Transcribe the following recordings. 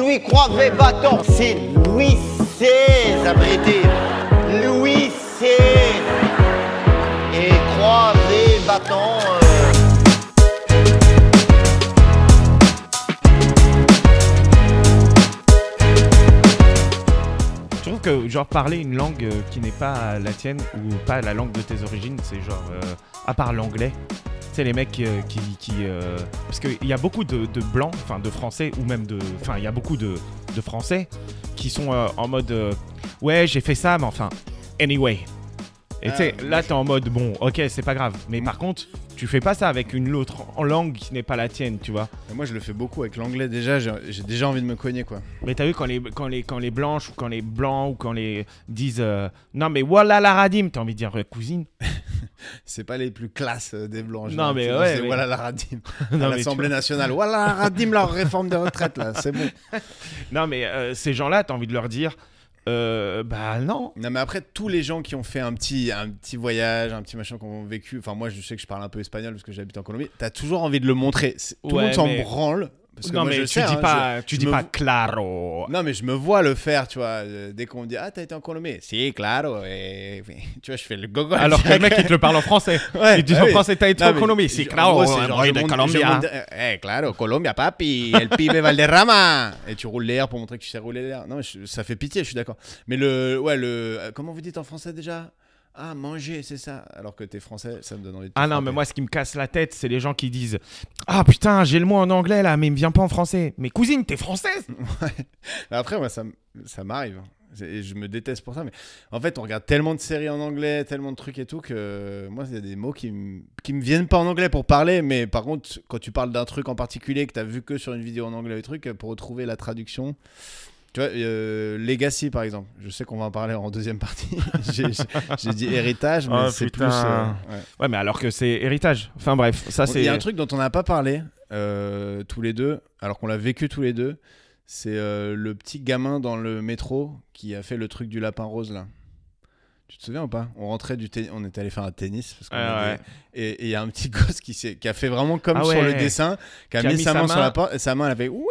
n'y croirait pas tant. C'est Louis XVI, abrité. Louis XVI. Et euh, croirait battant. Je trouve que genre parler une langue euh, qui n'est pas la tienne ou pas la langue de tes origines, c'est genre euh, à part l'anglais. C'est les mecs euh, qui, qui euh, parce qu'il y a beaucoup de, de blancs, enfin de français ou même de, enfin il y a beaucoup de, de français qui sont euh, en mode euh, ouais j'ai fait ça mais enfin anyway. Ah, Et tu sais, oui. là t'es en mode bon ok c'est pas grave mais par contre tu fais pas ça avec une autre en langue qui n'est pas la tienne tu vois. Moi, je le fais beaucoup avec l'anglais déjà. J'ai j'ai déjà envie de me cogner, quoi. Mais t'as vu quand les, quand, les, quand les blanches ou quand les blancs ou quand les disent euh, non mais voilà la radim t'as envie de dire euh, cousine C'est pas les plus classes euh, des blancs. Non, mais généralement, ouais, C'est mais- voilà la radim. Non, à mais l'Assemblée nationale. Voilà la radim, leur réforme des retraites, là. C'est bon. Non, mais euh, ces gens-là, t'as envie de leur dire, euh, bah non. Non, mais après, tous les gens qui ont fait un petit, un petit voyage, un petit machin qu'on a vécu. Enfin, moi, je sais que je parle un peu espagnol parce que j'habite en Colombie. T'as toujours envie de le montrer. C'est- Tout Ouais, le monde s'en mais- branle. Parce que non, moi, mais je tu le sais, dis hein, pas, je- tu je dis me pas claro. Non, mais je me vois le faire, tu vois. euh, Dès qu'on me dit Ah, t'as été en Colombie Si, claro. Et... Tu vois, je fais le gogo. Alors que le mec, il te le parle en français. Ouais, il te dit bah en oui. français, t'as été Non, en mais Colombie. je- Si, en claro, hein, gros, c'est un genre, bruit je de hein. monte- Colombia. je monte- Eh, eh, claro, Colombia, papi, el pibe Valderrama. Et tu roules l'air pour montrer que tu sais rouler l'air. Non, mais je- ça fait pitié, je suis d'accord. Mais le. Ouais, le. euh, Comment vous dites en français déjà Ah, manger, c'est ça. Alors que t'es français, ça me donne envie de. te Ah non, frapper. mais moi, ce qui me casse la tête, c'est les gens qui disent Ah putain, j'ai le mot en anglais là, mais il me vient pas en français. Mais cousine, t'es française Mm. Mais Après, moi, ça, m- ça m'arrive. C'est- Et je me déteste pour ça. Mais en fait, on regarde tellement de séries en anglais, tellement de trucs et tout que moi, il y a des mots qui me qui me viennent pas en anglais pour parler. Mais par contre, quand tu parles d'un truc en particulier que tu as vu que sur une vidéo en anglais, le truc, pour retrouver la traduction. Tu vois, euh, Legacy par exemple, je sais qu'on va en parler en deuxième partie. J'ai- j'ai- J'ai dit héritage, mais Oh, c'est plus. putain. euh, ouais. Ouais, mais alors que c'est héritage. Enfin bref, ça Il y c'est. a un truc dont on n'a pas parlé euh, tous les deux, alors qu'on l'a vécu tous les deux. C'est euh, le petit gamin dans le métro qui a fait le truc du lapin rose là. Tu te souviens ou pas On rentrait du tennis, on était allé faire un tennis parce qu'on Ouais, avait- ouais. et et il y a un petit gosse qui, s'est- qui a fait vraiment comme Ah sur le ouais. dessin, qui a, mis, sa main, sur la porte, et sa main elle a fait oui,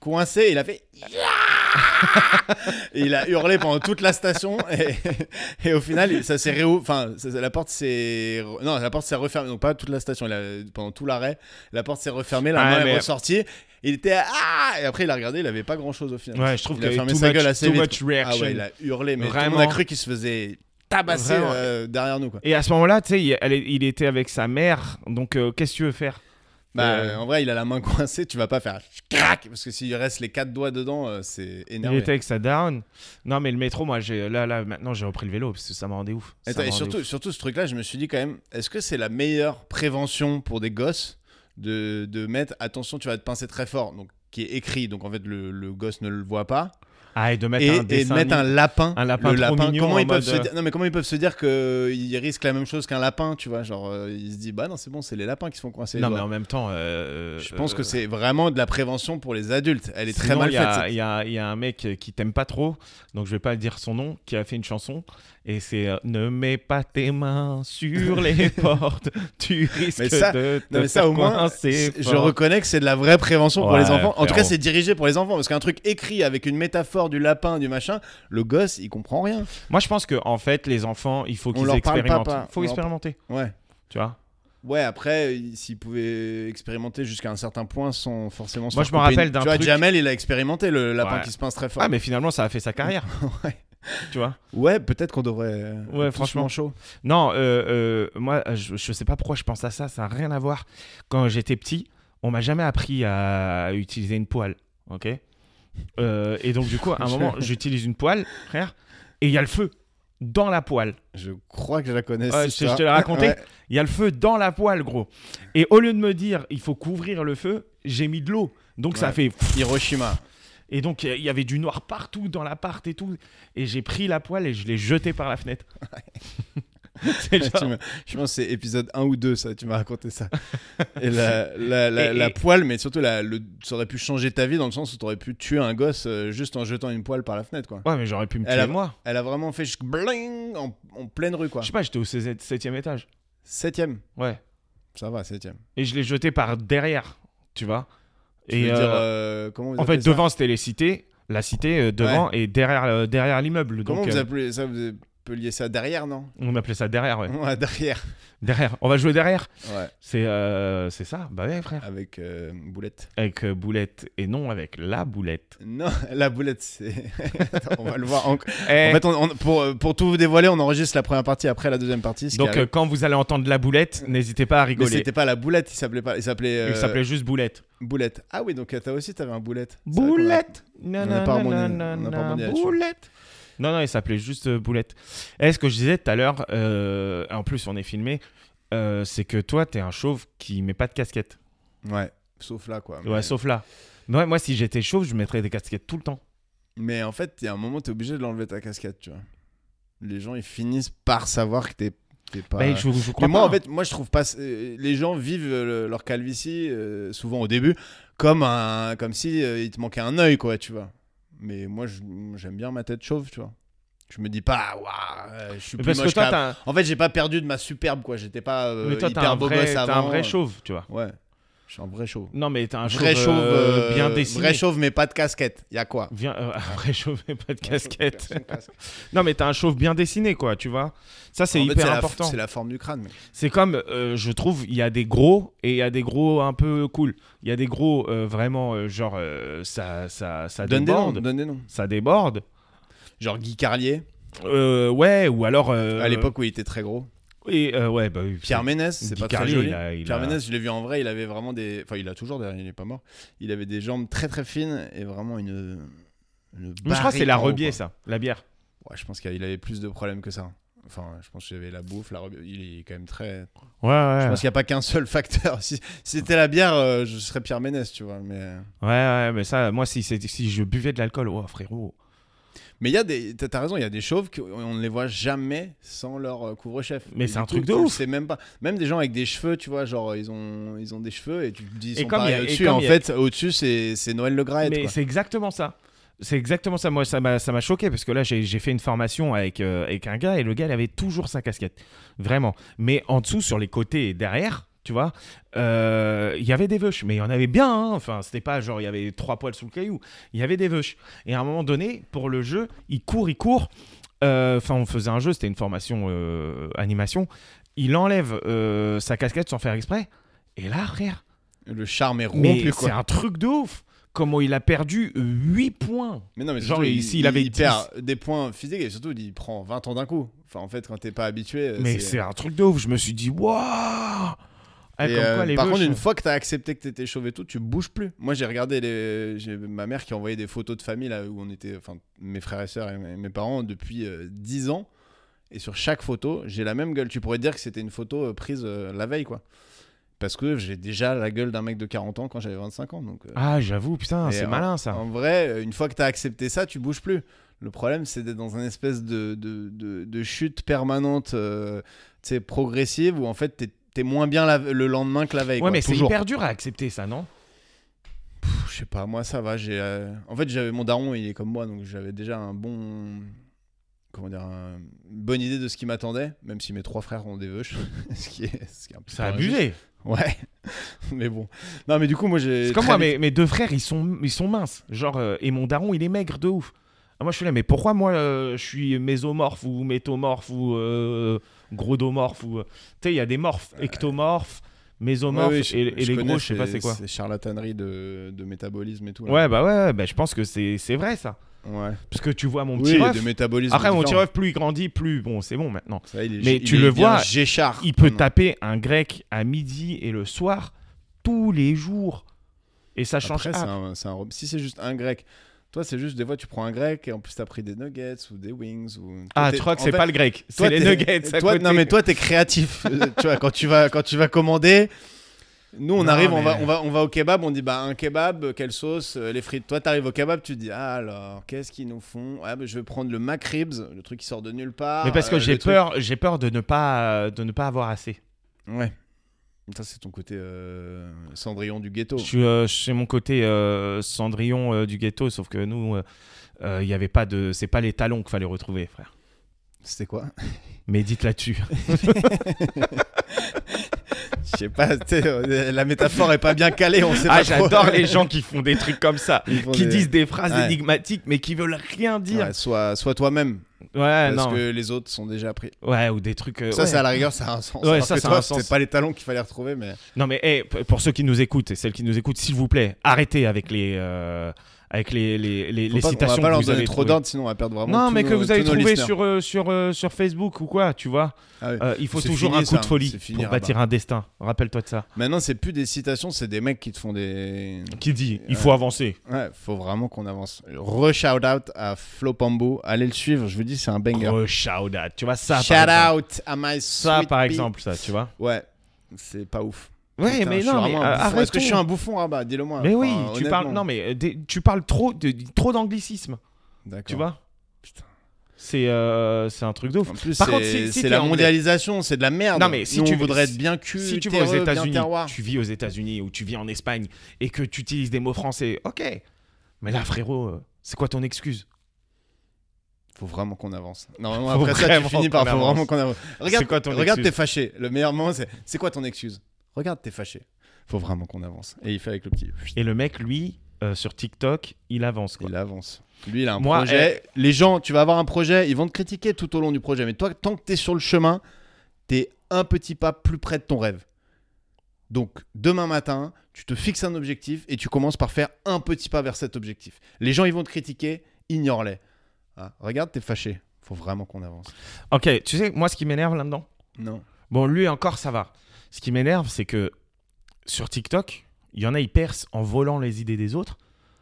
coincé, il a fait et il a hurlé pendant toute la station et, et au final il- ça s'est réou enfin ça- ça- la porte s'est re- non la porte s'est refermée donc pas toute la station il a- pendant tout l'arrêt la porte s'est refermée la Ouais, main est Ah, mais- ressortie il était à- ah et après il a regardé il avait pas grand chose au final Ouais, je trouve il a que fermé too sa much- gueule assez too vite. much reaction. ah ouais il a hurlé mais tout le monde Vraiment. a cru qu'il se faisait tabasser Vraiment. euh, derrière nous quoi hein. Et à ce moment-là, tu sais, il, elle est- il était avec sa mère, donc euh, qu'est-ce que tu veux faire bah Euh, en vrai il a la main coincée tu vas pas faire crac parce que s'il reste les quatre doigts dedans euh, c'est Il énervé était avec sa daronne. Non, mais le métro, moi, j'ai là, là, maintenant, j'ai repris le vélo parce que ça m'a rendu ouf. Ça Attends, me et rendait surtout, ouf. surtout ce truc-là, je me suis dit quand même, est-ce que c'est la meilleure prévention pour des gosses de, de mettre attention, tu vas te pincer très fort, donc qui est écrit, donc en fait le, le gosse ne le voit pas, Ah, et de mettre et, un et de dessin mettre un animé. lapin, un lapin le trop lapin. mignon Comment en ils peuvent mode, euh, se dire, non mais comment ils peuvent se dire que euh, ils risquent la même chose qu'un lapin, tu vois, genre euh, ils se disent bah non c'est bon, c'est les lapins qui se font coincer. les Non, mais doigts. en même temps. euh, je pense euh, que c'est vraiment de la prévention pour les adultes. Elle est très sinon, mal il y a- faite. Il y a, il y a un mec qui t'aime pas trop, donc je vais pas dire son nom, qui a fait une chanson et c'est euh, Ne mets pas tes mains sur les portes, tu risques ça- de te Non, mais ça, faire au moins, coincer c'est- je fort. reconnais que c'est de la vraie prévention pour Ouais, les enfants. En tout cas, frérot. c'est dirigé pour les enfants. Parce qu'un truc écrit avec une métaphore du lapin, du machin, le gosse, il comprend rien. Moi, je pense que en fait, les enfants, il faut qu'ils leur parle pas, expérimentent. pas. faut On leur- expérimenter, Ouais. tu vois. Ouais, après, il- s'il pouvait expérimenter jusqu'à un certain point sans forcément se Moi, faire je me couper une- rappelle d'un Tu vois, truc- Jamel, il a expérimenté le lapin Ouais. qui se pince très fort. Ah, mais finalement, ça a fait sa carrière, ouais, tu vois. Ouais, peut-être qu'on devrait. euh, Ouais, tous franchement. manchots. Non, euh, euh, moi, je, je sais pas pourquoi je pense à ça, ça n'a rien à voir. Quand j'étais petit, on m'a jamais appris à utiliser une poêle, ok Euh, Et donc, du coup, à un moment, j'utilise une poêle, frère, et il y a le feu dans la poêle. Je crois que je la connais. Ouais, cette je- je te histoire. l'ai raconté. Ouais. Il y a le feu dans la poêle, gros. Et au lieu de me dire, il faut couvrir le feu, j'ai mis de l'eau. Donc, ça Ouais. fait... Hiroshima. Et donc, il y avait du noir partout dans l'appart et tout. Et j'ai pris la poêle et je l'ai jetée par la fenêtre. C'est genre- Tu me- Je pense que c'est épisode 1 ou 2, ça, tu m'as raconté ça. Et la, la, la, Et- la et- poêle, mais surtout, la, le, ça aurait pu changer ta vie dans le sens où tu aurais pu tuer un gosse euh, juste en jetant une poêle par la fenêtre, quoi. Ouais, mais j'aurais pu me Elle tuer, a- moi. Elle a vraiment fait ch- bling en, en pleine rue, quoi. Je sais pas, j'étais au 16e 7e étage. Septième. Ouais. Ça va, septième. Et je l'ai jeté par derrière, tu vois. Je veux Et dire, euh, euh, comment en vous fait, appelez ça devant, c'était les cités. La cité euh, devant et derrière, euh, derrière l'immeuble. Comment Donc, vous euh, appelez ça Vous appeliez ça derrière, non on appelait ça derrière, ouais. Ouais, derrière. Derrière. On va jouer derrière. Ouais, C'est euh, c'est ça. Bah ouais, frère. avec euh, boulette. Avec euh, boulette et non avec la boulette. Non, la boulette, c'est. Attends, on va le voir. En, en Eh, fait, on- on- pour, pour tout vous dévoiler, on enregistre la première partie après la deuxième partie. ce qui donc, arrive. euh, quand vous allez entendre la boulette, n'hésitez pas à Mais rigoler. c'était pas la boulette, il s'appelait pas. Il s'appelait. euh, Il s'appelait juste boulette. Boulette. Ah oui, donc euh, toi aussi, t'avais un boulette. C'est vrai qu'on a- Boulette a Nanana, pas harmonisé- on a pas harmonisé là-dessus. Boulette Non, non, il s'appelait juste euh, Boulette. Et ce que je disais tout à l'heure, euh, en plus on est filmé, euh, c'est que toi, t'es un chauve qui met pas de casquette. Ouais, sauf là, quoi. Ouais, mais... sauf là. Ouais, moi, si j'étais chauve, je mettrais des casquettes tout le temps. mais en fait, il y a un moment, t'es obligé de l'enlever ta casquette, tu vois. Les gens, ils finissent par savoir que t'es t'es pas. Bah, je, vous- je vous crois Mais moi, pas. en fait, moi, je trouve pas. euh, Les gens vivent euh, le- leur calvitie, euh, souvent au début, comme, un... comme si euh, il te manquait un œil, quoi, tu vois. Mais moi, je- j'aime bien ma tête chauve, tu vois. Je me dis pas, waouh, euh, je suis Mais plus Parce moche que toi, qu'avant. t'as un- En fait, j'ai pas perdu de ma superbe, quoi. J'étais pas euh, mais toi, t'as hyper un beau vrai, gosse t'as avant. euh. un vrai chauve, tu vois. Ouais, je suis un vrai chauve. Non, mais t'as un chauve, vrai chauve, euh, euh, bien dessiné. Vrai chauve, mais pas de casquette. Y a quoi Viens, euh, un vrai chauve et pas de casquette. Personne casquette. non, mais t'as un chauve bien dessiné, quoi, tu vois. Ça, c'est En fait, hyper la- important. C'est la forme du crâne. mec. C'est comme, euh, je trouve, il y a des gros et il y a des gros un peu cool. Il y a des gros euh, vraiment, euh, genre, euh, ça, ça, ça Donne des noms. déborde. Donne des noms. Ça déborde. Genre Guy Carlier, Euh, ouais, ou alors. euh, à l'époque où il était très gros. Et euh, ouais, bah, oui, Pierre c'est- Ménès, c'est Guy pas très Carlier, joli. il a- il Pierre a- Ménès, je l'ai vu en vrai, il avait vraiment des. Enfin, il a toujours derrière, il est pas mort. Il avait des jambes très très fines et vraiment une. une Mais je crois que c'est barrique la en haut, rebier, quoi. ça, la bière. Ouais, je pense qu'il avait plus de problèmes que ça. Enfin, je pense qu'il y avait la bouffe, la rebier. Il est quand même très. Ouais, ouais. Je pense qu'il n'y a pas qu'un seul facteur. Si, si c'était la bière, euh, je serais Pierre Ménès, tu vois. Mais. Ouais, ouais, mais ça, moi, si, c'est- si je buvais de l'alcool, oh frérot. Mais il y a des, t'as t'as raison, il y a des chauves qu'on ne les voit jamais sans leur euh, couvre-chef. Mais Et c'est du un coup, truc de tu le ouf. sais même pas. Même des gens avec des cheveux, tu vois, genre ils ont, ils ont des cheveux et tu te dis ils Et sont comme il y pareils a- et au-dessus. comme En il y a- fait, au-dessus c'est, c'est Noël Le Graët. Mais quoi. c'est exactement ça. C'est exactement ça. Moi, ça m'a ça m'a choqué parce que là, j'ai j'ai fait une formation avec, euh, avec un gars et le gars, il avait toujours sa casquette. Vraiment. Mais en dessous, sur les côtés et derrière, tu vois, euh, il y avait des veuches. Mais il y en avait bien. hein. Enfin, c'était pas genre, il y avait trois poils sous le caillou. Il y avait des veuches. Et à un moment donné, pour le jeu, il court, il court. Euh, Enfin, on faisait un jeu, c'était une formation euh, animation. Il enlève euh, sa casquette sans faire exprès. Et là, frère, Le charme est mais rompu c'est quoi. un truc de ouf. Comment il a perdu 8 points. Mais non, mais Genre, surtout, il- s'il avait il perd des points physiques et surtout il prend 20 ans d'un coup. Enfin, en fait, quand t'es pas habitué. euh, Mais c'est un truc de ouf. Je me suis dit, waouh Ah, Et, comme euh, quoi, les par veuches, contre, une hein. fois que t'as accepté que t'étais chauve et tout, tu bouges plus. Moi, j'ai regardé les... j'ai ma mère qui envoyait des photos de famille là où on était, enfin mes frères et sœurs et mes mes parents depuis euh, 10 ans. Et sur chaque photo, j'ai la même gueule. Tu pourrais dire que c'était une photo euh, prise euh, la veille, quoi. Parce que j'ai déjà la gueule d'un mec de 40 ans quand j'avais 25 ans. Donc, euh, Ah, j'avoue, putain, Et c'est en- malin ça. en vrai, euh, une fois que t'as accepté ça, tu bouges plus. Le problème, c'est d'être dans une espèce de, de, de- de chute permanente, euh, tu sais, progressive, où en fait, t'es t'es moins bien la- le lendemain que la veille. ouais, quoi, mais c'est toujours. hyper dur à accepter ça, non Je sais pas, moi ça va. J'ai, euh, En fait, j'avais mon daron, il est comme moi, donc j'avais déjà un bon. Comment dire un- Une bonne idée de ce qui m'attendait, même si mes trois frères ont des veuches. ce, qui est... ce qui est un peu. C'est paradoxal. abusé. Ouais. mais bon. Non, mais du coup, moi j'ai. C'est comme très moi, vite- mes, mes deux frères, ils sont, ils sont minces. Genre, euh, et mon daron, il est maigre de ouf. Ah, moi, je suis là, mais pourquoi moi, euh, je suis mésomorphe ou métomorphe ou euh, grodomorphe ou. euh, Tu sais, il y a des morphes, ectomorphes, mésomorphes Euh, Ouais, ouais, je- et, et je les connais, gros, je sais pas c'est quoi. C'est charlatanerie de, de métabolisme et tout. là. Ouais, bah ouais, ouais, bah, je pense que c'est c'est vrai ça. Ouais. Parce que tu vois mon Oui, petit ref. de métabolisme. Après, mon petit différent. ref, plus il grandit, plus. Bon, c'est bon maintenant. Ça, il est- Mais il tu est le bien vois, Géchard. Il peut maintenant. taper un grec à midi et le soir, tous les jours. Et ça change. Après, c'est ah, un- c'est un rem- Si c'est juste un grec, toi, c'est juste des fois, tu prends un grec et en plus, t'as pris des nuggets ou des wings. Ou... Toi, ah, t'es- tu crois que en c'est fait, pas le grec, toi, c'est les t'es- nuggets. à toi- côté. Non, mais toi, t'es créatif. Euh, tu vois, quand tu vas, quand tu vas commander. Nous, on Non, arrive, on, va, mais- on, va, on va au kebab, on dit bah, un kebab, euh, quelle sauce, euh, les frites. Toi, t'arrives au kebab, tu dis ah, alors, qu'est-ce qu'ils nous font Ouais, bah, Je vais prendre le McRibs, le truc qui sort de nulle part. Mais parce que euh, j'ai le truc- peur, j'ai peur de ne pas, euh, de ne pas avoir assez. Ouais. Ça, c'est ton côté euh, Cendrillon du ghetto. Je suis euh, chez mon côté euh, Cendrillon euh, du ghetto, sauf que nous, euh, euh, il y avait pas de, c'est pas les talons qu'il fallait retrouver, frère. C'était quoi Médite là-dessus. Je sais pas, tu sais, euh, la métaphore est pas bien calée, on sait Ah, pas trop. j'adore les gens qui font des trucs comme ça, Ils font qui des- disent des phrases Ouais. énigmatiques mais qui veulent rien dire. Ouais, soit, soit toi-même, Ouais, parce non. que les autres sont déjà pris. Ouais, ou des trucs. euh, Ça, ouais. c'est à la rigueur, ça a un sens. Ouais, Alors ça, que ça a toi, un sens. C'est pas les talons qu'il fallait retrouver, mais Non mais hey, p- pour ceux qui nous écoutent et celles qui nous écoutent, s'il vous plaît, arrêtez avec les euh, avec les les, les, faut les pas- citations on va que pas leur vous avez donner trop trouvées. d'ordre, sinon on va perdre vraiment. Non tous mais que nos- vous avez tous nos trouvé listeners. sur euh, sur euh, sur Facebook ou quoi, tu vois. Ah oui. Euh, il faut C'est toujours fini, un coup ça. de folie C'est fini, pour Rabat. bâtir un destin. Rappelle-toi de ça. Maintenant, c'est plus des citations, c'est des mecs qui te font des. Qui dit Ouais. il faut avancer. Ouais, faut vraiment qu'on avance. Re-shout out à Flo Pambo. Allez le suivre, je vous dis, c'est un banger. Re-shout out. Tu vois ça. Shout par exemple. out à my Ça sweet par pea. exemple ça, tu vois. Ouais, c'est pas ouf. Ouais Putain, mais je suis non mais vraiment euh, un bouffon. Est-ce que je suis arrêtons. un bouffon Ah bah, dis-le moi. Mais oui, Enfin, tu parles honnêtement. non mais euh, des- tu parles trop de trop d'anglicisme, D'accord. tu vois. Putain. C'est euh, c'est un truc de ouf. En plus, Par contre, c'est si- si c'est t'es la anglais- mondialisation, c'est de la merde. Non, mais si Nous, tu- on voudrait être si- bien cul, si tu vas aux terreux, bien États-Unis, terroir. tu vis aux États-Unis ou tu vis en Espagne et que tu utilises des mots français, ok. Mais là, frérot, euh, c'est quoi ton excuse Faut vraiment qu'on avance. Non, non, Faut après ça, tu vraiment finis par qu'on faut avance. vraiment qu'on avance. Regarde, C'est quoi ton regarde, excuse t'es fâché. Le meilleur moment, c'est c'est quoi ton excuse Regarde, t'es fâché. Faut vraiment qu'on avance. Et il fait avec le petit. Et le mec, lui, euh, sur TikTok, il avance. Quoi. Il avance. Lui, il a un Moi, eh. projet. Les gens, tu vas avoir un projet, ils vont te critiquer tout au long du projet. Mais toi, tant que t'es sur le chemin, t'es un petit pas plus près de ton rêve. Donc, demain matin, tu te fixes un objectif et tu commences par faire un petit pas vers cet objectif. Les gens, ils vont te critiquer, ignore-les. Ah, regarde, t'es fâché. Faut vraiment qu'on avance. Ok, tu sais, moi, ce qui m'énerve là-dedans, Non. bon, lui encore, ça va. Ce qui m'énerve, c'est que sur TikTok, il y en a, ils percent en volant les idées des autres.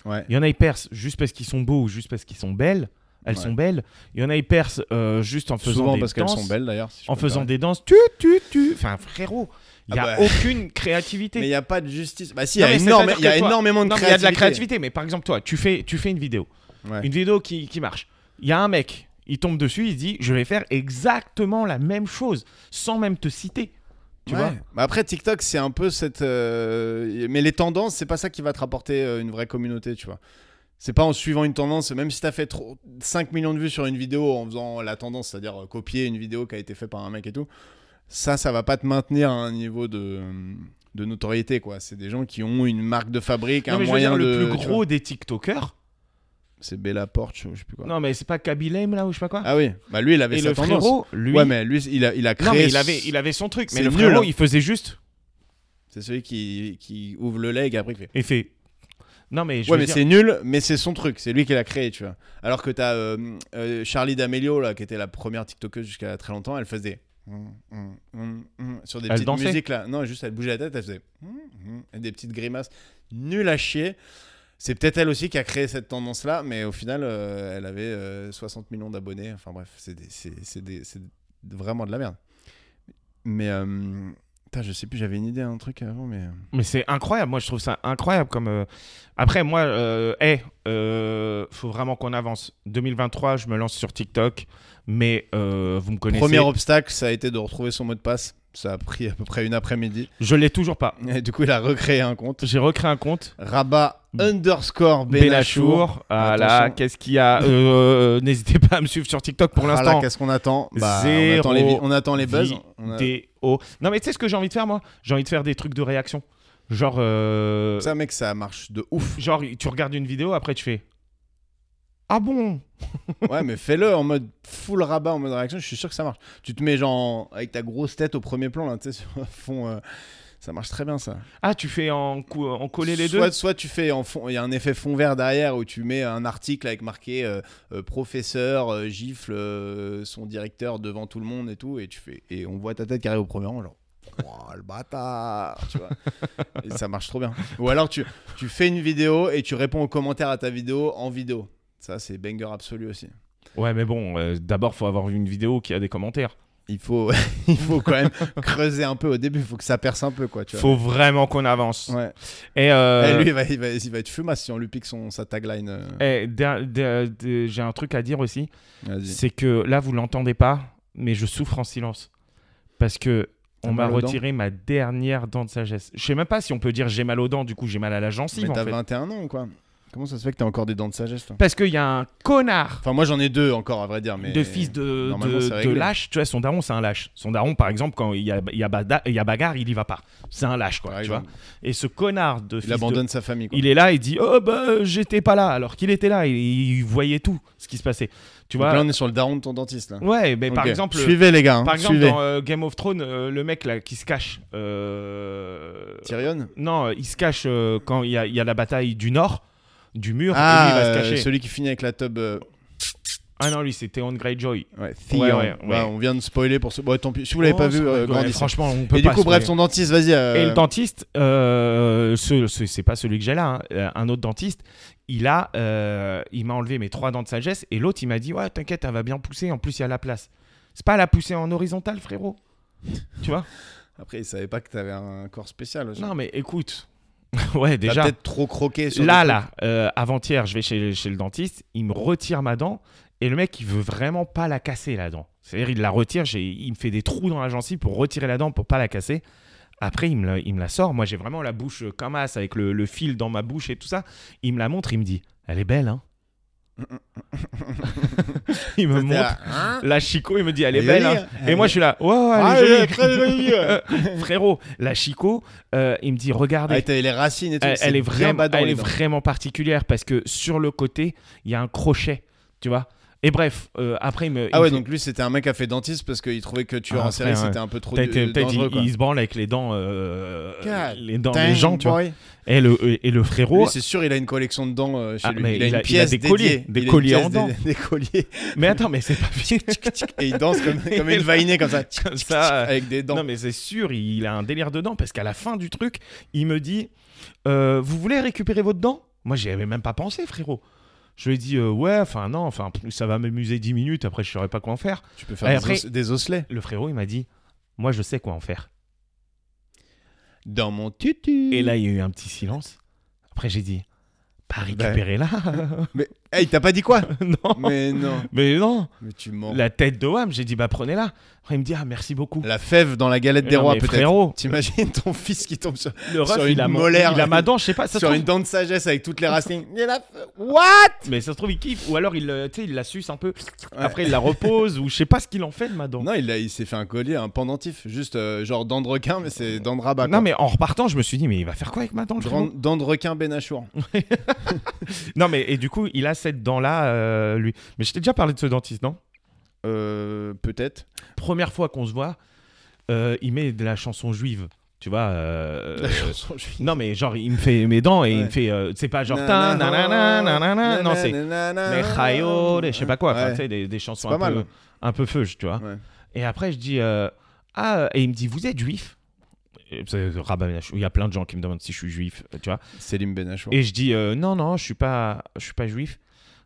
Ouais. Il y en a, ils percent juste parce qu'ils sont beaux ou juste parce qu'ils sont belles. Elles Ouais. sont belles. Il y en a, ils percent euh, juste en faisant Souvent des parce qu'elles danses. sont belles d'ailleurs. si je en peux me faisant permettre. des danses. Tu, tu, tu. Enfin, frérot, il n'y a Ah bah. aucune Mais il créativité. n'y a pas de justice. Bah si, il y Non, a, mais c'est énorme- pas dire il y a que toi- énormément de Non, mais il y a de créativité. la créativité, mais par exemple, toi, tu fais, tu fais une vidéo, Ouais. une vidéo qui, qui marche. Il y a un mec, il tombe dessus, il se dit Je vais faire exactement la même chose, sans même te citer. Tu Ouais. vois Mais après, TikTok, c'est un peu cette. euh, Mais les tendances, c'est pas ça qui va te rapporter euh, une vraie communauté, tu vois. C'est pas en suivant une tendance, même si t'as fait trop... 5 millions de vues sur une vidéo en faisant la tendance, c'est-à-dire euh, copier une vidéo qui a été faite par un mec et tout. Ça, ça va pas te maintenir à un niveau de, de notoriété, quoi. C'est des gens qui ont une marque de fabrique, Non, un mais je veux moyen dire, de. le plus tu gros vois. des TikTokers. C'est Bella Porch, je sais plus quoi. Non, mais c'est pas Kabilem là ou je sais pas quoi. Ah oui, bah lui, il avait Et sa le tendance. frérot, lui. Ouais, mais lui, il a, il a créé. Non, mais il ce- avait, il avait son truc. Mais C'est le nul, frérot, hein. il faisait juste. C'est celui qui, qui ouvre le leg après il fait. Il fait. Non, mais je ouais, veux mais dire- c'est nul, mais c'est son truc, c'est lui qui l'a créé, tu vois. Alors que t'as euh, euh, Charlie D'Amelio, là, qui était la première TikTokeuse jusqu'à très longtemps, elle faisait. hum, hum, hum, hum sur des Elle petites dansait. musiques, là. Non, juste elle bougeait la tête, elle faisait. hum, hum, et des petites grimaces. Nul à chier. C'est peut-être elle aussi qui a créé cette tendance-là, mais au final, euh, elle avait euh, 60 millions d'abonnés. Enfin bref, c'est des- c'est- c'est des- c'est vraiment de la merde. Mais. euh, putain, je sais plus, j'avais une idée, un truc avant, mais. euh, Mais c'est incroyable, moi je trouve ça incroyable comme. euh, Après, moi, euh, hey, euh, faut vraiment qu'on avance. 2023, je me lance sur TikTok, mais euh, vous me connaissez. Premier obstacle, ça a été de retrouver son mot de passe. Ça a pris à peu près une après-midi. Je l'ai toujours pas. Et du coup, il a recréé un compte. J'ai recréé un compte. Rabat underscore Benachour. Mm. Benachour. Ah là, Attention. qu'est-ce qu'il y a Euh, N'hésitez pas à me suivre sur TikTok pour Ah là, l'instant. qu'est-ce qu'on attend Bah, On Zéro attend les, vi- on attend les buzz. On a- Vidéo. Non, mais tu sais ce que j'ai envie de faire, moi J'ai envie de faire des trucs de réaction. Genre. euh, Ça, mec, ça marche de ouf. Genre, tu regardes une vidéo, après tu fais. Ah bon ouais, mais fais-le en mode full rabat, en mode réaction. Je suis sûr que ça marche. Tu te mets genre avec ta grosse tête au premier plan, là, tu sais, sur un fond. euh, Ça marche très bien ça. Ah, tu fais en, cou- en coller les deux soit, Soit tu fais en fond, il y a un effet fond vert derrière où tu mets un article avec marqué euh, euh, professeur euh, gifle euh, son directeur devant tout le monde et tout et tu fais et on voit ta tête qui arrive au premier rang genre Ouah, le bâtard, tu vois. Et ça marche trop bien. Ou alors tu, tu fais une vidéo et tu réponds aux commentaires à ta vidéo en vidéo. Ça c'est banger absolu aussi. Ouais, mais bon, euh, d'abord, faut avoir vu une vidéo qui a des commentaires. Il faut il faut quand même creuser un peu au début, il faut que ça perce un peu quoi, tu vois. Faut vraiment qu'on avance. Ouais. Et, euh, Et lui il va, il va, il va être fumasse si on lui pique son, sa tagline. euh, eh, der- der- der- j'ai un truc à dire aussi. vas-y. C'est que là, vous l'entendez pas, mais je souffre en silence. Parce que T'as on m'a mal aux dents retiré ma dernière dent de sagesse. Je sais même pas si on peut dire j'ai mal aux dents, du coup j'ai mal à la gencive Mais en t'as fait. 21 ans ou quoi Comment ça se fait que t'as encore des dents de sagesse toi Parce qu'il y a un connard Enfin, moi j'en ai deux encore, à vrai dire. Mais... de fils de, normalement, c'est de, de réglé. lâche. Tu vois, son daron, c'est un lâche. Son daron, par exemple, quand il y a, il y a bada- il y a bagarre, il y va pas. C'est un lâche, quoi. Par tu vois. exemple. Et ce connard de fils Il de- abandonne sa famille. Quoi. Il est là, il dit Oh, bah, euh, j'étais pas là. Alors qu'il était là, il, il voyait tout ce qui se passait. Tu Donc là, vois on est sur le daron de ton dentiste. Là. Ouais, mais par Ok. exemple. Suivez les gars. hein, Par exemple, suivez. dans euh, Game of Thrones, euh, le mec là qui se cache. euh, Tyrion Non, euh, il se cache euh, quand il y, a- il y a la bataille du Nord, du mur, et lui, il va se Ah, euh, cacher. celui qui finit avec la tub. euh, Ah non, lui, c'est Theon Greyjoy. Ouais, Theon. Ouais, ouais, ouais. Bah, on vient de spoiler pour ce. Bon, tant pis. Si vous l'avez Oh, pas vu, ça euh, rigole. grandissez. Franchement, on peut Et pas du coup, se bref, spoiler. son dentiste, vas-y. euh, Et le dentiste, euh, ce, ce- c'est pas celui que j'ai là, hein, euh, un autre dentiste, il a, euh, il m'a enlevé mes trois dents de sagesse et l'autre il m'a dit ouais t'inquiète, elle va bien pousser, en plus il y a la place. C'est pas la pousser en horizontale, frérot. tu vois Après, il savait pas que t'avais un corps spécial. aussi. Non mais écoute, ouais T'as déjà. peut-être trop croqué sur. Là des là, euh, avant-hier, je vais chez, chez le dentiste, il me retire ma dent et le mec il veut vraiment pas la casser la dent. C'est-à-dire il la retire, j'ai- il me fait des trous dans la gencive pour retirer la dent pour pas la casser. Après, il me la, il me la sort. Moi, j'ai vraiment la bouche euh, comme as, avec le, le fil dans ma bouche et tout ça. Il me la montre, il me dit Elle est belle, hein Il me trucs. T'es montre là, hein la Chico, il me dit Elle est Elle est belle, jolie, hein hein Et moi, je suis là Ouais, ouais, elle Ah, est elle est jolie. très jolie. Frérot, la Chico, euh, il me dit Regardez, Ah, t'avais les racines et tout. elle, c'est elle est, bien vraiment, bas dans elle les est dents. vraiment particulière parce que sur le côté, il y a un crochet, tu vois. Et bref, euh, après, il me. il Ah me ouais, fait- donc lui, c'était un mec qui a fait dentiste parce qu'il trouvait que tu Ah, en série, frère, ouais. c'était un peu trop peut-être- de- peut-être dangereux. il, il se branle avec les dents, euh, God les dents quoi. des gens, tu vois. Boy. Et le, et le frérot. Lui, c'est sûr, il a une collection de dents euh, chez Ah, lui. mais il a il une a- il a pièce des dédiée. colliers, des Il a une colliers en pièce dents. dé- Des, colliers. Mais attends, mais c'est pas fini Et il danse comme, comme une vainée comme ça, comme ça. euh, avec des dents. Non, mais c'est sûr, il a un délire dedans parce qu'à la fin du truc, il me dit euh, Vous voulez récupérer votre dent Moi, j'y avais même pas pensé, frérot. Je lui ai dit euh, Ouais, enfin, non, enfin, ça va m'amuser 10 minutes, après, je saurais pas quoi en faire. Tu peux Et faire après- des, os- des osselets. Le frérot, il m'a dit Moi, je sais quoi en faire. Dans mon tutu. Et là, il y a eu un petit silence. Après, j'ai dit, Ben. pas récupérer là. Mais hey, t'as pas dit quoi non. Mais... Mais non. non, Mais tu mens. La, la tête de Wam, j'ai dit, bah prenez-la. Après, il me dit, ah merci beaucoup. fève dans la galette des Non, rois, mais peut-être. frérot, T'imagines ton fils qui tombe sur, le ref, sur il une a, mon- molaire. il a ma dent, je sais pas. Ça se sur trouve- une dent de sagesse avec toutes les racines. Il est là, What Mais ça se trouve, il kiffe. Ou alors, il, euh, tu sais, il la suce un peu. Après, il la repose. ou je sais pas ce qu'il en fait de ma dent. Non, il, a- il s'est fait un collier, un pendentif. Juste euh, genre dent de requin, mais c'est dent de rabat. Non, quoi. mais en repartant, je me suis dit, mais il va faire quoi avec ma dent le Dent, frérot dent de requin Ben Benachour. Non, mais et du coup, il a cette dent-là, euh, lui. Mais je t'ai déjà parlé de ce dentiste, non Euh, peut-être. Première fois qu'on se voit, euh, il met de la chanson juive. Tu vois, euh, La chanson, je- Non, mais genre, il me fait mes dents et il Ouais. me fait. euh, c'est pas genre. Nanana, tin, nanana, nanana, Non, c'est. nanana. Les chayos, les je sais pas quoi. enfin, Ouais. tu sais, des, des chansons C'est un pas peu, mal. un peu feuge, tu vois. Ouais. Et après, je dis. euh, ah, euh, et il me dit, vous êtes juif Et c'est- euh, Rabbi Menachem, Il y a plein de gens qui me demandent si je suis juif, euh, tu vois. Selim Ben Benachour. Et je dis, euh, non, non, je suis pas, je suis pas juif.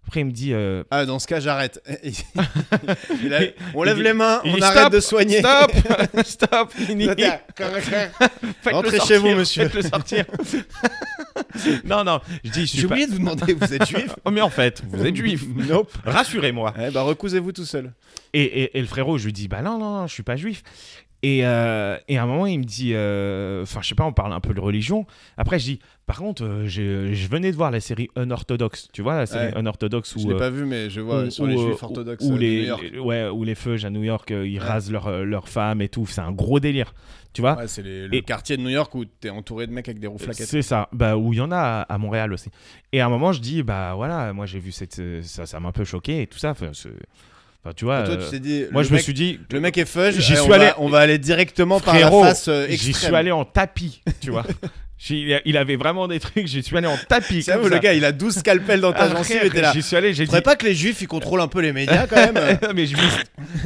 Après, il me dit. euh, Ah, dans ce cas, j'arrête. Il a- on Il lève dit- les mains, il on dit, arrête stop, de soigner. Stop Stop Fini Faites-le Rentrez sortir, chez vous, monsieur. Faites-le sortir Non, non, je dis, je suis J'ai pas- oublié de vous demander, vous êtes juif Oh, mais en fait, vous êtes juif Nope. Rassurez-moi. Eh bah, recousez-vous tout seul. Et, et- et le frérot, je lui dis, bah non, non, non, je suis pas juif. Et, euh, et à un moment, il me dit, euh, enfin, je sais pas, on parle un peu de religion. Après, je dis, par contre, euh, je, je venais de voir la série Unorthodox, tu vois, la série Ouais. Unorthodox Je où. l'ai euh, pas vu, mais je vois où- sur les où, euh, juifs orthodoxes où euh, de les, New York. les- ouais, où les feuges à New York, euh, ils Ouais. rasent leurs euh, leurs femmes et tout. C'est un gros délire, tu vois. Ouais, c'est les- le Et- Euh, quartier de New York où t'es entouré de mecs avec des roues flaquettes. C'est ça, bah, où il y en a à à Montréal aussi. Et à un moment, je dis, bah voilà, moi j'ai vu cette. euh, Ça, ça m'a un peu choqué et tout ça. Enfin, c'est- enfin, tu vois. Et toi, euh, tu t'es dit, moi, le, je me mec, suis dit, le mec est fudge, J'y eh, on, suis allé- va, on va aller directement Frérot, par la face euh, J'y suis extrême. allé en tapis, tu vois. J'ai- il avait vraiment des trucs, j'y suis allé en tapis. C'est comme vrai, le ça. gars, il a 12 scalpels dans ta Ah, gencive frère, et t'es là. J'y suis allé, j'ai dit. Faudrait pas que les juifs ils contrôlent un peu les médias quand même. Non, mais je mise,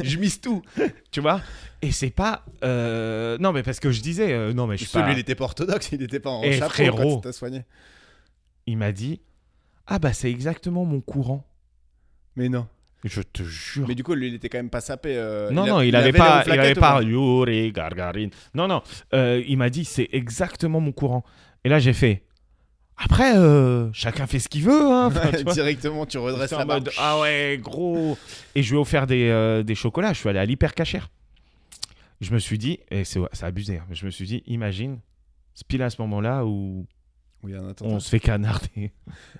je mise tout, tu vois. Et c'est pas. euh, Non, mais parce que je disais, euh, non, mais je suis Celui pas. il était pas orthodoxe, il était pas en Eh, chapeau frérot. quand t'as soigné. Il m'a dit, ah bah c'est exactement mon courant. Mais non. Je te jure. Mais du coup, lui, il était quand même pas sapé. euh, non, a- non, il avait pas. Il les roues avait flaquettes ou pas. Yuri Gargarin. Non, non. euh, il m'a dit, c'est exactement mon courant. Et là, j'ai fait. Après, euh, chacun fait ce qu'il veut. Hein, Enfin, tu vois. Directement, tu redresses J'étais en la barre. mode, ah ouais, gros. Et je lui ai offert des, euh, des chocolats. Je suis allé à l'hyper cachère. Je me suis dit, et c'est ouais, c'est abusé, hein, mais je me suis dit, imagine, c'est pile à ce moment-là où Oui, un attentat. On se fait canarder.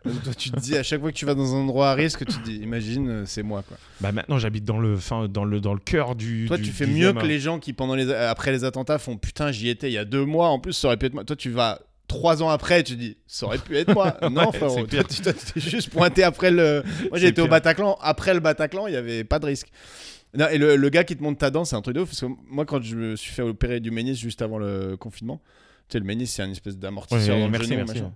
Donc, toi, tu te dis à chaque fois que tu vas dans un endroit à risque, tu te dis, imagine, euh, c'est moi quoi. Bah maintenant j'habite dans le fin, dans le dans le cœur du. Toi, du- tu fais du mieux game. que les gens qui pendant les après les attentats font putain, j'y étais il y a deux mois. En plus, ça aurait pu être moi. Toi, tu vas trois ans après, tu dis, ça aurait pu être moi. non, Ouais, c'est frérot, toi, pire. tu toi, tu t'es juste pointé après le. Moi, C'est j'étais au pire. Bataclan. Après le Bataclan, il y avait pas de risque. Non, et le, le gars qui te monte ta dent, c'est un truc de ouf. Parce que moi, quand je me suis fait opérer du ménis juste avant le confinement, tu sais, le ménis, c'est un espèce d'amortisseur. Ouais, dans le merci, genou, merci. machin.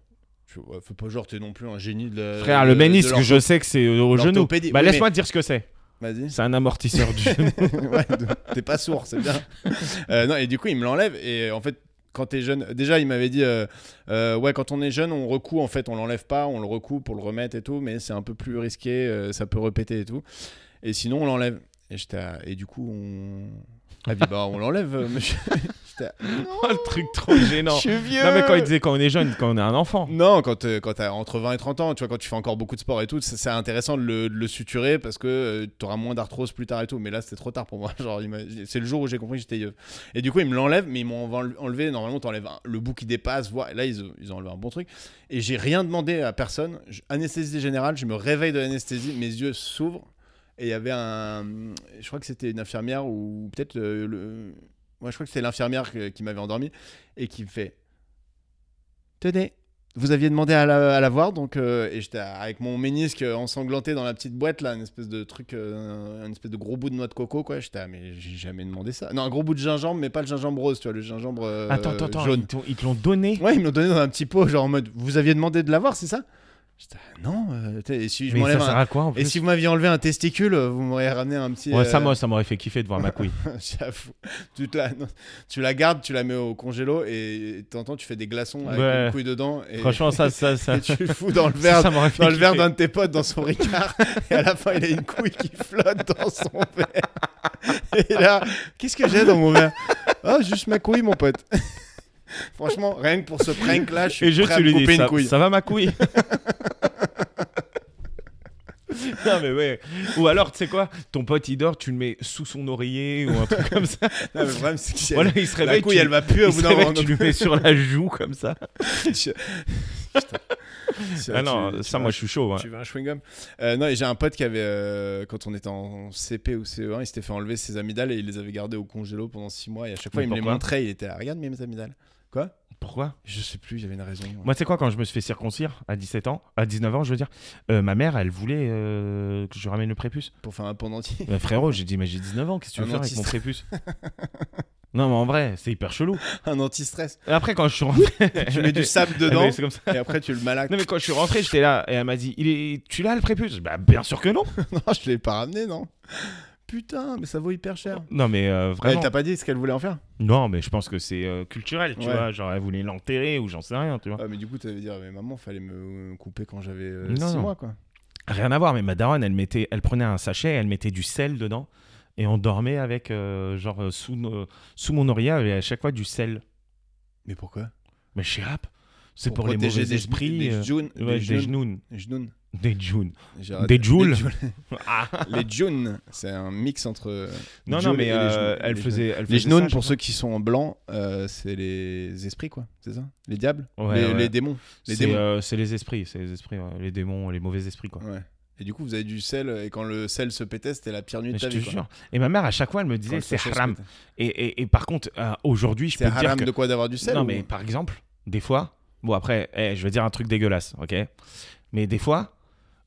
Je- ouais, fais pas genre, t'es non plus un génie de la- Frère, le euh, de- ménisque, de l'or- je sais que c'est au genou. l'orthopédie. Bah Oui, laisse-moi te dire ce que c'est. Vas-y. C'est un amortisseur du genou. Ouais, de- t'es pas sourd, c'est bien. Euh, non, et du coup, il me l'enlève. Et euh, en fait, quand t'es jeune, déjà, il m'avait dit euh, euh, Ouais, quand on est jeune, on recoue, en fait, on l'enlève pas, on le recoue pour le remettre et tout, mais c'est un peu plus risqué, euh, ça peut repéter et tout. Et sinon, on l'enlève. Et, j'étais à- et du coup, on. Ah, oui, bah, on l'enlève, euh, monsieur. J'étais à- Oh, le truc trop gênant. Je suis vieux. Non mais quand il disait quand on est jeune, quand on est un enfant. Non, quand, euh, quand t'as entre 20 et 30 ans, tu vois, quand tu fais encore beaucoup de sport et tout, c'est c'est intéressant de le, de le suturer parce que euh, t'auras moins d'arthrose plus tard et tout. Mais là, c'était trop tard pour moi. Genre, il m'a- c'est le jour où j'ai compris que j'étais vieux. Et du coup, ils me l'enlèvent, mais ils m'ont enle- enlevé. Normalement, t'enlèves un- le bout qui dépasse. Voilà. Et Là, ils, ont- ils ont enlevé un bon truc. Et j'ai rien demandé à personne. Je- anesthésie générale, je me réveille de l'anesthésie, mes yeux s'ouvrent. Et il y avait un. Je crois que c'était une infirmière ou peut-être euh, le. Moi, je crois que c'était l'infirmière que- qui m'avait endormi et qui me fait Tenez, vous aviez demandé à la, à la voir, donc, euh, et j'étais à- avec mon ménisque euh, ensanglanté dans la petite boîte, là, une espèce de truc, euh, un espèce de gros bout de noix de coco, quoi. J'étais, ah, mais j'ai jamais demandé ça. Non, un gros bout de gingembre, mais pas le gingembre rose, tu vois, le gingembre euh, attends, attends, attends, jaune. ils t'ont- ils te l'ont donné. Ouais, ils me l'ont donné dans un petit pot, genre en mode, vous aviez demandé de l'avoir, c'est ça J'étais, ah, non, euh, t'sais, et si je mais ça m'enlève sert un- à quoi en Et plus si vous m'aviez enlevé un testicule, euh, vous m'auriez ramené un petit. Ouais, ça euh, moi ça m'aurait fait kiffer de voir ma couille. J'avoue. Tu, te la... non, tu la gardes, tu la mets au congélo et t'entends, tu fais des glaçons avec Ouais. une couille dedans. Et... Franchement ça ça ça et tu le fous dans le ça, verre ça m'aurait fait dans le verre kiffer. d'un de tes potes dans son ricard et à la fin il a une couille qui flotte dans son verre et là qu'est-ce que j'ai dans mon verre ah juste ma couille mon pote franchement rien que pour ce prank là je suis Et je prêt te à me lui dis, couper une ça, couille ça va ma couille Non mais ouais. Ou alors tu sais quoi, ton pote il dort, tu le mets sous son oreiller ou un truc comme ça. Non, mais le problème, c'est que si elle- voilà, il se la réveille. couille tu... elle va puer au il bout se d'un réveille, moment tu lui mets sur la joue comme ça. Je- Putain. Si là, Ah non, tu- tu ça vas- moi je suis chaud. hein. ouais. Tu veux un chewing-gum Euh, Non, et j'ai un pote qui avait, euh, quand on était en CP ou CE1, il s'était fait enlever ses amygdales et il les avait gardées au congélo pendant 6 mois. Et à chaque fois, Mais il me les pourquoi montrait. Il était, ah, regarde mes amygdales. Quoi Pourquoi Je sais plus, il y avait une raison. hein, Moi, tu sais quoi, quand je me suis fait circoncire à 17 ans, à 19 ans, je veux dire, euh, ma mère, elle voulait euh, que je ramène le prépuce. Ah Pour faire un pendentif. Bah, frérot, j'ai dit, mais j'ai 19 ans, qu'est-ce que tu veux Un faire avec autiste. mon prépuce Non, mais en vrai, c'est hyper chelou. un anti-stress. Et après, quand je suis rentré. Tu mets du sable Ah, dedans mais c'est comme ça. et après, tu le malaques. Non, mais quand je suis rentré, j'étais là et elle m'a dit, il est... tu l'as le prépuce Bah, bien sûr que non non, je l'ai pas ramené, non Putain, mais ça vaut hyper cher. Non, mais euh, Elle vraiment. t'a pas dit ce qu'elle voulait en faire non, mais je pense que c'est euh, culturel, tu Ouais. vois. Genre, elle voulait l'enterrer ou j'en sais rien, tu vois. Ah, mais du coup, t'avais dit, ah, mais maman, fallait me couper quand j'avais Non, 6 non. mois, quoi. Rien à voir, mais ma daronne, elle, mettait, elle prenait un sachet, elle mettait du sel dedans et on dormait avec, euh, genre, euh, sous, nos- sous mon oreiller, elle avait à chaque fois du sel. Mais pourquoi Mais chez Hap, c'est pour, les mauvais des esprits. Des euh, jounes. ouais, Des des jounes. genoux. Des jounes. Des jounes. J'ai raté. Des joules. Les joules. Ah. Les jounes, c'est un mix entre. Non, joules non, mais et les euh, jounes. elle Les faisait. Elle Les faisait genoux, ça, pour je ceux qui sont en blanc, euh, c'est les esprits, quoi. C'est ça Les diables Ouais, les, ouais. les démons. crois. Les C'est démons. euh, c'est les esprits, c'est les esprits, ouais, les démons, les mauvais esprits, quoi. Ouais. Et du coup, vous avez du sel, et quand le sel se pétait, c'était la pire nuit de Mais je ta te vie. quoi. jure. Et ma mère, à chaque fois, elle me Quand disait le c'est sachet se haram. pétait. Et, et, et par contre, euh, aujourd'hui, je C'est peux te dire haram que. de quoi d'avoir du sel non, ou- mais par exemple, des fois, bon, après, eh, je vais dire un truc dégueulasse, ok Mais des fois,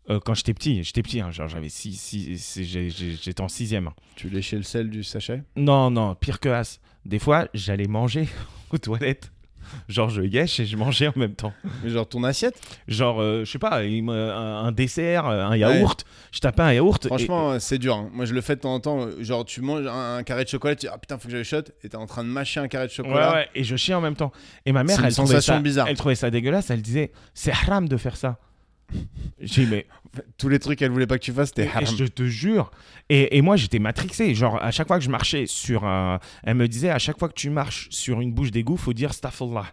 euh, quand j'étais petit, j'étais petit, hein, genre j'avais six, six, six- j'ai- j'ai- j'étais en sixième. hein. Tu léchais le sel du sachet Non, non, pire que as. Des fois, j'allais manger aux toilettes. Genre, je yèche et je mangeais en même temps. Mais genre ton assiette Genre, euh, je sais pas, il me- un, un dessert, euh, un yaourt. Je tapais un yaourt. et- Franchement, euh, c'est dur. hein. Moi, je le fais de temps en temps. euh, Genre, tu manges un, un carré de chocolat, tu dis Ah putain, faut que j'aille shot, et t'es en train de mâcher un carré de Ouais, chocolat. ouais, et je chie en même temps. Et ma mère, C'est une elle trouvait, sensation ça, bizarre. elle trouvait ça dégueulasse. Elle disait, c'est haram de faire ça. J'ai dit, mais Tous les trucs qu'elle voulait pas que tu fasses, c'était Et haram. je te jure. Et, et moi, j'étais matrixé. Genre, à chaque fois que je marchais sur un. Elle me disait, à chaque fois que tu marches sur une bouche d'égout, faut dire Staffollah.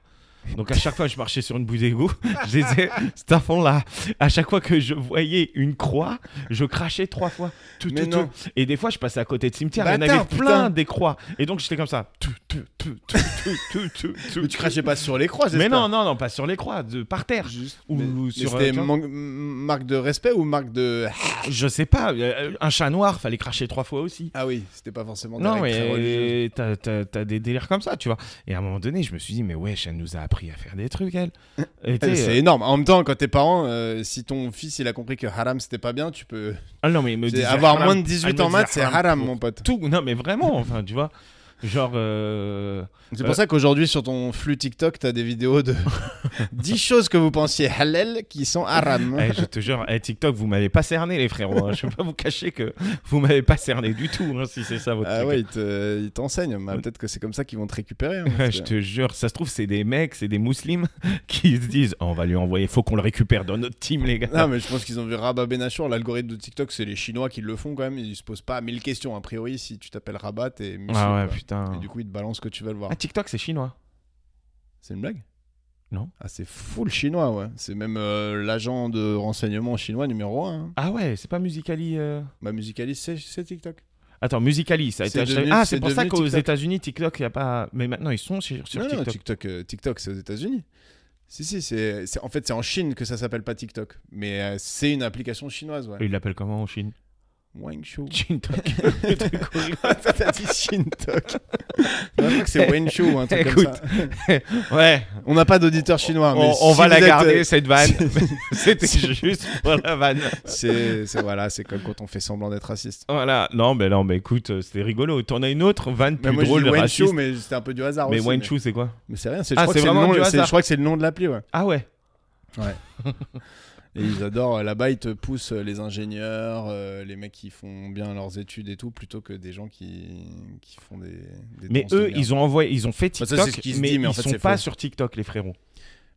Donc, à chaque fois que je marchais sur une bouche d'égout, je disais Staffollah. À chaque fois que je voyais une croix, je crachais trois fois. Tout, Mais tout, non. tout. Et des fois, je passais à côté de cimetière. Il y en Bâtard, avait plein putain. des croix. Et donc, j'étais comme ça. Tout, tout, tu, tu, tu, tu, tu, tu, tu, Mais tu crachais pas sur les croix, Mais j'espère. non, non, non, pas sur les croix, de, par terre. Juste. Ou Mais- mais sur, euh, C'était tu vois. man- m- marque de respect ou marque de. Je sais pas, euh, un chat noir, fallait cracher trois fois aussi. Ah oui, c'était pas forcément des Non, règles très religieuses. mais t'as- t'as t'as des délires comme ça, tu vois. Et à un moment donné, je me suis dit, mais wesh, elle nous a appris à faire des trucs, elle. Et Eh, t'sais, C'est euh, énorme. En même temps, quand tes parents, euh, si ton fils il a compris que haram c'était pas bien, tu peux ah non, mais il me C'est disait avoir haram. moins de Elle 18 me en disait maths, c'est haram haram, pour mon pote. Tout, non, mais vraiment, enfin, tu vois. Genre, euh, C'est Euh. pour ça qu'aujourd'hui sur ton flux TikTok, t'as des vidéos de 10 choses que vous pensiez halal qui sont haram. eh, je te jure, eh, TikTok, vous m'avez pas cerné, les frérots. hein. Je vais pas vous cacher que vous m'avez pas cerné du tout, hein, si c'est ça votre Ah truc. ouais, ils te- ils t'enseignent. mais Peut-être que c'est comme ça qu'ils vont te récupérer. hein, parce Eh, je que- te jure, ça se trouve, c'est des mecs, c'est des muslims qui se disent Oh, on va lui envoyer, faut qu'on le récupère dans notre team, les gars. Non, mais je pense qu'ils ont vu Rabat Benachour. L'algorithme de TikTok, c'est les Chinois qui le font quand même. Ils se posent pas mille questions. A priori, si tu t'appelles Rabat, t'es musulman. ah ouais, quoi. putain. Et du coup, ils te balancent ce que tu vas le voir. Ah, TikTok, c'est chinois. C'est une blague Non. Ah, c'est full chinois, ouais. C'est même euh, l'agent de renseignement chinois numéro 1. Ah ouais, c'est pas Musicali. euh. Ma musicaliste, c'est- c'est TikTok. Attends, Musicali, ça a été C'est acheté. devenu- ah, c'est c'est pour ça devenu qu'aux TikTok. États-Unis, TikTok, il y a pas. Mais maintenant, ils sont sur, sur non, non, TikTok. TikTok, euh, TikTok, c'est aux États-Unis. Si, si, c'est c'est- en fait, c'est en Chine que ça s'appelle pas TikTok. Mais euh, c'est une application chinoise, ouais. Et Ils l'appellent comment en Chine Wangshu. TikTok. T'as dit Shintok. Non, je crois que c'est Wenshu ou un truc Écoute, comme ça. ouais, On n'a pas d'auditeur chinois. on, mais on si va vous la êtes, garder, euh, cette vanne. C'était juste pour la vanne. euh, C'est c'est- voilà, c'est comme quand on fait semblant d'être raciste. Voilà, non, mais non, mais écoute, euh, c'était rigolo. T'en as une autre vanne Mais plus moi, je drôle, dis Wenshu, raciste. mais c'était un peu du hasard Mais aussi. Wenchu, c'est quoi Mais c'est rien, c'est- je Ah, crois c'est que c'est le vraiment nom- du c'est- hasard. je crois que c'est le nom de l'appli, ouais. Ah ouais Et ils adorent, euh, là-bas, ils te poussent euh, les ingénieurs, euh, les mecs qui font bien leurs études et tout, plutôt que des gens qui, qui font des. des Mais danses de eux, merde. ils ont envoyé, ils ont fait hein. Bah, ça, TikTok, c'est ce qui se mais, dit, mais en ils fait, sont c'est pas faux. sur TikTok, les frérots.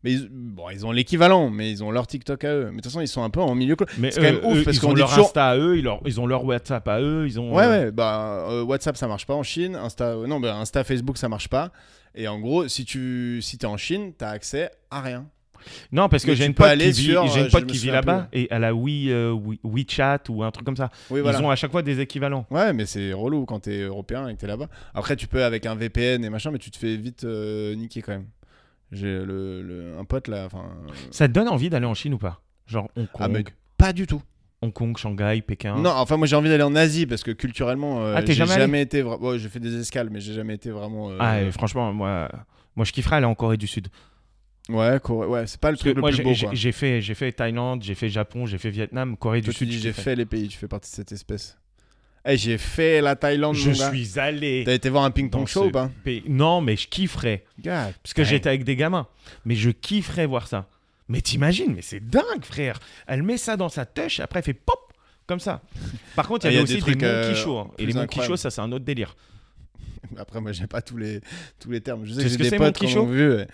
Mais ils, bon, ils ont l'équivalent, mais ils ont leur TikTok à eux. Mais de toute façon, ils sont un peu en milieu. clos. Mais C'est quand eux, même ouf, eux, parce ils qu'on ont dit leur toujours- Insta à eux, ils leur- ils ont leur WhatsApp à eux, ils ont. Ouais, euh, ouais, bah euh, WhatsApp ça marche pas en Chine, Insta, euh, non, bah, Insta, Facebook ça marche pas. Et en gros, si tu si t'es en Chine, t'as accès à rien. Non, parce que Mais j'ai tu une peux pote aller qui vit, sur, j'ai euh, une je pote me qui vit souviens là-bas et elle a We, euh, We- WeChat ou un truc comme ça. Oui, voilà. Ils ont à chaque fois des équivalents. Ouais, mais c'est relou quand t'es européen et que t'es là-bas. Après, tu peux avec un VPN et machin, mais tu te fais vite euh, niquer quand même. J'ai le, le- un pote là, enfin. euh, Ça te donne envie d'aller en Chine ou pas Genre Hong Kong, Ah, mais pas du tout. Hong Kong, Shanghai, Pékin. Non, enfin, moi j'ai envie d'aller en Asie parce que culturellement, euh, Hein. Ah, t'es j'ai jamais jamais, allé été. vra- Ouais, j'ai fait des escales, mais j'ai jamais été vraiment. euh, Ah, euh, franchement, moi, moi, je kifferais aller en Corée du Sud. Ouais, Corée- ouais, c'est pas le Parce que truc le moi, plus j'ai- beau. j'ai- quoi. j'ai fait, j'ai fait Thaïlande, j'ai fait Japon, j'ai fait Vietnam, Corée Toi, du tu Sud. dis, je j'ai kifferais. fait les pays, tu fais partie de cette espèce. Eh, j'ai fait la Thaïlande, Je mon gars. suis allé. T'as été voir un ping-pong dans show ce ou pas pays- Non, mais je kifferais. Gars, Parce que j'étais avec des gamins. Mais je kifferais voir ça. Mais t'imagines, mais c'est dingue, frère. Elle met ça dans sa tèche, après elle fait pop comme ça. Par contre, il y Ah, avait aussi des, monkeys chauds. hein. Et plus les monkeys incroyables. chauds, ça, c'est un autre délire. Après, moi, j'ai pas tous les, tous les termes. Je sais Tu sais que ce j'ai que des c'est, potes Monkey qui Show ont vu. euh,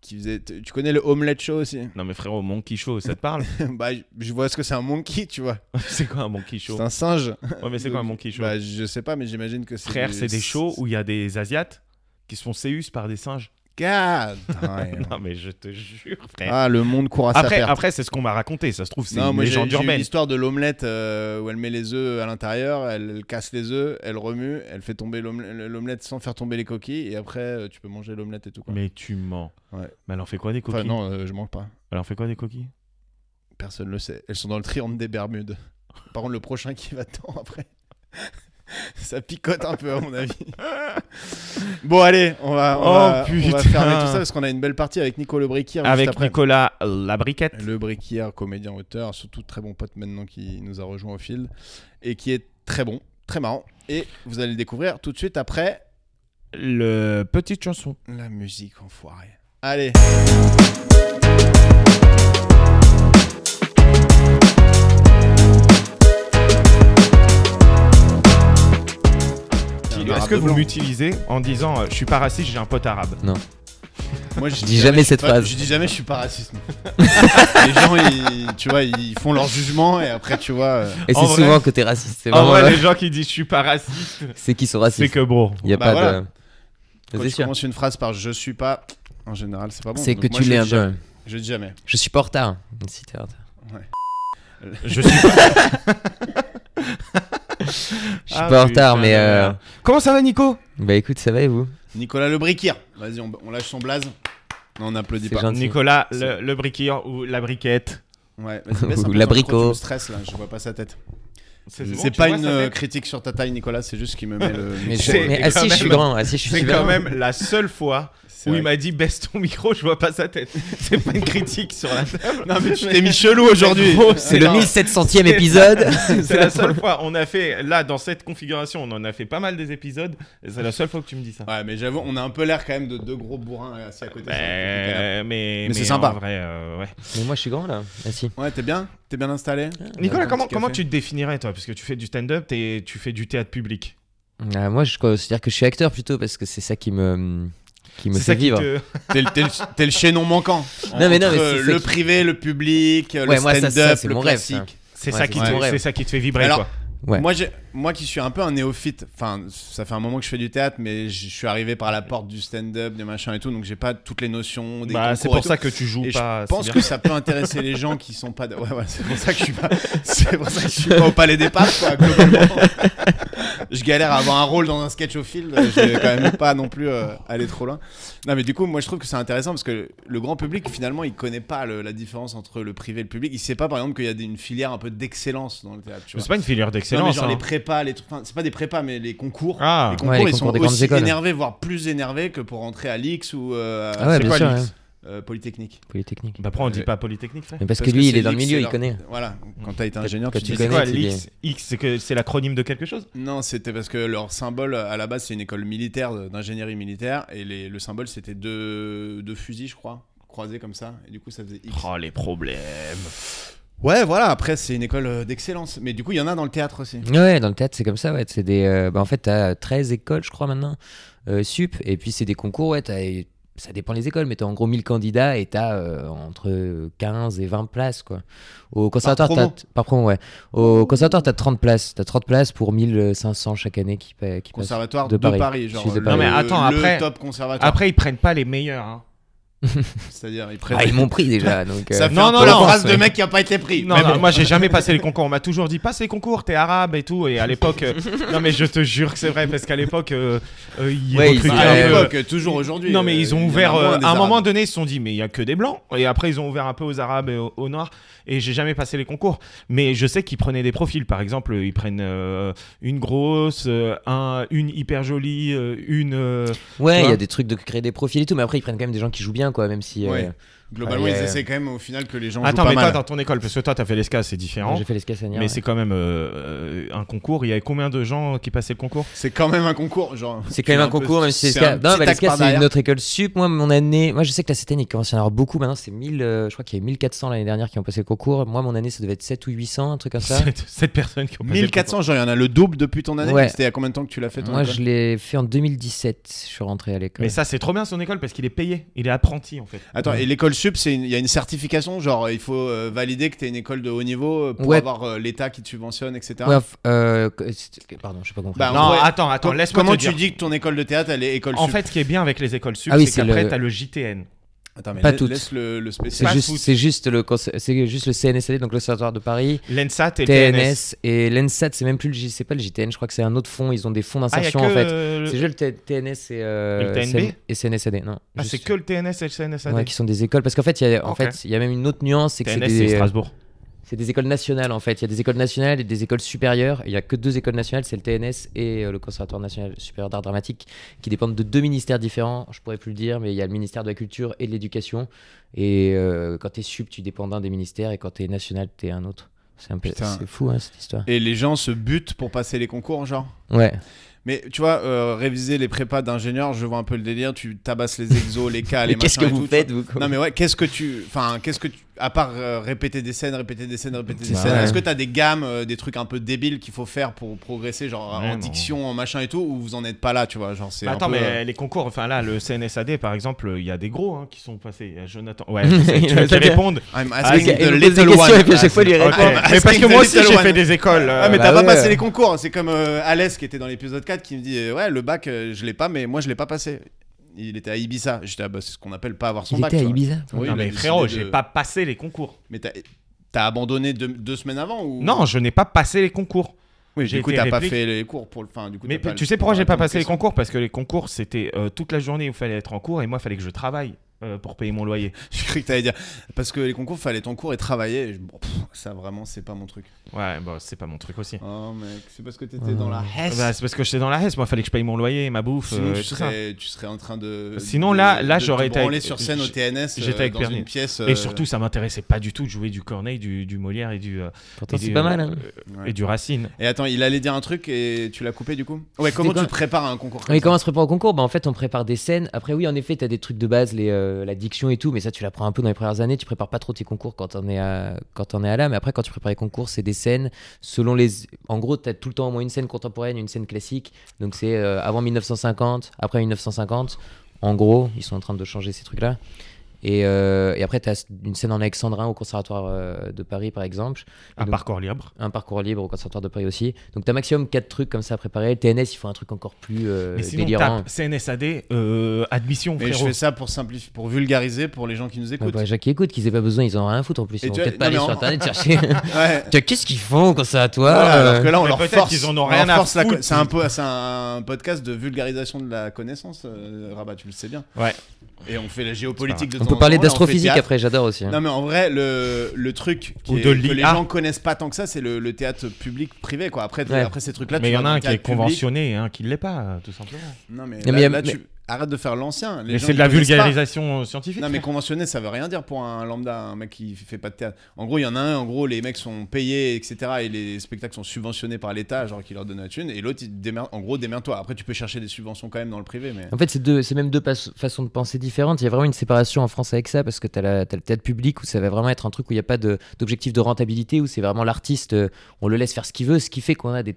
Qui faisaient... Tu tu connais le omelette show aussi Non, mais frérot, monkey show, ça te parle Bah, je- je vois ce que c'est un monkey, tu vois. C'est quoi un monkey show C'est un singe. Ouais, mais c'est quoi un monkey show Bah, je sais pas, mais j'imagine que c'est. Frère, du- c'est des shows où il y a des Asiates qui se font séus par des singes. God damn. Non, mais je te jure, frère. Ah, le monde court à sa Après, perte. après c'est ce qu'on m'a raconté, ça se trouve, c'est Non, une moi j'ai légende j'ai eu urbaine. l'histoire de l'omelette euh, où elle met les œufs à l'intérieur, elle, elle casse les œufs, elle remue, elle fait tomber l'omel- l'omelette sans faire tomber les coquilles et après euh, tu peux manger l'omelette et tout quoi. Mais tu mens. Ouais. Mais elle en fait quoi des coquilles Enfin non, euh, je mange pas. Elle en fait quoi des coquilles Personne le sait. Elles sont dans le triangle des Bermudes. Par contre le prochain qui va dedans après. Ça picote un peu à mon avis. Bon allez, on va, on Oh, va- on putain. va fermer tout ça parce qu'on a une belle partie avec Nico Le Briquier juste Avec après. Nicolas Labriquette. Le Briquière, comédien auteur, surtout très bon pote maintenant qui nous a rejoint au fil et qui est très bon, très marrant. Et vous allez le découvrir tout de suite après Le petite chanson. la musique enfoirée. Allez, un Est-ce arabe que vous blanc. m'utilisez en disant euh, je suis pas raciste, j'ai un pote arabe moi Je dis jamais je suis cette pas- phrase. Je dis jamais je suis pas raciste. non. Les gens, ils, tu vois, ils font leur jugement et après, tu vois. euh, Et En c'est vrai- souvent que t'es raciste. C'est En vraiment. vrai, euh, Ah les gens qui disent je suis pas raciste, C'est qui sont c'est racistes. que bro. Il y a Bah pas voilà. de. quand C'est tu sûr. commences une phrase par je suis pas, en général, c'est pas bon. C'est Donc que moi, tu je l'es dis un jamais- peu. Je dis jamais. Je suis pas en retard. hein. Si t'es en retard. Je suis pas. Je suis pas en retard, mais. euh, Comment ça va, Nico Bah écoute, ça va et vous Nicolas Lebriquier. Vas-y, on, on lâche son blaze. Non, on n'applaudit C'est pas. gentil. Nicolas, le, le briqueur ou la briquette. Ouais, vas-y, baisse un Ou peu ton l'abricot. micro, tu me stresses, là, je vois pas sa tête. C'est bon, tu pas vois, une ça euh, fait- critique sur ta taille, Nicolas, c'est juste qui me met le. Mais, je- C'est- mais quand assis, je suis même- grand. Assis, je suis C'est grand. quand même la seule fois C'est où il vrai. m'a dit baisse ton micro, je vois pas sa tête. C'est pas une critique sur la table. Non, mais tu t'es mis chelou aujourd'hui. Gros, C'est le non, 1700ème épisode. C'est la seule fois. On a fait là dans cette configuration, on en a fait pas mal des épisodes. et C'est la seule fois que tu me dis ça. Ouais, mais j'avoue, on a un peu l'air quand même de deux gros bourrins euh, assis à côté. Bah, mais Mais c'est sympa. en vrai, euh, ouais. mais moi, je suis grand là. Ah, Assis. Ouais, t'es bien T'es bien installé Ah. Nicolas, un comment, petit comment café. tu te définirais toi Parce que tu fais du stand-up, t'es- tu fais du théâtre public. Ah, moi, je considère que je suis acteur plutôt parce que c'est ça qui me qui me C'est fait ça qui vivre. te- T'es le, t'es le- t'es le chaînon manquant. Non, mais non, Entre mais c'est- le c'est- privé, le public, euh, Ouais, le moi, ça, stand-up, ça, c'est le mon rêve, ça. classique. C'est Ouais, ça c'est qui mon te, rêve. c'est ça qui te fait vibrer Alors, quoi. Ouais. Moi, j'ai- moi qui suis un peu un néophyte, enfin, ça fait un moment que je fais du théâtre, mais je suis arrivé par la porte du stand-up, des machins et tout, donc j'ai pas toutes les notions. Des Bah, c'est concours et pour tout. ça que tu joues Et pas. je pense c'est que bien. ça peut intéresser les gens qui sont pas. de- Ouais, ouais, c'est pour ça que je suis pas. C'est pour ça que je suis pas au Palais des Papes, quoi, globalement. je galère à avoir un rôle dans un sketch au fil. Je vais quand même pas non plus euh, aller trop loin. Non, mais du coup, moi, je trouve que c'est intéressant parce que le grand public, finalement, il connaît pas le- la différence entre le privé et le public. Il sait pas, par exemple, qu'il y a des- une filière un peu d'excellence dans le théâtre. Tu Mais vois. c'est pas une filière Non, mais d'excellence. genre les hein. prépas, les trucs. Enfin, c'est pas des prépas, mais les concours. Ah, les concours, Ouais, les ils concours sont des grandes aussi écoles. énervés, voire plus énervés que pour rentrer à l'X ou euh, Ah ouais, c'est bien quoi sûr. l'X ouais. euh, Polytechnique. Polytechnique. bah, pourquoi on dit Euh, pas Polytechnique frère Mais parce, Parce que lui, que il c'est est dans le Lix, milieu, c'est il leur- connaît. Mmh. Voilà, quand t'as été Quand- ingénieur, quand tu tu dis C'est connais, quoi c'est l'X X, c'est que c'est l'acronyme de quelque chose Non, c'était parce que leur symbole à la base c'est une école militaire de- d'ingénierie militaire et les- le symbole c'était deux, deux fusils je crois croisés comme ça et du coup ça faisait X. Oh les problèmes. Ouais voilà après c'est une école euh, d'excellence mais du coup il y en a dans le théâtre aussi. Ouais, dans le théâtre, c'est comme ça, ouais. C'est des, euh, bah, en fait, t'as 13 écoles, je crois, maintenant, euh, sup. Et puis, c'est des concours, ouais. t'as- ça dépend des écoles, mais t'as en gros 1000 candidats et t'as euh, entre 15 et 20 places, quoi. Au conservatoire, Par t'as- promo. Par promo, ouais. Au conservatoire, t'as 30 places. T'as 30 places pour 1500 chaque année qui, pa- qui passent. Conservatoire De de, Paris. Paris. genre Suisse de le- Paris. Non, mais attends, le après- top conservatoire. Après ils prennent pas les meilleurs. hein. c'est-à-dire ils prennent Ah, ils m'ont pris déjà, donc... euh, ça fait Non, un non, peu la non, phrase ouais. de mec qui a pas été pris. Non, Mais non, bon. moi j'ai jamais passé les concours. On m'a toujours dit passe les concours, t'es arabe et tout. Et à l'époque, euh, non mais je te jure que c'est vrai parce qu'à l'époque euh, euh, ils Ouais, ils- recrutaient Bah, à un peu. l'époque, toujours aujourd'hui. Non, mais euh, ils il y ont en a ouvert. moins euh, des à un Arabes. moment donné, ils se sont dit, mais il y a que des blancs. Et après, ils ont ouvert un peu aux arabes et aux, aux noirs. Et j'ai jamais passé les concours. Mais je sais qu'ils prenaient des profils. Par exemple, ils prennent euh, une grosse, euh, un, une hyper jolie, euh, une. euh, ouais, tu il y vois. a des trucs de créer des profils et tout, mais après, ils prennent quand même des gens qui jouent bien, quoi, même si... euh, Ouais. Globalement, Ouais, ils ouais. essaient quand même au final que les gens jouent Attends, pas mais toi, mal. dans ton école, parce que toi, t'as fait l'ESCA, c'est différent. J'ai fait les scasanières, mais ouais. c'est quand même euh, euh, un concours. Il y avait combien de gens qui passaient le concours C'est quand même un concours, genre. C'est quand même un peu- concours, même si c'est un l'ESCA. Non, petit bah, tac l'ESCA, par c'est derrière. une autre école sup. Moi, mon année. Moi, je sais que la CTN, il commence à y en avoir beaucoup. Maintenant, c'est 1000. euh, je crois qu'il y a 1400 l'année dernière qui ont passé le concours. Moi, mon année, ça devait être 7 ou 800, un truc comme ça. Cette, cette personne qui ont passé le concours. 1400, genre, il y en a le double depuis ton année. Ouais. C'était il y a combien de temps que tu l'as fait ton Moi, école je l'ai fait en 2017. Je suis rentré à l'école. Mais ça, c'est trop bien son école parce qu'il est payé. Il est apprenti en fait. Attends, et l'école sup, c'est une- il y a une certification, genre, il faut euh, valider que t'es une école de haut niveau euh, pour Ouais. avoir euh, l'État qui te subventionne, etc. Ouais, f- euh, que- c'est- pardon, je pas compris. Bah, en non, vrai, attends, attends, Com- laisse-moi Comment te tu dire. dis que ton école de théâtre, elle est école En sup fait, ce qui est bien avec les écoles sup, Ah oui, c'est c'est qu'après, le- t'as le JTN. Attends, mais pas la- toutes. laisse le, le c'est spécial. juste, foot. c'est juste le, conse- c'est juste le CNSAD, E, donc l'Observatoire de Paris, L'ENSAT et le TNS. TNS et l'ENSAT. C'est même plus le, J- c'est pas le JTN. Je crois que c'est un autre fonds. Ils ont des fonds Ah, y a d'insertion que en fait. le- C'est juste le T- TNS et, euh, Et le TNB? CN- et CNSAD. E, Non. Ah, juste- c'est que le TNS et le CNSAD. Ouais, qui sont des écoles. Parce qu'en fait, il y a, en Ok. fait, il y a même une autre nuance, c'est que c'est TNS et des, euh, Strasbourg. c'est des écoles nationales en fait. Il y a des écoles nationales et des écoles supérieures. Il y a que deux écoles nationales, c'est le TNS et euh, le Conservatoire national supérieur d'art dramatique, qui dépendent de deux ministères différents. Je pourrais plus le dire, mais il y a le ministère de la culture et de l'éducation. Et euh, quand t'es sup, tu dépends d'un des ministères, et quand t'es national, t'es un autre. C'est un peu, Putain. c'est fou hein, cette histoire. Et les gens se butent pour passer les concours, genre Ouais. Mais tu vois, euh, réviser les prépas d'ingénieur, je vois un peu le délire. Tu tabasses les exos, les cas, les Mais qu'est-ce machins que et vous tout, tu faites vous quoi Non mais ouais, qu'est-ce que tu, enfin, qu'est-ce que tu, à part euh, répéter des scènes, répéter des scènes, répéter des Bah scènes, ouais. est-ce que t'as des gammes, euh, des trucs un peu débiles qu'il faut faire pour progresser, genre Ouais, en non. diction, en machin et tout, ou vous en êtes pas là, tu vois, genre c'est. Bah, un Attends, peu, mais euh, les concours, enfin là, le CNSAD par exemple, il y a des gros hein, qui sont passés. Il y a Jonathan. Ouais, je sais, tu vas te Jonathan. répondre. I'm Ah, c'est- asking the il nous pose little des questions one. et puis à chaque Ah, fois, il c'est- lui Ok. répond. Ah, Mais parce que moi aussi, Little j'ai One. fait des écoles. euh, Ah mais bah t'as pas ouais. passé les concours, c'est comme euh, Alès qui était dans l'épisode 4 qui me dit euh, ouais le bac euh, je l'ai pas mais moi je l'ai pas passé. Il était à Ibiza, j'étais ah, bah, c'est ce qu'on appelle pas avoir son Il bac. était tu à vois. Ibiza. hein. Oui, non, il a mais décidé frérot, de- j'ai pas passé les concours. Mais t'as t'as abandonné deux, deux semaines avant ou Non, je n'ai pas passé les concours. Oui, J'ai du coup, été t'as pas réplique. fait les cours pour le. Enfin, du coup, Mais t'as tu sais pourquoi j'ai pas t'as passé les question. concours Parce que les concours, c'était euh, toute la journée où il fallait être en cours et moi, il fallait que je travaille euh, pour payer mon loyer. J'ai cru que t'allais dire. Parce que les concours, fallait être en cours et travailler. Et je- bon, pff, ça, vraiment, c'est pas mon truc. Ouais, bon, c'est pas mon truc aussi. Oh, mec, c'est parce que t'étais dans la hesse. Bah, c'est parce que j'étais dans la hesse, moi, il fallait que je paye mon loyer, ma bouffe, Sinon, euh, tu tout ça. serais, tu serais en train de. Sinon, de- là- là, de te j'aurais été avec- branler sur scène au j'- TNS. j'étais euh, avec dans Pernier. une pièce. euh, Et surtout, ça m'intéressait pas du tout de jouer du Corneille, du, du Molière et du, euh, Pourtant, et c'est du- euh, pas mal. Hein. ouais. et du Racine. Et attends, il allait dire un truc et tu l'as coupé du coup Ouais, comment quoi tu te prépares à un concours comme Mais ça comment on se prépare au concours bah, En fait, on prépare des scènes. Après, oui, en effet, tu as des trucs de base, les, euh, la diction et tout, mais ça, tu l'apprends un peu dans les premières années. Tu prépares pas trop tes concours quand on est à, quand t'en es à là. Mais après, quand tu prépares les concours, c'est des scènes selon les. En gros, tu as tout le temps au moins une scène contemporaine, une scène classique. Donc, c'est euh, avant 1950, après 1950. En gros, ils sont en train de changer ces trucs-là. Et, euh, et après, tu as une scène en alexandrin au Conservatoire euh, de Paris, par exemple. Et Un donc, parcours libre. un parcours libre au conservatoire de Paris aussi. Donc t'as maximum 4 trucs comme ça à préparer. Le TNS, il faut un truc encore plus euh, Mais sinon, délirant. tape CNSAD, euh, admission, Mais je frérot. fais ça pour simplifier, pour vulgariser pour les gens qui nous Ouais, écoutent. bah, Jacques écoute, qu'ils aient pas besoin, ils en ont rien à foutre en plus. Et Ils vont tu- peut-être pas non, aller mais sur en- internet chercher. Ouais. Tu vois, Qu'est-ce qu'ils font au conservatoire Voilà, euh alors que là, on Mais leur peut-être force. qu'ils en ont on rien leur à force la co- foutre. C'est un, peu- c'est un podcast de vulgarisation de la connaissance, euh, Rabat, tu le sais bien. Ouais. Et on fait la géopolitique de On temps en peut parler temps, là, on fait d'astrophysique théâtre. après, j'adore aussi. hein. Non, mais en vrai, le, le truc qui Ou est- de que les l'IA. gens connaissent pas tant que ça, c'est le, le théâtre public-privé. quoi. Après, Ouais. après ces trucs-là, tu Mais il y vas en a dans le un qui est théâtre public. conventionné et un qui l'est pas, euh, tout simplement. Non, mais, Non, là, mais y a- là, tu- mais- arrête de faire l'ancien. Les Mais gens c'est de ne la connaissent pas. vulgarisation euh, scientifique. Non, mais frère. conventionné, ça veut rien dire pour un lambda, un mec qui fait pas de théâtre. En gros, il y en a un, en gros, les mecs sont payés, etc. Et les spectacles sont subventionnés par l'État, genre qui leur donne la thune. Et l'autre, il démerde- en gros, démerde-toi. Après, tu peux chercher des subventions quand même dans le privé, mais. En fait, c'est deux- c'est même deux pas- façons de penser différentes. Il y a vraiment une séparation en France avec ça parce que t'as la- t'as le théâtre public où ça va vraiment être un truc où il n'y a pas de- d'objectif de, rentabilité, où c'est vraiment l'artiste, euh, on le laisse faire ce qu'il veut, ce qui fait qu'on a des,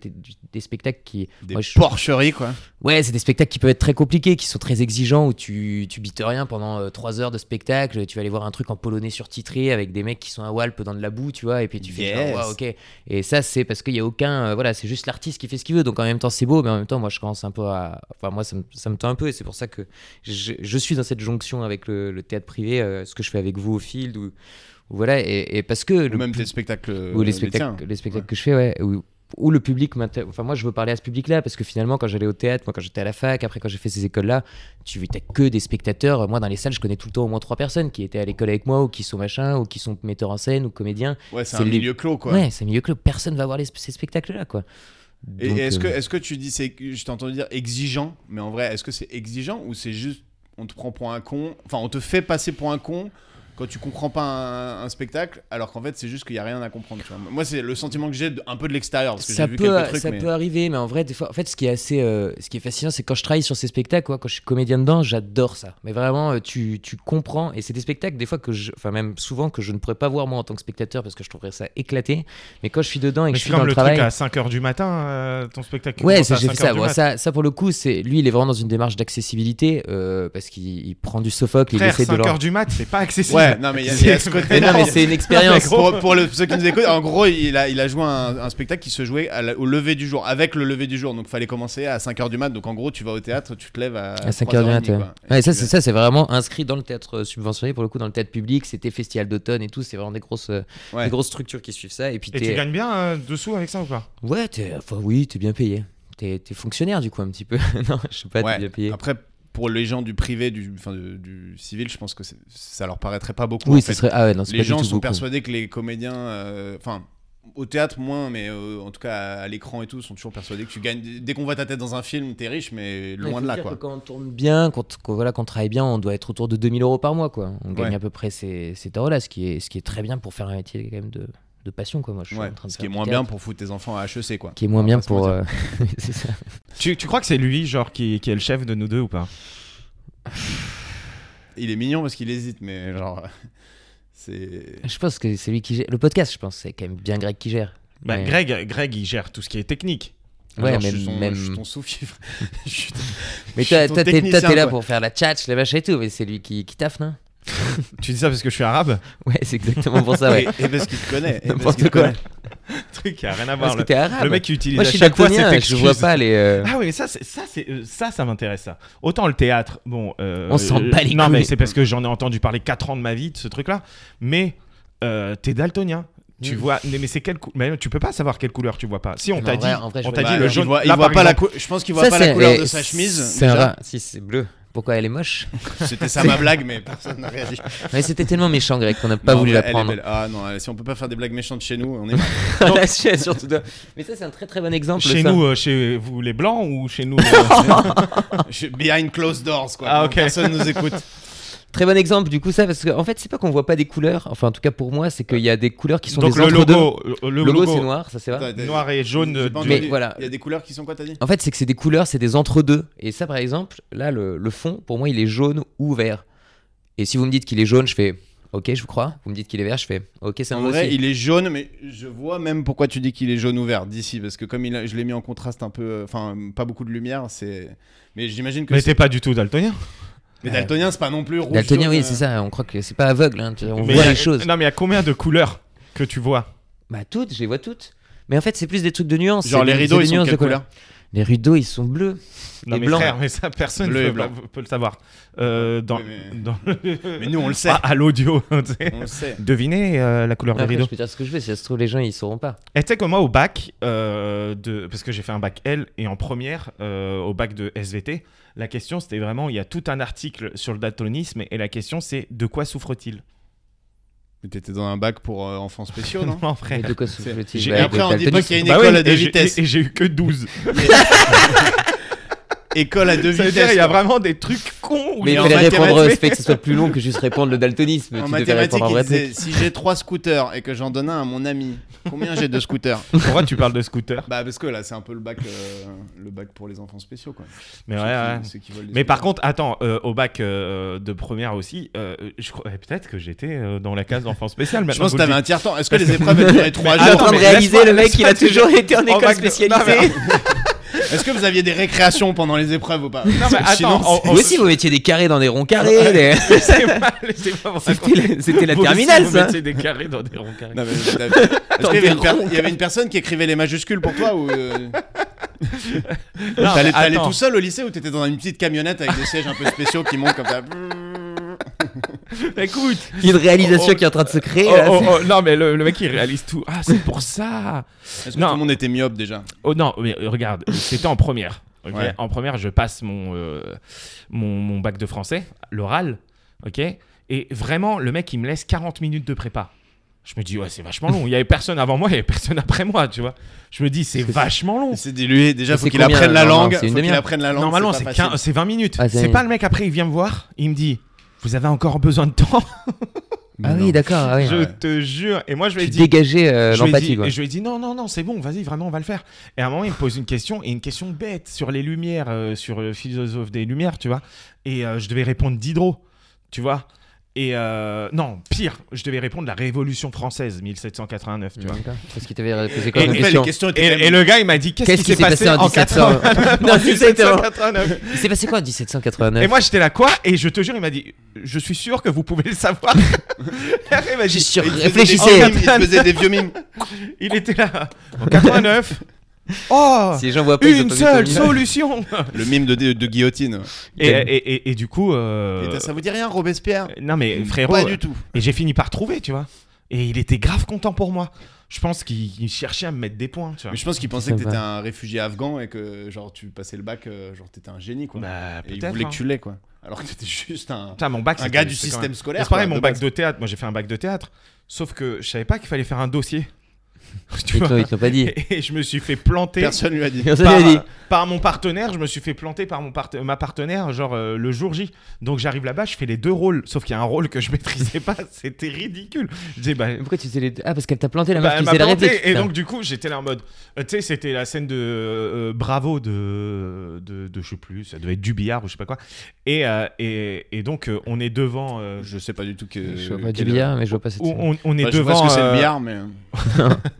des spectacles qui. Des Moi, je- porcheries, quoi. Ouais, c'est des spectacles qui peuvent être très compliqués, qui sont très exigeants, où tu, tu bites rien pendant 3 heures de spectacle. Tu vas aller voir un truc en polonais surtitré avec des mecs qui sont à Walp dans de la boue, tu vois, et puis tu fais Yes. genre, Waouh, ok. Et ça, c'est parce qu'il n'y a aucun. euh, voilà, c'est juste l'artiste qui fait ce qu'il veut. Donc en même temps, c'est beau, mais en même temps, moi, je commence un peu à. Enfin, moi, ça me, ça me tend un peu, et c'est pour ça que je, je suis dans cette jonction avec le, le théâtre privé, euh, ce que je fais avec vous au field, ou ou voilà, et, et parce que. Ou le même plus- tes spectacles. ou euh, les tiens. spectacles, les spectacles que je fais, ouais. Où, où le public m'intéresse. Enfin, moi, je veux parler à ce public-là parce que finalement, quand j'allais au théâtre, moi, quand j'étais à la fac, après, quand j'ai fait ces écoles-là, tu n'as que des spectateurs. Moi, dans les salles, je connais tout le temps au moins trois personnes qui étaient à l'école avec moi ou qui sont machin ou qui sont metteurs en scène ou comédiens. Ouais, c'est c'est un les- milieu clos, quoi. Ouais, c'est un milieu que personne va voir les- ces spectacles-là, quoi. Et Donc, est-ce que, euh, est que tu dis, c'est, je t'ai entendu dire exigeant, mais en vrai, est-ce que c'est exigeant ou c'est juste on te prend pour un con, enfin on te fait passer pour un con quand tu comprends pas un, un spectacle, alors qu'en fait c'est juste qu'il y a rien à comprendre. tu vois. Moi c'est le sentiment que j'ai de- un peu de l'extérieur parce que ça j'ai vu peut, quelques trucs. ça mais... peut arriver, mais en vrai, des fois, en fait, ce qui est assez, euh, ce qui est fascinant, c'est quand je travaille sur ces spectacles, quoi, quand je suis comédien dedans, j'adore ça. Mais vraiment, euh, tu, tu comprends, et c'est des spectacles des fois que, je, enfin même souvent que je ne pourrais pas voir moi en tant que spectateur parce que je trouverais ça éclaté. Mais quand je suis dedans Mais et que je c'est suis dans comme le, le travail, truc à 5h du matin, euh, ton spectacle. qui Ouais, commence ça, à j'ai fait 5 heures ça. du Bon, mat. ça. Ça, pour le coup, c'est lui, il est vraiment dans une démarche d'accessibilité euh, parce qu'il il prend du sophocle, il Frère, essaie de 5h leur. du mat, c'est pas accessible. Ouais, non mais il y a- il y, a ce côté Mais non, là. mais c'est une expérience. Pour, pour le- ceux qui nous écoutent, en gros, il a, il a joué un, un spectacle qui se jouait à la- au lever du jour, avec le lever du jour. Donc, fallait commencer à 5h du mat. Donc, en gros, tu vas au théâtre, tu te lèves à, À 5 heures du 3h30, matin. quoi. Euh, Et euh, Ouais, ça, tu- c'est ça, c'est vraiment inscrit dans le théâtre euh, subventionné pour le coup, dans le théâtre public. C'était festival d'automne et tout. C'est vraiment des grosses, euh, Ouais. des grosses structures qui suivent ça. Et puis Et t'es- tu gagnes bien euh, dessous avec ça ou pas ouais, t'es, enfin oui, t'es bien payé. T'es, t'es fonctionnaire du coup un petit peu. non, je sais pas, Ouais. t'es bien payé. Après, pour les gens du privé, du, enfin, de- du civil, je pense que c'est- ça leur paraîtrait pas beaucoup. en oui, ce fait. serait. Ah ouais, non, c'est Les pas du gens tout sont beaucoup. persuadés que les comédiens, euh, enfin, au théâtre moins, mais euh, en tout cas à, à l'écran et tout, sont toujours persuadés que tu gagnes. Dès qu'on voit ta tête dans un film, t'es riche, mais Ouais, loin faut de là, dire quoi. que quand on tourne bien, qu'on t- qu'on- voilà, qu'on travaille bien, on doit être autour de 2000 euros par mois, quoi. On gagne Ouais. à peu près ces, ces là ce qui est, ce qui est très bien pour faire un métier quand même de, de passion, quoi. Moi, je suis Ouais, en train de ce faire qui est du moins théâtre. bien pour Ah, foutre tes enfants à HEC, quoi. Qui est moins On va bien pas se pour. mentir. euh, c'est ça. tu, tu crois que c'est lui, genre, qui, qui est le chef de nous deux ou pas Il est mignon parce qu'il hésite, mais genre. C'est. Je pense que c'est lui qui gère. Le podcast, je pense, c'est quand même bien Greg qui gère. Bah, Ouais. Greg, Greg, il gère tout ce qui est technique. Ouais, Genre, même- je suis son, même- je suis ton sous-fifre. Je suis ton- Mais je suis toi, ton toi, t'es toi, technicien, t'es là quoi. pour faire la tchatch, les machins et tout, mais c'est lui qui, qui taffe, non Tu dis ça parce que je suis arabe Ouais, c'est exactement pour ça, ouais. Et, et parce qu'il te connaît. et parce N'importe qu'il te quoi. connaît. Truc qui a rien à Parce voir. que Le, t'es arabe. le mec qui utilise Moi, je à suis chaque fois cette daltonien, je vois excuse. pas les. euh, Ah oui, mais ça, c'est- ça, c'est, euh, ça, ça m'intéresse ça. Autant le théâtre, bon. euh, On s'en euh, bat les Non, mais couilles. c'est parce que j'en ai entendu parler 4 ans de ma vie de ce truc-là. Mais euh, t'es daltonien. Tu vois, mais mais c'est quelle cou- mais tu peux pas savoir quelle couleur tu vois pas. Si on Mais t'a Mm. en vrai- dit, en vrai, je on vois t'a pas. dit Bah, le il jaune, voit- il là, voit par pas la exemple, cou- Je pense qu'il voit pas la couleur de sa chemise. eh, C'est un déjà. rat. Si c'est bleu. Pourquoi elle est moche C'était ça ma blague, mais personne n'a réagi. Mais c'était tellement méchant, Greg, qu'on n'a pas Non, voulu mais la elle est prendre. belle. Ah non, euh, si on peut pas faire des blagues méchantes chez nous, on est. La sienne, surtout de- Mais ça, c'est un très très bon exemple. chez ça. nous, euh, chez vous les blancs ou chez nous. euh, Je- Behind closed doors, quoi. Ah, ok. Personne nous écoute. Très bon exemple, du coup, ça, parce qu'en en fait, c'est pas qu'on voit pas des couleurs. Enfin, en tout cas, pour moi, c'est qu'il y a des couleurs qui sont Donc des le entre-deux. logo, euh, le Le logo, c'est noir, ça c'est vrai. Attends, t'as- noir et jaune. j'ai euh, pas du- entendu. Mais voilà. Il y a des couleurs qui sont quoi, t'as dit En fait, c'est que c'est des couleurs, c'est des entre-deux. Et ça, par exemple, là, le, le fond, pour moi, il est jaune ou vert. Et si vous me dites qu'il est jaune, je fais OK, je vous crois. Vous me dites qu'il est vert, je fais OK, c'est un En moi vrai, aussi. il est jaune, mais je vois même pourquoi tu dis qu'il est jaune ou vert d'ici, parce que comme il a- je l'ai mis en contraste un peu, euh, enfin, pas beaucoup de lumière, c'est. Mais j'imagine que. Mais c'est- t'es pas du tout daltonien. Mais daltonien, c'est pas non plus rouge. Daltonien, jaune, oui, euh, c'est ça. On croit que c'est pas aveugle. hein, tu- On Mais voit y a- les choses. Non, mais il y a combien de couleurs que tu vois Bah toutes, je les vois toutes. Mais en fait, c'est plus des trucs de nuances. Genre c'est les des- rideaux, c'est des ils sont nuances de de quelle couleur Les rideaux, ils sont bleus. Non, Et mais blanc. frère, mais ça, personne Bleu et peut, blanc. pas- peut le savoir. Euh, dans, Oui, mais- dans- Mais nous, on le sait. Ah, à l'audio. tu sais. On le sait. Devinez euh, la couleur des Après, rideaux. je peux dire ce que je veux. Si ça se trouve, les gens, ils sauront pas. Et tu sais que moi, au bac, euh, de... parce que j'ai fait un bac L, et en première, euh, au bac de SVT, la question c'était vraiment il y a tout un article sur le daltonisme, et la question c'est de quoi souffre-t-il Mais t'étais dans un bac pour euh, enfants spéciaux, non Non, Mais frère. de quoi se C'est- fait-il J'ai- Bah, Et de après, on dit pas daltonisme. qu'il y a une Bah ouais, école à et deux j'ai- vitesses. et- Et j'ai eu que 12. École à deux Ça veut dire il vitesses. y a quoi. vraiment des trucs cons. où Mais il en fallait répondre mathématiques- euh, fait que ce soit plus long que juste répondre le daltonisme. En tu devais mathématiques, répondre un il vrai truc. disait si j'ai trois scooters et que j'en donne un à mon ami, combien j'ai de scooters Pourquoi tu parles de scooter Bah parce que là c'est un peu le bac, euh, le bac pour les enfants spéciaux quoi. Mais ouais, Ceux ouais. qui- ceux qui volent les Mais par scooters. contre, attends, euh, au bac euh, de première aussi, euh, je crois eh, peut-être que j'étais euh, dans la case d'enfant spécial. je pense que vous le t'avais un dites. tiers temps. Est-ce que les épreuves elles duraient trois Je suis en Attends, jours train de mais réaliser, laisse-moi- le mec, il a laisse-moi te toujours dire. été en En école bac de- spécialisée. Est-ce que vous aviez des récréations pendant les épreuves ou pas Non, mais attends, Sinon, en- en- Vous aussi, vous mettiez des carrés dans des ronds carrés. des- Laissez-moi- laissez-moi vous raconter. C'était la- C'était la Vous aussi, terminale, vous ça. mettez des carrés dans des ronds carrés. Non, mais- Est-ce qu'il y avait une per- Attends, il y avait une personne qui écrivait les majuscules pour toi ou euh, Non, mais t'allais t'allais attends. tout seul au lycée ou t'étais dans une petite camionnette avec des sièges un peu spéciaux qui montent comme ça Écoute, Il y a une réalisation Oh, oh, qui est en train de se créer. Oh, euh, là. oh, oh, non, mais le, le mec il réalise tout. Ah, c'est pour ça. Est-ce que Non. tout le monde était myope déjà Oh non, mais euh, regarde, c'était en première. ok Ouais. En première, je passe mon, euh, mon, mon bac de français, l'oral. ok et vraiment, le mec il me laisse 40 minutes de prépa. Je me dis, ouais, c'est vachement long. Il y avait personne avant moi, il y avait personne après moi, tu vois. Je me dis, c'est vachement long. Il s'est dilué. Déjà, Mais faut c'est qu'il combien, apprenne la normalement langue. C'est une faut qu'il demi-heure. apprenne la langue. Normalement, pas c'est facile. 15 c'est 20 minutes. Ah, c'est- c'est pas le mec après, il vient me voir, il me dit, vous avez encore besoin de temps Ah oui, d'accord. ah oui. Je ouais. te jure. Et moi, je lui ai Tu dit, dégageais euh, Je lui ai dit- l'empathie, quoi. Et je lui ai dit non, non, non, c'est bon, vas-y, vraiment, on va le faire. Et à un moment, il me pose une question, et une question bête sur les Lumières, euh, sur le philosophe des Lumières, tu vois. Et euh, je devais répondre Diderot, tu vois. Et euh, non, pire, je devais répondre la Révolution française, 1789, tu vois. D'accord. Parce qu'il t'avait posé En quoi comme fait, les question questions Et, étaient quand et même- le gars, il m'a dit qu'est-ce qui s'est passé, en 1700 1789 Non, exactement. 1789. Il s'est passé quoi en 1789 Et moi, j'étais là quoi Et je te jure, il m'a dit, je suis sûr que vous pouvez le savoir. Et après, il m'a je dit, suis Il te faisait des réfléchissez. vieux mimes, Il te faisait des vieux mimes. il était là en 89. Oh, Si les gens voient pas, ils ont une pas vu seule ton visage. solution. Le mime de, de guillotine. Et, Tel- et, et- et du coup. euh, Et t'as- Ça vous dit rien, Robespierre euh, Non, mais frérot. Pas du tout. Et j'ai fini par trouver, tu vois. Et il était grave content pour moi. Je pense qu'il il cherchait à me mettre des points, tu vois. Mais je pense qu'il pensait que Ça t'étais va. un réfugié afghan et que genre tu passais le bac, euh, genre t'étais un génie quoi. Bah, et il peut-être. voulait hein. que tu l'aies quoi. Alors que t'étais juste un, Putain, mon bac, un c'était- gars du c'est quand système même- scolaire. Mais C'est pareil, quoi, mon de bac base. de théâtre. Moi, j'ai fait un bac de théâtre. Sauf que je savais pas qu'il fallait faire un dossier. tu Ils t'ont- vois. ils t'ont pas dit. Et, et je me suis fait planter. Personne lui a dit. Personne par, lui a dit. par mon partenaire, je me suis fait planter par mon parte- ma partenaire, genre euh, le jour J. Donc j'arrive là-bas, je fais les deux rôles, sauf qu'il y a un rôle que je maîtrisais pas, c'était ridicule. Je dis, bah, Mais Pourquoi tu faisais les deux Ah, parce qu'elle t'a planté la Bah, meuf elle qui m'a faisait la planté, réplique. et putain. donc du coup j'étais là en mode euh, tu sais c'était la scène de euh, euh, Bravo de, de de je sais plus ça devait être du billard ou je sais pas quoi et euh, et, et donc euh, on est devant euh, Je sais pas du tout que. Je vois pas du quel- billard, mais je vois pas cette. on, on- on est Bah, je vois devant ce que c'est le euh, billard, mais.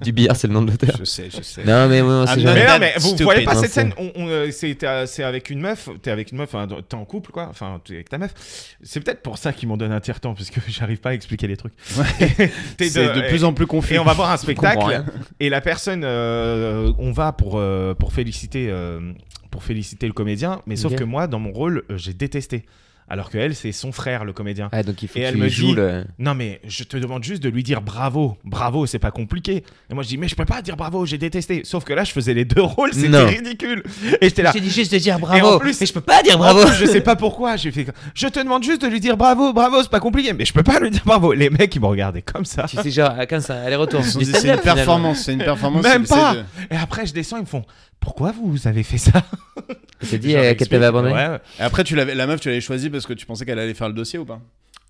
Du billard, c'est le nom de l'auteur. Je sais, je sais. Non, mais ouais, Ah, c'est mais- mais jamais. non Bad, mais vous stupid. voyez pas Non, cette c'est- scène on, on, euh, c'est t'as- c'est avec une meuf t'es avec une meuf enfin, t'es en couple quoi enfin t'es avec ta meuf c'est peut-être pour ça qu'ils m'ont donné un tiers temps parce que j'arrive pas à expliquer les trucs T'es C'est de et- plus en plus confus. Et on va voir un comprends spectacle. rien. Et la personne, euh, on va pour, euh, pour, féliciter, euh, pour féliciter le comédien. Mais sauf Ok. que moi, dans mon rôle, euh, j'ai détesté. alors que elle, c'est son frère, le comédien. Ah, donc il faut Et que elle tu me joues dit- le. Non, mais je te demande juste de lui dire bravo, bravo, c'est pas compliqué. Et moi, je dis, mais je peux pas dire bravo, j'ai détesté. Sauf que là, je faisais les deux rôles, c'était Non. ridicule. Ah. Et j'étais là. dit juste de dire bravo. en plus- Mais je peux pas dire En plus, je sais pas pourquoi. J'ai fait. Je te demande juste de lui dire bravo, bravo, c'est pas compliqué. Mais je peux pas lui dire bravo. Les mecs, ils me regardaient comme ça. Tu sais, genre, à 15, aller-retour. Ils se sont Du dit, C'est stand-up, une finalement. performance, c'est une performance. Même c'est- pas. c'est de- Et après, je descends, ils me font. Pourquoi vous avez fait ça Elle s'est dit Genre, euh, qu'elle j'explique. t'avait abandonné. Ouais, ouais. Et après, tu l'avais, la meuf, tu l'avais choisie parce que tu pensais qu'elle allait faire le dossier ou pas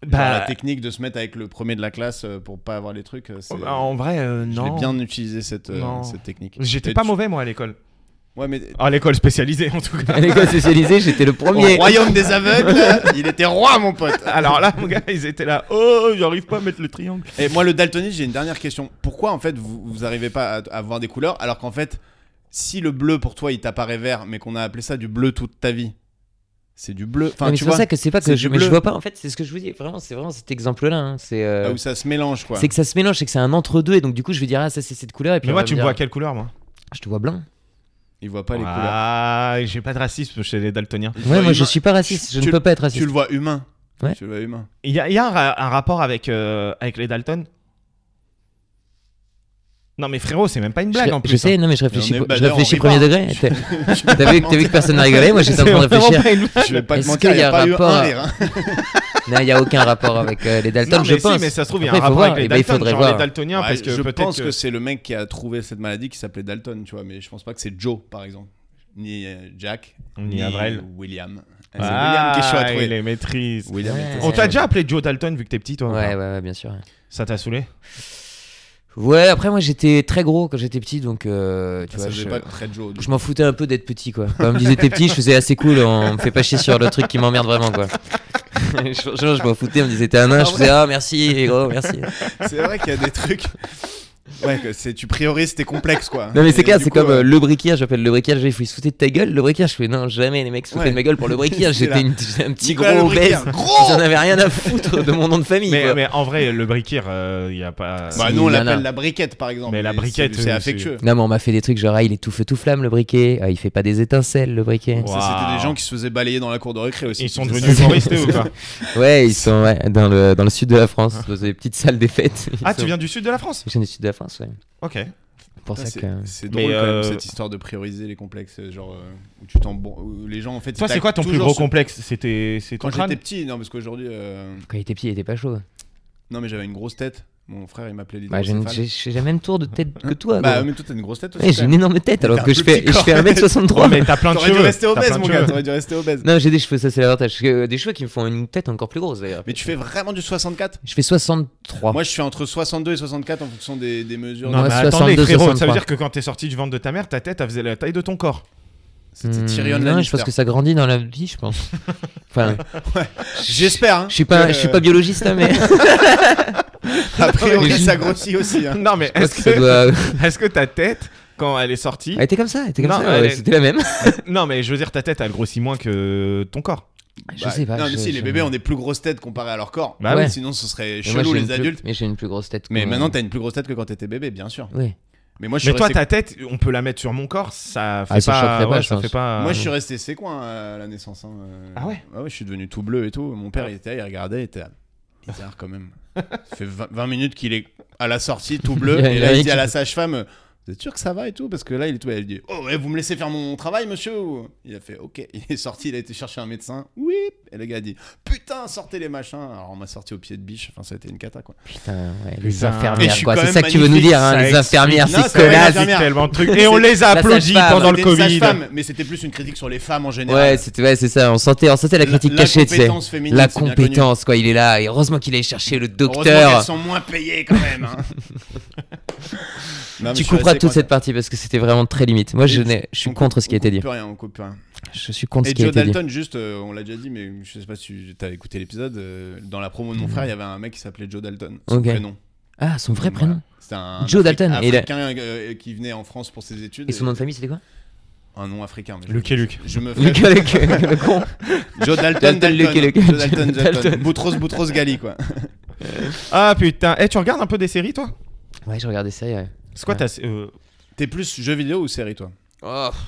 Genre, Bah, La technique de se mettre avec le premier de la classe euh, pour pas avoir les trucs. euh, Oh, c'est- bah, en vrai, euh, Je non. l'ai bien utilisé cette, euh, Non. cette technique. J'étais Et pas tu- mauvais, moi, à l'école. Ouais, mais À l'école spécialisée, en tout cas. À l'école socialisée, j'étais le au premier. royaume des aveugles, il était roi, mon pote. Alors là, mon gars, ils étaient là. Oh, j'arrive pas à mettre le triangle. Et moi, le daltonisme, j'ai une dernière question. Pourquoi, en fait, vous, vous arrivez pas à, à voir des couleurs alors qu'en fait, si le bleu pour toi il t'apparaît vert, mais qu'on a appelé ça du bleu toute ta vie, c'est du bleu. Non, Enfin, mais tu c'est pour vois, ça que c'est pas c'est que je, du mais je bleu. vois pas. En fait, c'est ce que je vous dis. Vraiment, c'est vraiment cet exemple-là. hein. C'est euh, Ah là où ça se mélange, quoi. c'est que ça se mélange, c'est que c'est un entre-deux. Et donc, du coup, je vais dire, ah, ça, c'est cette couleur. Et puis, Mais on moi, va tu me dire, vois à quelle couleur, moi Je te vois blanc. Il voit pas les couleurs. Ah, j'ai pas de racisme chez les daltoniens. Il voit Ouais, moi, je humain. suis pas raciste. Je Tu- ne peux pas être Tu raciste. le vois humain. Ouais. Tu le vois humain. Il y a, il y a un, ra- un rapport avec, euh, avec les Dalton Non, mais frérot, c'est même pas une blague je, en plus. je sais, hein. non, mais je réfléchis, on est je badeur, on réfléchis rit premier pas. degré. T'as t'as vu, t'as vu que personne n'a rigolé, moi j'étais en C'est train de vraiment réfléchir. pas une blague. Je vais pas te Est-ce mentir, qu'il il y n'y a a pas eu rapport un à- rire. hein. Non, il n'y a aucun rapport avec euh, les Dalton, Non, je mais si, pense. mais ça se trouve, il y a Après, un faut rapport voir. avec les Eh ben, il Dalton, faudrait genre voir. les Daltoniens, Ouais, parce que je peut-être pense que, que... c'est le mec qui a trouvé cette maladie qui s'appelait Dalton, tu vois, mais je pense pas que c'est Joe, par exemple, ni euh, Jack, Ni Avril. William. C'est Ah, William qui est chaud à trouver. il les maîtrise. William Ouais. était- On t'a déjà appelé Joe Dalton vu que t'es petit, toi ou Ouais, ouais, pas ouais, bien sûr. Ça t'a saoulé Ouais, après, moi j'étais très gros quand j'étais petit, donc euh, tu Ça vois, je, faisait pas très Joe. je m'en foutais un peu d'être petit, quoi. Quand on me disait t'es petit, je faisais assez cool, on me fait pas chier sur le truc qui m'emmerde vraiment, quoi. je, je- je m'en foutais, on me disait t'es un nain, je faisais ah merci, gros, merci. C'est vrai qu'il y a des trucs. Ouais, que c'est tu priorises tes complexes quoi. Non mais c'est Et clair, du c'est coup, comme euh, euh, le briquage, j'appelle le briquage, il faut se foutre de ta gueule, le briquage, je fais non jamais les mecs se foutaient Ouais. de ma gueule pour le briquage, C'est j'étais là. une- j'étais un petit Nicolas gros Le Briquier, obèse, gros j'en avais rien à foutre de mon nom de famille. mais, quoi. mais en vrai, le briquir, euh, il y a pas... Bah si, nous on nana. l'appelle la briquette euh, par exemple. Mais la Et briquette, c'est- oui, c'est affectueux. Non mais on m'a fait des trucs genre ah, il est tout feu tout flamme le briquet, ah, il fait pas des étincelles le briquet. Ouais. Ça, c'était Waouh. des gens qui se faisaient balayer dans la cour de récré aussi. Ils sont C'est devenus ça. humoristes ou pas Ouais ils sont ouais, dans, le, dans le sud de la France, dans des petites salles des fêtes. Ils Ah, sont- tu viens du sud de la France Je viens du sud de la France ouais. Ok. C'est Pour Ah, ça c'est- que... C'est Mais, drôle quand euh, même cette histoire de prioriser les complexes, euh, genre euh, où tu t'en bon- où les gens en fait. ils Toi, c'est taguent quoi ton plus toujours gros sur- complexe C'était c'est ton Quand crâne j'étais petit, non parce qu'aujourd'hui, euh, Quand il était petit il était pas chaud. non mais j'avais une grosse tête. Mon frère il m'appelait Bah, j'ai l'hydrocéphale. une- j'ai j'ai la même tour de tête que toi. Bah gros. mais toi t'as une grosse tête Ouais, aussi. j'ai quand une même. énorme tête alors t'as que un je plus fais, petit je fais corps. 1m63. mais t'as plein de T'aurais dû cheveux. rester T'as obèse plein de mon gars, cheveux. t'aurais dû rester obèse. Non, j'ai des cheveux, ça c'est l'avantage. Que- euh, Des cheveux qui me font une tête encore plus grosse d'ailleurs. Mais tu fais vraiment du 64 Je fais 63. Moi, je suis entre 62 et 64 en fonction des, des mesures. Non, Moi, mais attendez, 62, frérot, ça veut 63. dire que quand t'es sorti du ventre de ta mère, ta tête, elle faisait la taille de ton corps. C'était Hmm, Tyrion non, je Lannister. pense que ça grandit dans la vie, je pense. Enfin, J'espère. hein, je suis pas, que, je suis pas biologiste, hein, mais je A priori, Mais je- ça grossit aussi. hein. Non, mais pense est-ce que ça que, doit. est-ce que ta tête, quand elle est sortie. Elle était comme ça, elle était comme Non, ça. elle ouais, est- C'était la même. Bah, non, mais je veux dire, ta tête, elle grossit moins que ton corps. je Bah, sais pas. Non, mais je- si, les je- bébés ont des plus grosses têtes comparées à leur corps. Bah Ouais. oui. Sinon, ce serait Mais moi, chelou, j'ai une les plus- adultes. Mais j'ai une plus grosse tête. que- Mais maintenant, t'as une plus grosse tête que quand t'étais bébé, bien sûr. Oui. Mais moi, je suis Mais toi, resté- ta tête, on peut la mettre sur mon corps, ça fait Ah, ça pas. choquerait pas, ouais, je ça pense. fait pas. Moi, je suis resté séquoin euh, à la naissance. hein, euh. Ah ouais Ah ouais, je suis devenu tout bleu et tout. Mon père, il était là, il regardait, il était là. Bizarre quand même. Ça fait 20 20 minutes qu'il est à la sortie, tout bleu. Il y a- il et y là, a il rien dit à qui- la sage-femme Vous êtes sûr que ça va et tout Parce que là, il est tout. Elle dit Oh, ouais, vous me laissez faire mon travail, monsieur ou- Il a fait Ok. Il est sorti, il a été chercher un médecin. Oui. Et le gars a dit Putain, sortez les machins. Alors, on m'a sorti au pied de biche. Enfin, ça a été une cata, quoi. Putain, ouais, les Putain. Et infirmières, je suis quoi. quand C'est même ça que tu veux nous magnifique, dire, hein, ça les infirmières, explique- Non, ces c'est vrai, les connasses. infirmières. merde. tellement de trucs. Et on les applaudit sage-femme, pendant le C'était une Covid. sage-femme, mais c'était plus une critique sur les femmes en général. Ouais, c'était ouais, c'est ça. On sentait, on sentait la critique la cachée, tu sais. compétence féminine, La c'est bien compétence, quoi. Il est là. Et heureusement qu'il est chercher le Heureusement docteur. qu'elles sont moins payées quand même. hein. Non, mais je Tu suis couperas resté toute coincé. cette partie parce que c'était vraiment très limite. Moi, je, n'ai- je suis On contre coupe- ce qui a été On dit. coupe rien, on coupe rien. Je suis contre ce Et qui a Joe été dit. Dalton, juste, euh, on l'a déjà dit, mais je sais pas si t'as écouté l'épisode. euh, dans la promo de mon frère, il y avait un mec qui s'appelait Joe Dalton. Son Ok. prénom. Ah, son vrai Voilà. prénom. C'était un Joe Afri- Dalton, et il a- Africain euh, qui venait en France pour ses études. Et son nom de famille, c'était quoi Un nom africain. mais je- Luc et Luc. Je me ferai. Lucas, Lucas, le con. Joe Dalton, Dalton, Dalton. Luc et Luc. Joe Dalton, Joe Dalton. Dalton. Boutros, Boutros, Gali, quoi. Ah putain. Eh, tu regardes un peu des séries, toi Ouais, je regardais ça. Ouais. C'est quoi Ouais. ta. euh, T'es plus jeu vidéo ou série, toi Oh, je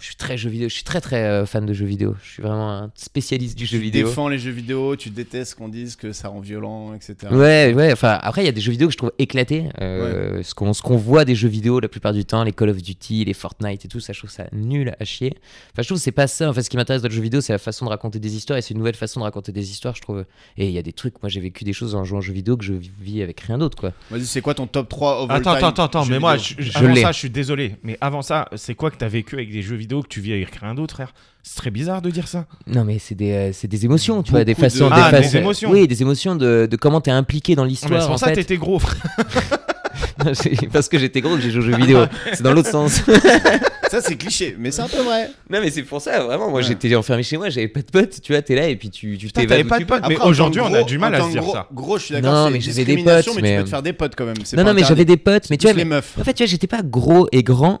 Je suis très jeu vidéo, je suis très très euh, fan de jeux vidéo. Je suis vraiment un spécialiste du jeu Tu vidéo. défends les jeux vidéo, tu détestes qu'on dise que ça rend violent, etc. hein. Ouais, ouais, enfin après il y a des jeux vidéo que je trouve éclatés. Euh, Ce qu'on ce qu'on voit des jeux vidéo la plupart du temps, les Call of Duty, les Fortnite et tout, ça je trouve ça nul à chier. Enfin je trouve que c'est pas ça. En fait ce qui m'intéresse dans le jeu vidéo c'est la façon de raconter des histoires et c'est une nouvelle façon de raconter des histoires je trouve. Et il y a des trucs, moi j'ai vécu des choses en jouant aux jeux vidéo que je vis avec rien d'autre quoi. Vas-y, c'est quoi ton top 3 of all Attends, time attends, attends, attends, jeux mais moi, vidéo je- je- Je avant l'ai. ça, je suis désolé. Mais avant ça, c'est quoi que t'as vécu avec des jeux vidéo que tu vis avec rien d'autre, frère C'est très bizarre de dire ça. Non, mais c'est des, euh, c'est des émotions, tu vois, des Beaucoup de- façons. Ah, des, des façons- émotions. Oui, des émotions de, de comment t'es impliqué dans Non, mais c'est l'histoire. pour En ça que fait. t'étais gros, frère. C'est parce que j'étais gros que j'ai joué aux jeux vidéo. c'est dans l'autre sens. Ça, c'est cliché, mais c'est un peu vrai. non, mais c'est pour ça, vraiment. Moi, Ouais. j'étais enfermé chez moi, j'avais pas de potes, tu vois, t'es là et puis tu tu Putain, t'évades t'avais où pas tu de potes. Après, Mais en tant que aujourd'hui, on a gros- du mal en à tant se que dire gros, ça. Gros, je suis Non, d'accord, mais c'est j'avais des discrimination, potes, mais tu mais, peux te faire des potes quand même. c'est peux. Non, pas non, mais j'avais interdit. des potes, mais C'est tu vois, plus les mais- meufs. en fait, tu vois, j'étais pas gros et grand.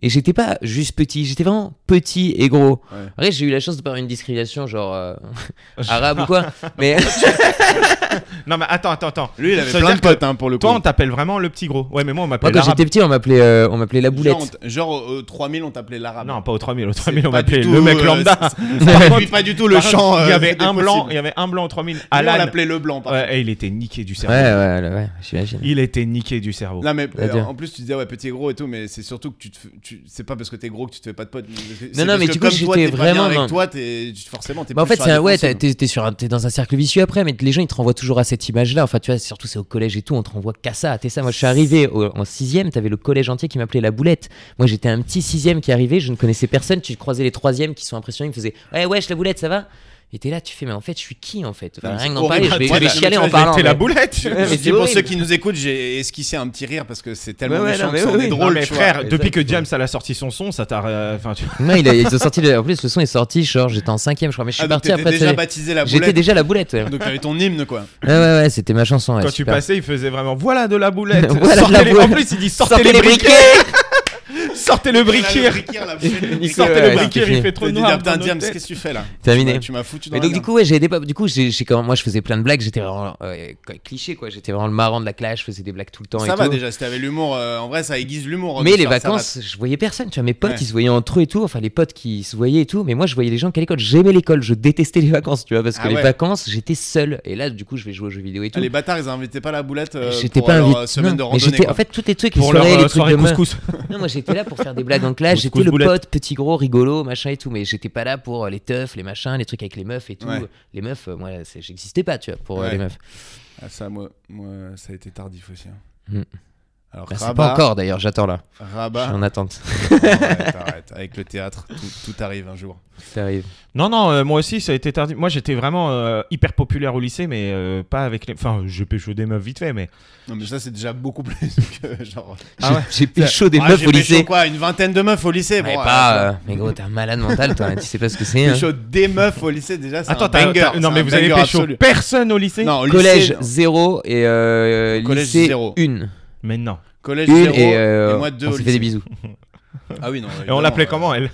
Et j'étais pas juste petit, j'étais vraiment petit et gros. Ouais. Après, j'ai eu la chance de pas avoir une discrimination genre euh, arabe ou quoi. Mais Non, mais attends, attends, attends. Lui, il avait Ça veut plein de dire que potes hein, pour le coup. Toi, on t'appelle vraiment le petit gros. Ouais, mais moi, on moi, m'appelle quand l'arabe. j'étais petit, on m'appelait euh, on m'appelait la boulette. Genre, on t- genre euh, au- au 3000, on t'appelait l'arabe. Non, pas au 3000. Au 3000, C'est on pas du m'appelait tout, le mec euh, lambda. c'est- Par Et contre- puis pas du tout le par contre, champ. Il y euh, avait des un possibles. blanc, il y avait un blanc au 3000. Nous, On Alan. l'appelait le blanc, par Ouais, et il était niqué du Ouais, cerveau. ouais, ouais, ouais j'imagine. Il était niqué du cerveau. Non mais euh, Adieu. en plus tu disais ouais petit gros et tout mais c'est surtout que tu, te, f- tu c'est pas parce que t'es gros que tu te fais pas de potes. C'est non, parce mais que du coup, comme toi, j'étais t'es pas bien vraiment dans- avec toi t'es tu- forcément t'es. Bah en plus fait, sur c'est la un- ouais, t'as- défensive. t'es t'es sur un- t'es dans un cercle vicieux après, mais les gens ils te renvoient toujours à cette image-là. Enfin, tu vois, surtout c'est au collège et tout, on te renvoie qu'à ça. T'es ça. Moi, je suis arrivé au- en sixième, t'avais le collège entier qui m'appelait la boulette. Moi, j'étais un petit sixième qui arrivait, je ne connaissais personne. Tu croisais les troisièmes qui sont impressionnés, ils me faisaient ouais, wesh, la boulette, ça va. Et t'es là, tu fais mais en fait, je suis qui en fait Enfin, Non, mais Rien c'est que d'en parler, horrible. je vais, Moi, je vais la- chialer tu en vois, parlant. T'es la mais- boulette. Ouais, mais C'est c'est pour horrible. ceux qui nous écoutent j'ai esquissé un petit rire parce que c'est tellement Ouais, ouais, méchant non, que mais ça en oui, est oui. Non, drôle mais tu vois. frère, depuis que Exactement. Ah, James a la sorti son son, ça t'a. euh, Enfin, tu. Non, il a- ils ont sorti. le- En plus, le son est sorti, genre j'étais en cinquième, je crois, mais je suis Ah, donc parti t'étais après. déjà t'sais. baptisé la J'étais boulette. déjà la boulette. Ouais, Donc t'avais ton hymne quoi. ouais, ouais, ouais, c'était ma chanson. ouais, Quand tu super. passais, il faisait vraiment voilà de la boulette. Voilà de Sortez la les- En boulette. plus, il dit sortez, les briquets, sortez le briquet. Nickel, Sortez ouais, le c'était briquet, il fini. fait trop T'as dit noir. dans putain nos James têtes. qu'est-ce que tu fais là Terminé. Tu m'as- Tu m'as foutu dans Mais la donc du merde. coup ouais j'ai des pop- du coup j'ai j'ai quand moi je faisais plein de blagues j'étais vraiment euh, quoi, cliché quoi j'étais vraiment le marrant de la clash je faisais des blagues tout le temps Ça et va tout. déjà si t'avais l'humour euh, en vrai ça aiguise l'humour. hein, mais de les faire ça, vacances je voyais personne tu vois mes potes Ouais. ils se voyaient entre eux et tout enfin les potes qui se voyaient et tout mais moi je voyais les gens qu'à l'école j'aimais l'école je détestais les vacances tu vois parce que Ah les ouais. vacances j'étais seul et là du coup je vais jouer aux jeux vidéo et tout. Ah, Les bâtards, ils invitaient pas la boulette euh, J'étais pour pas leur invité. euh, semaine Non, de mais randonnée. j'étais quoi. en fait toutes les trucs les Pour leur soirées, euh, les trucs soirée de meufs. couscous. Non, moi j'étais là pour faire des blagues en classe, j'étais Couscous le boulette. pote petit gros rigolo, machin et tout, mais j'étais pas là pour euh, les teufs, les machins, les trucs avec les meufs et tout. Ouais. Les meufs, euh, moi c'est- j'existais pas, tu vois, pour euh, Ouais. les meufs. Ah, ça, moi, moi, ça a été tardif aussi. hein. Hmm. Alors, Bah, c'est Rabat, pas encore d'ailleurs, j'attends là. Je suis Rabat. en attente. arrête, arrête. Avec le théâtre, tout, tout arrive un jour. Ça arrive. Non, non, euh, moi aussi, ça a été tardif. Moi, j'étais vraiment euh, hyper populaire au lycée, mais euh, pas avec les. Enfin, je pécho des meufs vite fait, mais. Non, mais ça, c'est déjà beaucoup plus que genre. Ah ouais. J'ai pécho des Ah, meufs j'ai au pécho, lycée. quoi, une vingtaine de meufs au lycée. Mais bon, pas. euh, euh, mais gros, t'es un malade mental, toi. tu sais pas ce que c'est. hein. Pécho des meufs au lycée, déjà, Ah, c'est un Attends, t'as- banger. t'as- Ah, bah, non, c'est mais un vous avez banger pécho absolu. personne au lycée Non, au Collège lycée, non. 0 et euh, Collège lycée zéro. 1. Mais non. Collège 1 zéro, et, euh, moi deux on au s'est fait lycée. des bisous. Ah oui, non. Et on l'appelait comment, elle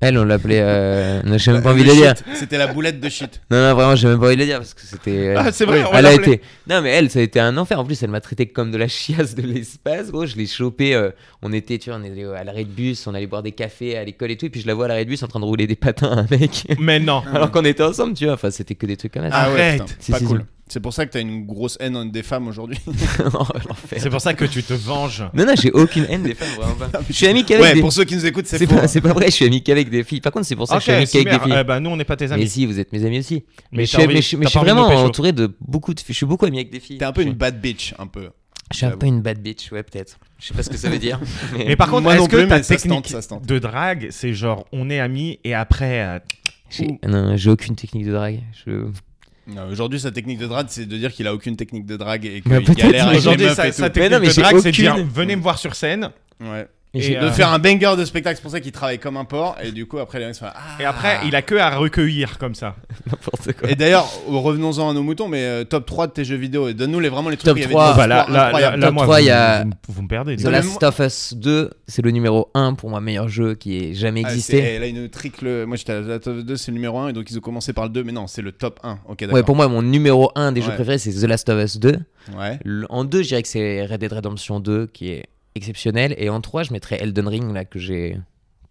Elle, on l'appelait. Euh, non, j'ai même pas envie de la dire. C'était la boulette de shit. Non, non, vraiment, j'ai même pas envie de la dire parce que c'était. euh, Ah, c'est vrai, on elle a l'appelait. été. Non, mais elle, ça a été un enfer. En plus, elle m'a traité comme de la chiasse de l'espace. Gros, je l'ai chopée. euh, on était, tu vois, on était à l'arrêt de bus, on allait boire des cafés à l'école et tout. Et puis, je la vois à l'arrêt de bus en train de rouler des patins à un mec. Mais non. Alors qu'on était ensemble, tu vois. Enfin, c'était que des trucs comme ça. Ah ouais, Arrête. putain, Si, pas si, cool. C'est pour ça que t'as une grosse haine des femmes aujourd'hui. Oh, l'enfer. C'est pour ça que tu te venges. Non, non, j'ai aucune haine des femmes, vraiment pas. Je suis ami qu'avec Ouais, des pour ceux qui nous écoutent, c'est C'est faux. pas, c'est pas vrai, je suis ami qu'avec des filles. Par contre, c'est pour ça Ok, que je suis ami qu'avec super. des filles. Eh ben, nous, on n'est pas tes mais amis. si, vous êtes mes amis aussi. Mais t'as Mais, je, suis- envie- mais je suis- t'as mais pas je suis envie de vraiment pécho. entouré de beaucoup de filles. Je suis beaucoup ami avec des filles. T'es un peu je, une bad bitch, un peu. je suis un peu une bad bitch, ouais, peut-être. Je sais pas ce que ça veut dire. mais Mais par contre, Moi non est-ce que plus, ta mais ça se tente, technique ça se tente. de drague, c'est genre on est amis et après. euh, j'ai, non, j'ai aucune technique de drague. Je... Non, Euh, Aujourd'hui, sa technique de drague, c'est de dire qu'il a aucune technique de drague et Bah, qu'il peut-être galère avec Ah, les Aujourd'hui, meufs sa, et sa tout. technique non, mais de j'ai drague, c'est de dire aucune. venez me voir sur scène. Ouais. Mais Et, j'ai- euh, De faire un banger de spectacle, c'est pour ça qu'il travaille comme un porc. Et du coup, après, les mecs se font Ah Et après, il a que à recueillir comme ça. n'importe quoi. Et d'ailleurs, revenons-en à nos moutons, mais euh, top 3 de tes jeux vidéo. Et donne-nous les, vraiment les trucs Top qui avaient trois. des bah là, histoires là, là, incroyables. là, Top moi, trois, vous, il y a- vous, vous me perdez. The mais Last moi- of Us 2, c'est le numéro 1 pour moi, meilleur jeu qui ait jamais Ah, existé. c'est- eh, là, il nous trique le. Moi, j'étais à la top 2, c'est le numéro 1. Et donc, ils ont commencé par le 2, mais non, c'est le top 1. Ok, d'accord. ouais, pour moi, mon numéro 1 des Ouais. jeux préférés, c'est The Last of Us 2. Ouais. Le- En 2, je dirais que c'est Red Dead Redemption 2 qui est exceptionnel. Et en 3, je mettrais Elden Ring, là, que j'ai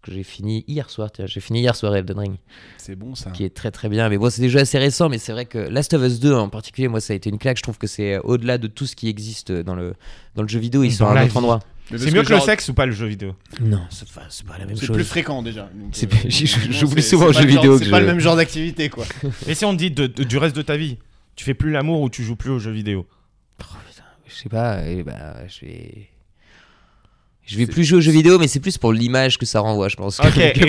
que j'ai fini hier soir. tu vois. J'ai fini hier soir Elden Ring, C'est bon ça. qui est très très bien. Mais bon, c'est des jeux assez récents, mais c'est vrai que Last of Us 2 en particulier, moi, ça a été une claque. Je trouve que c'est euh, au-delà de tout ce qui existe euh, dans le, dans le jeu vidéo. Ils sont Dans à la un autre vie. endroit. Mais parce C'est mieux que, le genre, sexe ou pas le jeu vidéo Non, c'est pas, c'est pas la même C'est chose. plus fréquent déjà. donc, C'est euh, plus- je- je- non, j'oublie c'est- souvent c'est aux pas jeux le genre- vidéo que C'est pas je- le même genre d'activité quoi. Et si on dit de- de- du reste de ta vie, tu fais plus l'amour ou tu joues plus aux jeux vidéo Oh, putain, je sais pas, eh ben, je vais. Je vais plus jouer aux jeux vidéo, mais c'est plus pour l'image que ça renvoie, je pense. Ok, et si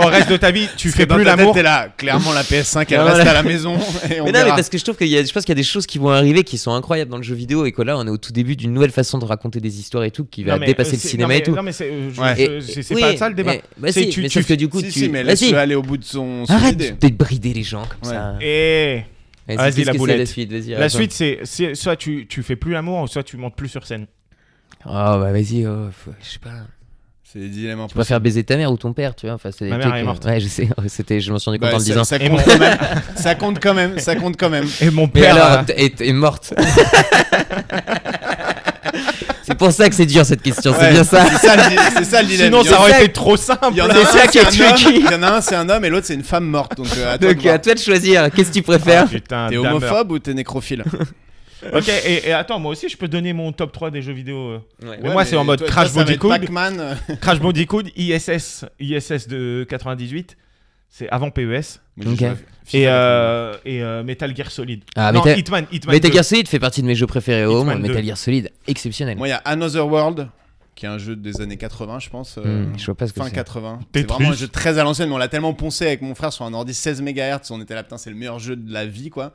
au reste de ta vie, tu fais Parce que dans plus ta tête, l'amour T'es là, clairement la PS5 elle Non, reste là- à la maison. Et on Mais non, mais verra. parce que je trouve qu'il y a, je pense qu'il y a des choses qui vont arriver qui sont incroyables dans le jeu vidéo et que là, on est au tout début d'une nouvelle façon de raconter des histoires et tout qui va Non, mais, dépasser euh, le c'est- cinéma non, et tout. mais- Non, mais c'est euh, je- Ouais. je- c'est c'est oui, pas ça le débat. mais- bah C'est si, tu- mais tu sauf que du coup, si, tu. si, mais bah laisse-le si, aller au bout de son, son Arrête idée. de brider les gens comme Ouais. ça. Et Vas-y, Vas-y, qu'est-ce la que c'est boulette. La suite, vas-y, la raconte. suite, c'est c'est soit tu, tu fais plus l'amour, soit tu montes plus sur scène. Oh, bah vas-y, oh, faut- je sais pas. C'est des dilemmes Tu préfères baiser ta mère ou ton père, tu vois. Enfin, c'est des Ma mère trucs, est euh, morte. Ouais, je sais. C'était, je m'en suis rendu compte Bah, en le disant. ça, ça Et compte mon- quand même. ça compte quand même. Ça compte quand même. Et mon Mais père. euh, hein. alors, t- est, est morte. c'est pour ça que c'est dur cette question, c'est Ouais, bien ça. C'est ça le di- c'est ça le dilemme. Sinon, Il y en ça a- aurait été trop simple. il y en a C'est un, ça qui est c'est un homme, tricky. Il y en a un, c'est un homme et l'autre, c'est une femme morte. Donc, euh, à toi de Donc voir. à toi de choisir, qu'est-ce que tu Ah, préfères putain, T'es dammer. homophobe ou t'es nécrophile Ok, et, et attends, moi aussi, je peux donner mon top 3 des jeux vidéo. euh. Mais Ouais, moi, c'est en mode toi- Crash toi, ça va être Bandicoot. Pac-Man. euh, Crash Bandicoot, ISS, ISS de 98. C'est avant PES. moi, j'ai joué à Ok. FIFA. Et, euh, et euh, Metal Gear Solid. Ah, non, Metal- Hitman, Hitman. Metal 2. Gear Solid fait partie de mes jeux préférés au Hitman monde. 2. Metal Gear Solid, exceptionnel. Moi, il y a Another World, qui est un jeu des années 80, je pense. euh, Hmm, je vois pas ce que Fin c'est. 80. C'est Tetris. vraiment un jeu très à l'ancienne, mais on l'a tellement poncé avec mon frère sur un ordi 16 MHz, on était là, putain, c'est le meilleur jeu de la vie, quoi.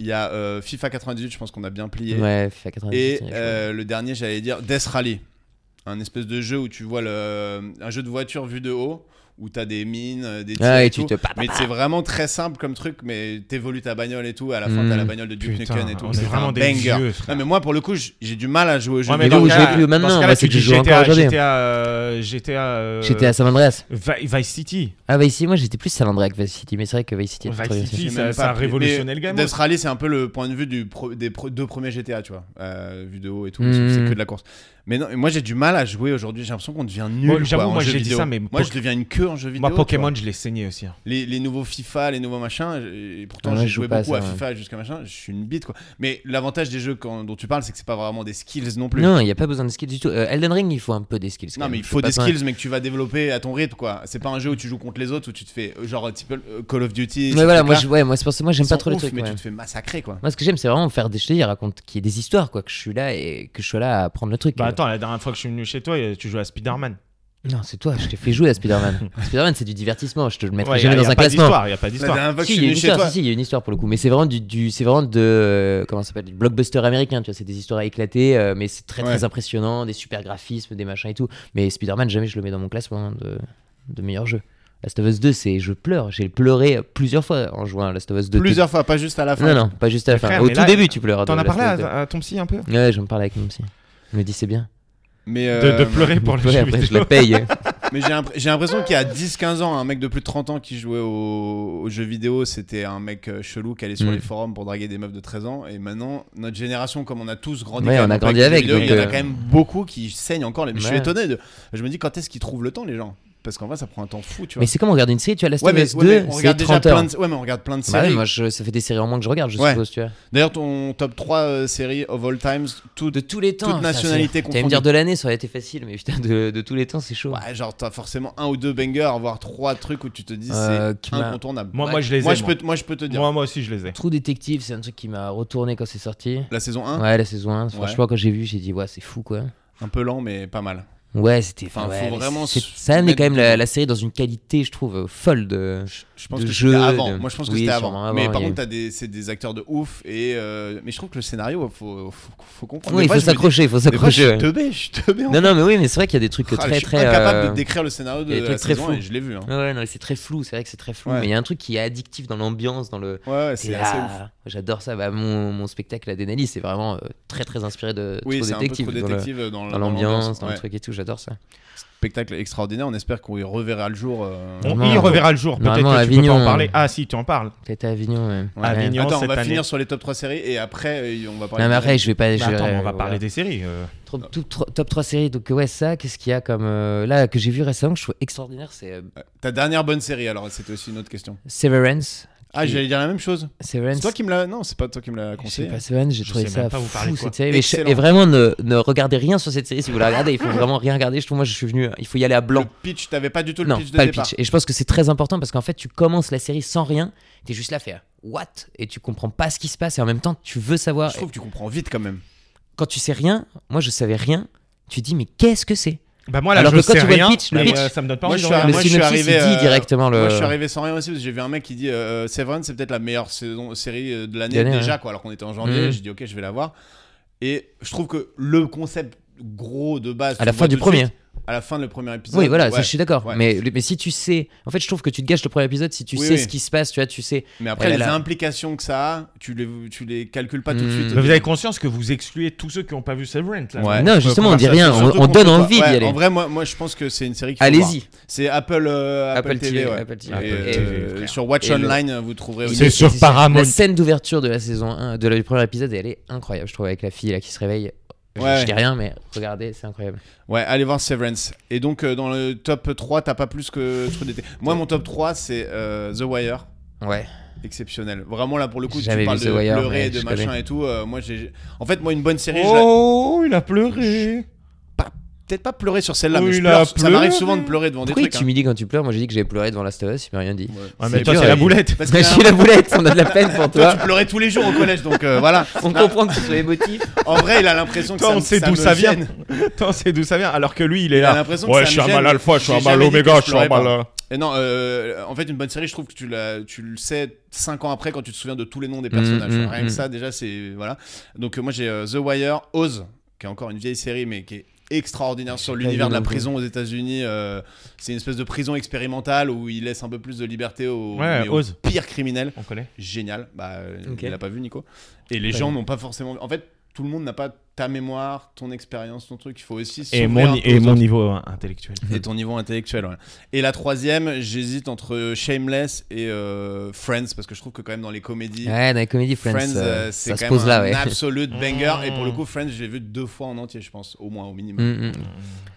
Il y a euh, FIFA 98, je pense qu'on a bien plié. Ouais, fait 90. Et c'est chaud. euh, le dernier, j'allais dire Death Rally. Un espèce de jeu où tu vois le... un jeu de voiture vu de haut, où t'as des mines, euh, des tirs ah, et et tu tout. te pa- pa- Mais pa- c'est vraiment très simple comme truc, mais t'évolues ta bagnole et tout, à la fin Mm. t'as la bagnole de Duke Putain, Nukem et on tout. est C'est vraiment vraiment des banger. vieux. Non, frère. mais moi pour le coup, j- j'ai du mal à jouer aux jeux Ouais, vidéo. dans dans où ce j'ai cas-là- plus maintenant, dans ce bah, cas-là, c'est tu que je dis joue encore GTA, aujourd'hui. GTA, euh, GTA, euh, J'étais à San Andreas. Vi- Vice City. Ah, Vice City, moi j'étais plus San Andreas que Vice City, mais c'est vrai que Vice City est Vice très bien. City, aussi. J'ai ça- même ça a pas pris- révolutionné mais le game, Death aussi. Rally, hein. c'est un peu le point de vue du pro- des pro- deux premiers GTA, tu vois, euh, vu de haut et tout, parce que Mm. c'est que de la course. Mais non, moi j'ai du mal à jouer aujourd'hui. J'ai l'impression qu'on devient nul. Moi, quoi, j'avoue, en moi, jeu j'ai dit vidéo. ça, mais moi Poké- je deviens une queue en jeu vidéo. Moi, tu Pokémon, vois. je l'ai saigné aussi. hein. les, les nouveaux FIFA, les nouveaux machins. et pourtant Ah ouais, j'ai je joue joué pas à beaucoup ça, à ouais. FIFA jusqu'à machin. Je suis une bite quoi. Mais l'avantage des jeux quand- dont tu parles, c'est que c'est pas vraiment des skills non plus. Non, il n'y a pas besoin de skills du tout. Euh, Elden Ring, il faut un peu des skills. quand Non, même. mais il Je faut sais des pas, skills, mais que tu vas développer à ton rythme, quoi. C'est pas un jeu où tu joues contre les autres, où tu te fais euh, genre type euh, Call of Duty. Mais voilà, moi, je- ouais, moi c'est pour ça, moi j'aime pas trop les trucs. mais ouais. tu te fais massacrer, quoi. Moi, ce que j'aime, c'est vraiment faire des choses, raconte qu'il y ait des histoires, quoi, que je suis là et que je sois là à prendre le truc. Bah attends, la dernière fois que je suis venu chez toi, euh, tu jouais à Spider-Man. Non, c'est toi, je t'ai fait jouer à Spider-Man. Spider-Man, c'est du divertissement, je te le mettrai Ouais, y a- jamais y a dans un pas classement. d'histoire, y a pas La d'histoire. dernière fois que Si, je il suis y a une venu chez histoire, toi, si, si, il y a une histoire pour le coup, mais c'est vraiment du, du- c'est vraiment de euh, comment ça s'appelle, du blockbuster américain, tu vois, c'est des histoires éclatées, euh, mais c'est très très Ouais. impressionnant, des super graphismes, des machins et tout. Mais Spider-Man, jamais je le mets dans mon classement de, de meilleur jeu. Last of Us 2, c'est je pleure, j'ai pleuré plusieurs fois en jouant à Last of Us 2. plusieurs fois, pas juste à la fin. Non non, pas juste à la fin. frère, Au mais tout là, début, tu pleures. T'en de as parlé Last of Us à, à ton psy un peu 2. Ouais, je me parle avec mon psy. Il me dit c'est bien. Mais, de, de euh, pleurer pour le Ouais, jeu après je vidéo. le paye. mais j'ai l'impr- j'ai l'impression qu'il y a 10-15 ans, un mec de plus de 30 ans qui jouait au- aux jeux vidéo, c'était un mec euh, chelou qui allait sur Mm. les forums pour draguer des meufs de 13 ans. Et maintenant, notre génération, comme on a tous grandi, Ouais, quand on même a grandi les jeux avec, vidéo, donc, il y en euh, a quand même beaucoup qui saignent encore. les- Je suis Ouais. étonné. De... Je me dis, quand est-ce qu'ils trouvent le temps, les gens Parce qu'en vrai, ça prend un temps fou, tu vois. Mais c'est comme regarder une série, tu as Last Ouais, of mais, Us ouais, 2, mais on c'est regarde déjà 30 plein heures. de... ouais, mais on regarde plein de Bah séries. ouais, moi je- ça fait des séries en moins que je regarde, je Ouais. suppose, tu vois. D'ailleurs, ton top 3 euh, séries of all times, tout De tous les temps. Toute nationalité Tu me confondue. dire de l'année, ça aurait été facile, mais putain, de, de tous les temps, c'est chaud. Ouais, genre, t'as forcément un ou deux bangers, voire trois trucs où tu te dis Euh, qui c'est m'a- incontournable. Moi, Ouais. moi, je les ai. Moi, je moi. peux, te- moi, je peux te dire. Moi, moi aussi, je les ai. Trou détective, c'est un truc qui m'a retourné quand c'est sorti. La saison 1, ouais, la saison 1. Franchement, quand j'ai vu, j'ai dit, ouais, c'est fou quoi. un peu lent, mais pas mal. Ouais, c'était. Enfin, ouais, faut mais vraiment c'est- se Ça amenait quand même la, mettre la série dans une qualité, je trouve, euh, folle de. Je pense De que jeu, c'était avant. de- Moi, je pense que oui, c'était sûrement avant. avant, Mais par il y a eu- contre, t'as des, c'est des acteurs de ouf. Et euh, mais je trouve que le scénario, faut, faut, faut comprendre. Des Oui, il fois, je me faut dis, s'accrocher, il faut des fois, Je s'accrocher. suis ouais. teubé, je suis teubé. en Non, non, mais oui, mais c'est vrai qu'il y a des trucs fait. Ah, très Je suis très. incapable euh, de décrire le scénario de il y a des la trucs très saison fous. 1, et je l'ai vu. hein. Ouais, non, mais c'est très flou, c'est vrai que c'est très flou. Ouais. Mais il y a un truc qui est addictif dans l'ambiance, dans le. Ouais, ouais, T'es c'est là, assez ouf. J'adore ça. Bah, mon, mon spectacle à Denali, c'est vraiment euh, très très inspiré de Oui, Trop c'est un peu Détective, trop dans le- détective euh, dans le- dans dans l'ambiance, dans ouais. le truc et tout. J'adore ça. Spectacle extraordinaire. On espère qu'on y reverra le jour. euh, On Normalement, y reverra le jour, peut-être normalement, que tu peux pas Avignon, en parler. euh, Ah si, tu en parles. Peut-être à Avignon. ouais. Ouais. Avignon Attends, on cette va année. finir sur les top 3 séries et après euh, on va parler. Non, mais de- après, je vais pas. Bah, je- attends, on va voilà. parler des séries. euh. Trop- tout- tro- top 3 séries. Donc, ouais, ça, qu'est-ce qu'il y a comme. euh, là, que j'ai vu récemment, que je trouve extraordinaire, c'est euh, Ta dernière bonne série, alors c'était aussi une autre question. Severance. Ah, Qui- j'allais dire la même chose. Severance. C'est toi qui me l'as. Non, c'est pas toi qui me l'as hein. Je sais conseillé. pas, Severance, j'ai Je trouvé sais ça même pas vous parler fou de quoi. cette série. Mais je- Excellent. et vraiment, ne, ne regardez rien sur cette série si vous la regardez. Il faut vraiment rien regarder. Je trouve, moi, je suis venu. Il faut y aller à blanc. Le pitch, t'avais pas du tout le non, pitch de pas le départ. pitch. Et je pense que c'est très important parce qu'en fait, tu commences la série sans rien. T'es juste là, faire what Et tu comprends pas ce qui se passe. Et en même temps, tu veux savoir. Je trouve que tu comprends vite quand même. Quand tu sais rien, moi, je savais rien. Tu dis, mais qu'est-ce que c'est Bah moi là, Alors je que quand sais tu vois le rien, pitch, le mais pitch- moi, ça me donne pas Moi, envie je de suis regarder. Le moi, je suis synopsis, il arrivé, dit euh, directement le. Moi, je suis arrivé sans rien aussi parce que j'ai vu un mec qui dit euh, Severance, c'est peut-être la meilleure saison, série euh, de l'année D'année, déjà, ouais. quoi. Alors qu'on était en janvier, Mhm. j'ai dit ok, je vais la voir. Et je trouve que le concept gros de base. à tu le la fin vois du tout de premier. suite, à la fin de le premier épisode. Oui, voilà, ouais. ça, je suis d'accord. Ouais. Mais, mais si tu sais. En fait, je trouve que tu te gâches le premier épisode si tu Oui, sais oui. ce qui se passe, tu vois, tu sais. Mais après, Elle les a- implications que ça a, tu les, tu les calcules pas tout de Mhm. suite. Mais vous avez conscience que vous excluez tous ceux qui n'ont pas vu Severance. là. Ouais. non, justement, on dit rien. On, Surtout on qu'on peut donne pas- envie ouais, d'y aller. En vrai, moi, moi, je pense que c'est une série qu'il faut voir. Allez-y. C'est Apple, euh, Apple, Apple TV, TV, ouais. Apple TV, Et, Apple euh, TV, frère. sur Watch Et le- Online, vous trouverez Il aussi. C'est est- sur c'est- Paramount. La scène d'ouverture de la saison 1, de la- du premier épisode, elle est incroyable. Je trouve avec la fille là qui se réveille. Je, Ouais, je ouais. dis rien, mais regardez, c'est incroyable. Ouais, allez voir Severance. Et donc, euh, dans le top 3, t'as pas plus que True Detective. Moi, mon top 3, c'est euh, The Wire. Ouais. Exceptionnel. Vraiment, là, pour le coup, J'ai tu jamais parles vu de The Wire, pleurer, mais de je machin connais. et tout. euh, moi, j'ai. En fait, moi, une bonne série, je la- Oh, il a pleuré. peut-être pas pleurer sur Oh, celle-là, mais Oui, je il pleure. a Ça pleuré. m'arrive souvent de pleurer devant Pourquoi des tu trucs. me dis quand tu pleures Moi j'ai dit que j'avais pleuré devant Last of Us, il m'a rien dit. hein. Ouais. Ouais, C'est mais toi, dur, c'est la il- boulette. Parce que Je suis la boulette, on a de la peine pour toi, toi. tu pleurais tous les jours au collège, donc euh, voilà. On comprend que tu sois émotif. En vrai, il a l'impression que Toi, ça, on me- sait ça d'où me ça vient. gêne. Toi, on sait d'où ça vient. Alors que lui, il est Il a là. l'impression que Ouais, ça je me suis un gêne, mal mais alpha, je suis j'ai un mal jamais dit que oméga, je je suis un mal. pleurais pas. euh, Et non, euh, en fait, une bonne série, je trouve que tu, la, tu le sais 5 ans après quand tu te souviens de tous les noms des personnages. mm, Rien que mm. ça, déjà, c'est. Voilà. Donc, euh, moi, j'ai euh, The Wire, Oz, qui est encore une vieille série, mais qui est extraordinaire sur pas l'univers vu de la non plus. prison aux États-Unis. euh, c'est une espèce de prison expérimentale où il laisse un peu plus de liberté aux, Ouais, mais aux Oz. pires criminels. On connaît. Génial. Bah, euh, Ok. Il l'a pas vu, Nico. Et les Pas gens vu. n'ont pas forcément. En fait, tout le monde n'a pas ta mémoire, ton expérience, ton truc. Il faut aussi. Et s'ouvrir mon un ni- peu et aux mon autres niveau euh, intellectuel. et ton niveau intellectuel. ouais. Et la troisième, j'hésite entre Shameless et euh, Friends parce que je trouve que quand même dans les comédies, Ouais, dans les comédies Friends, Friends, euh, euh, c'est ça quand se même pose un là, ouais. absolute banger. Mmh. Et pour le coup, Friends, j'ai vu deux fois en entier, je pense, au moins au minimum. Hum, hum. Donc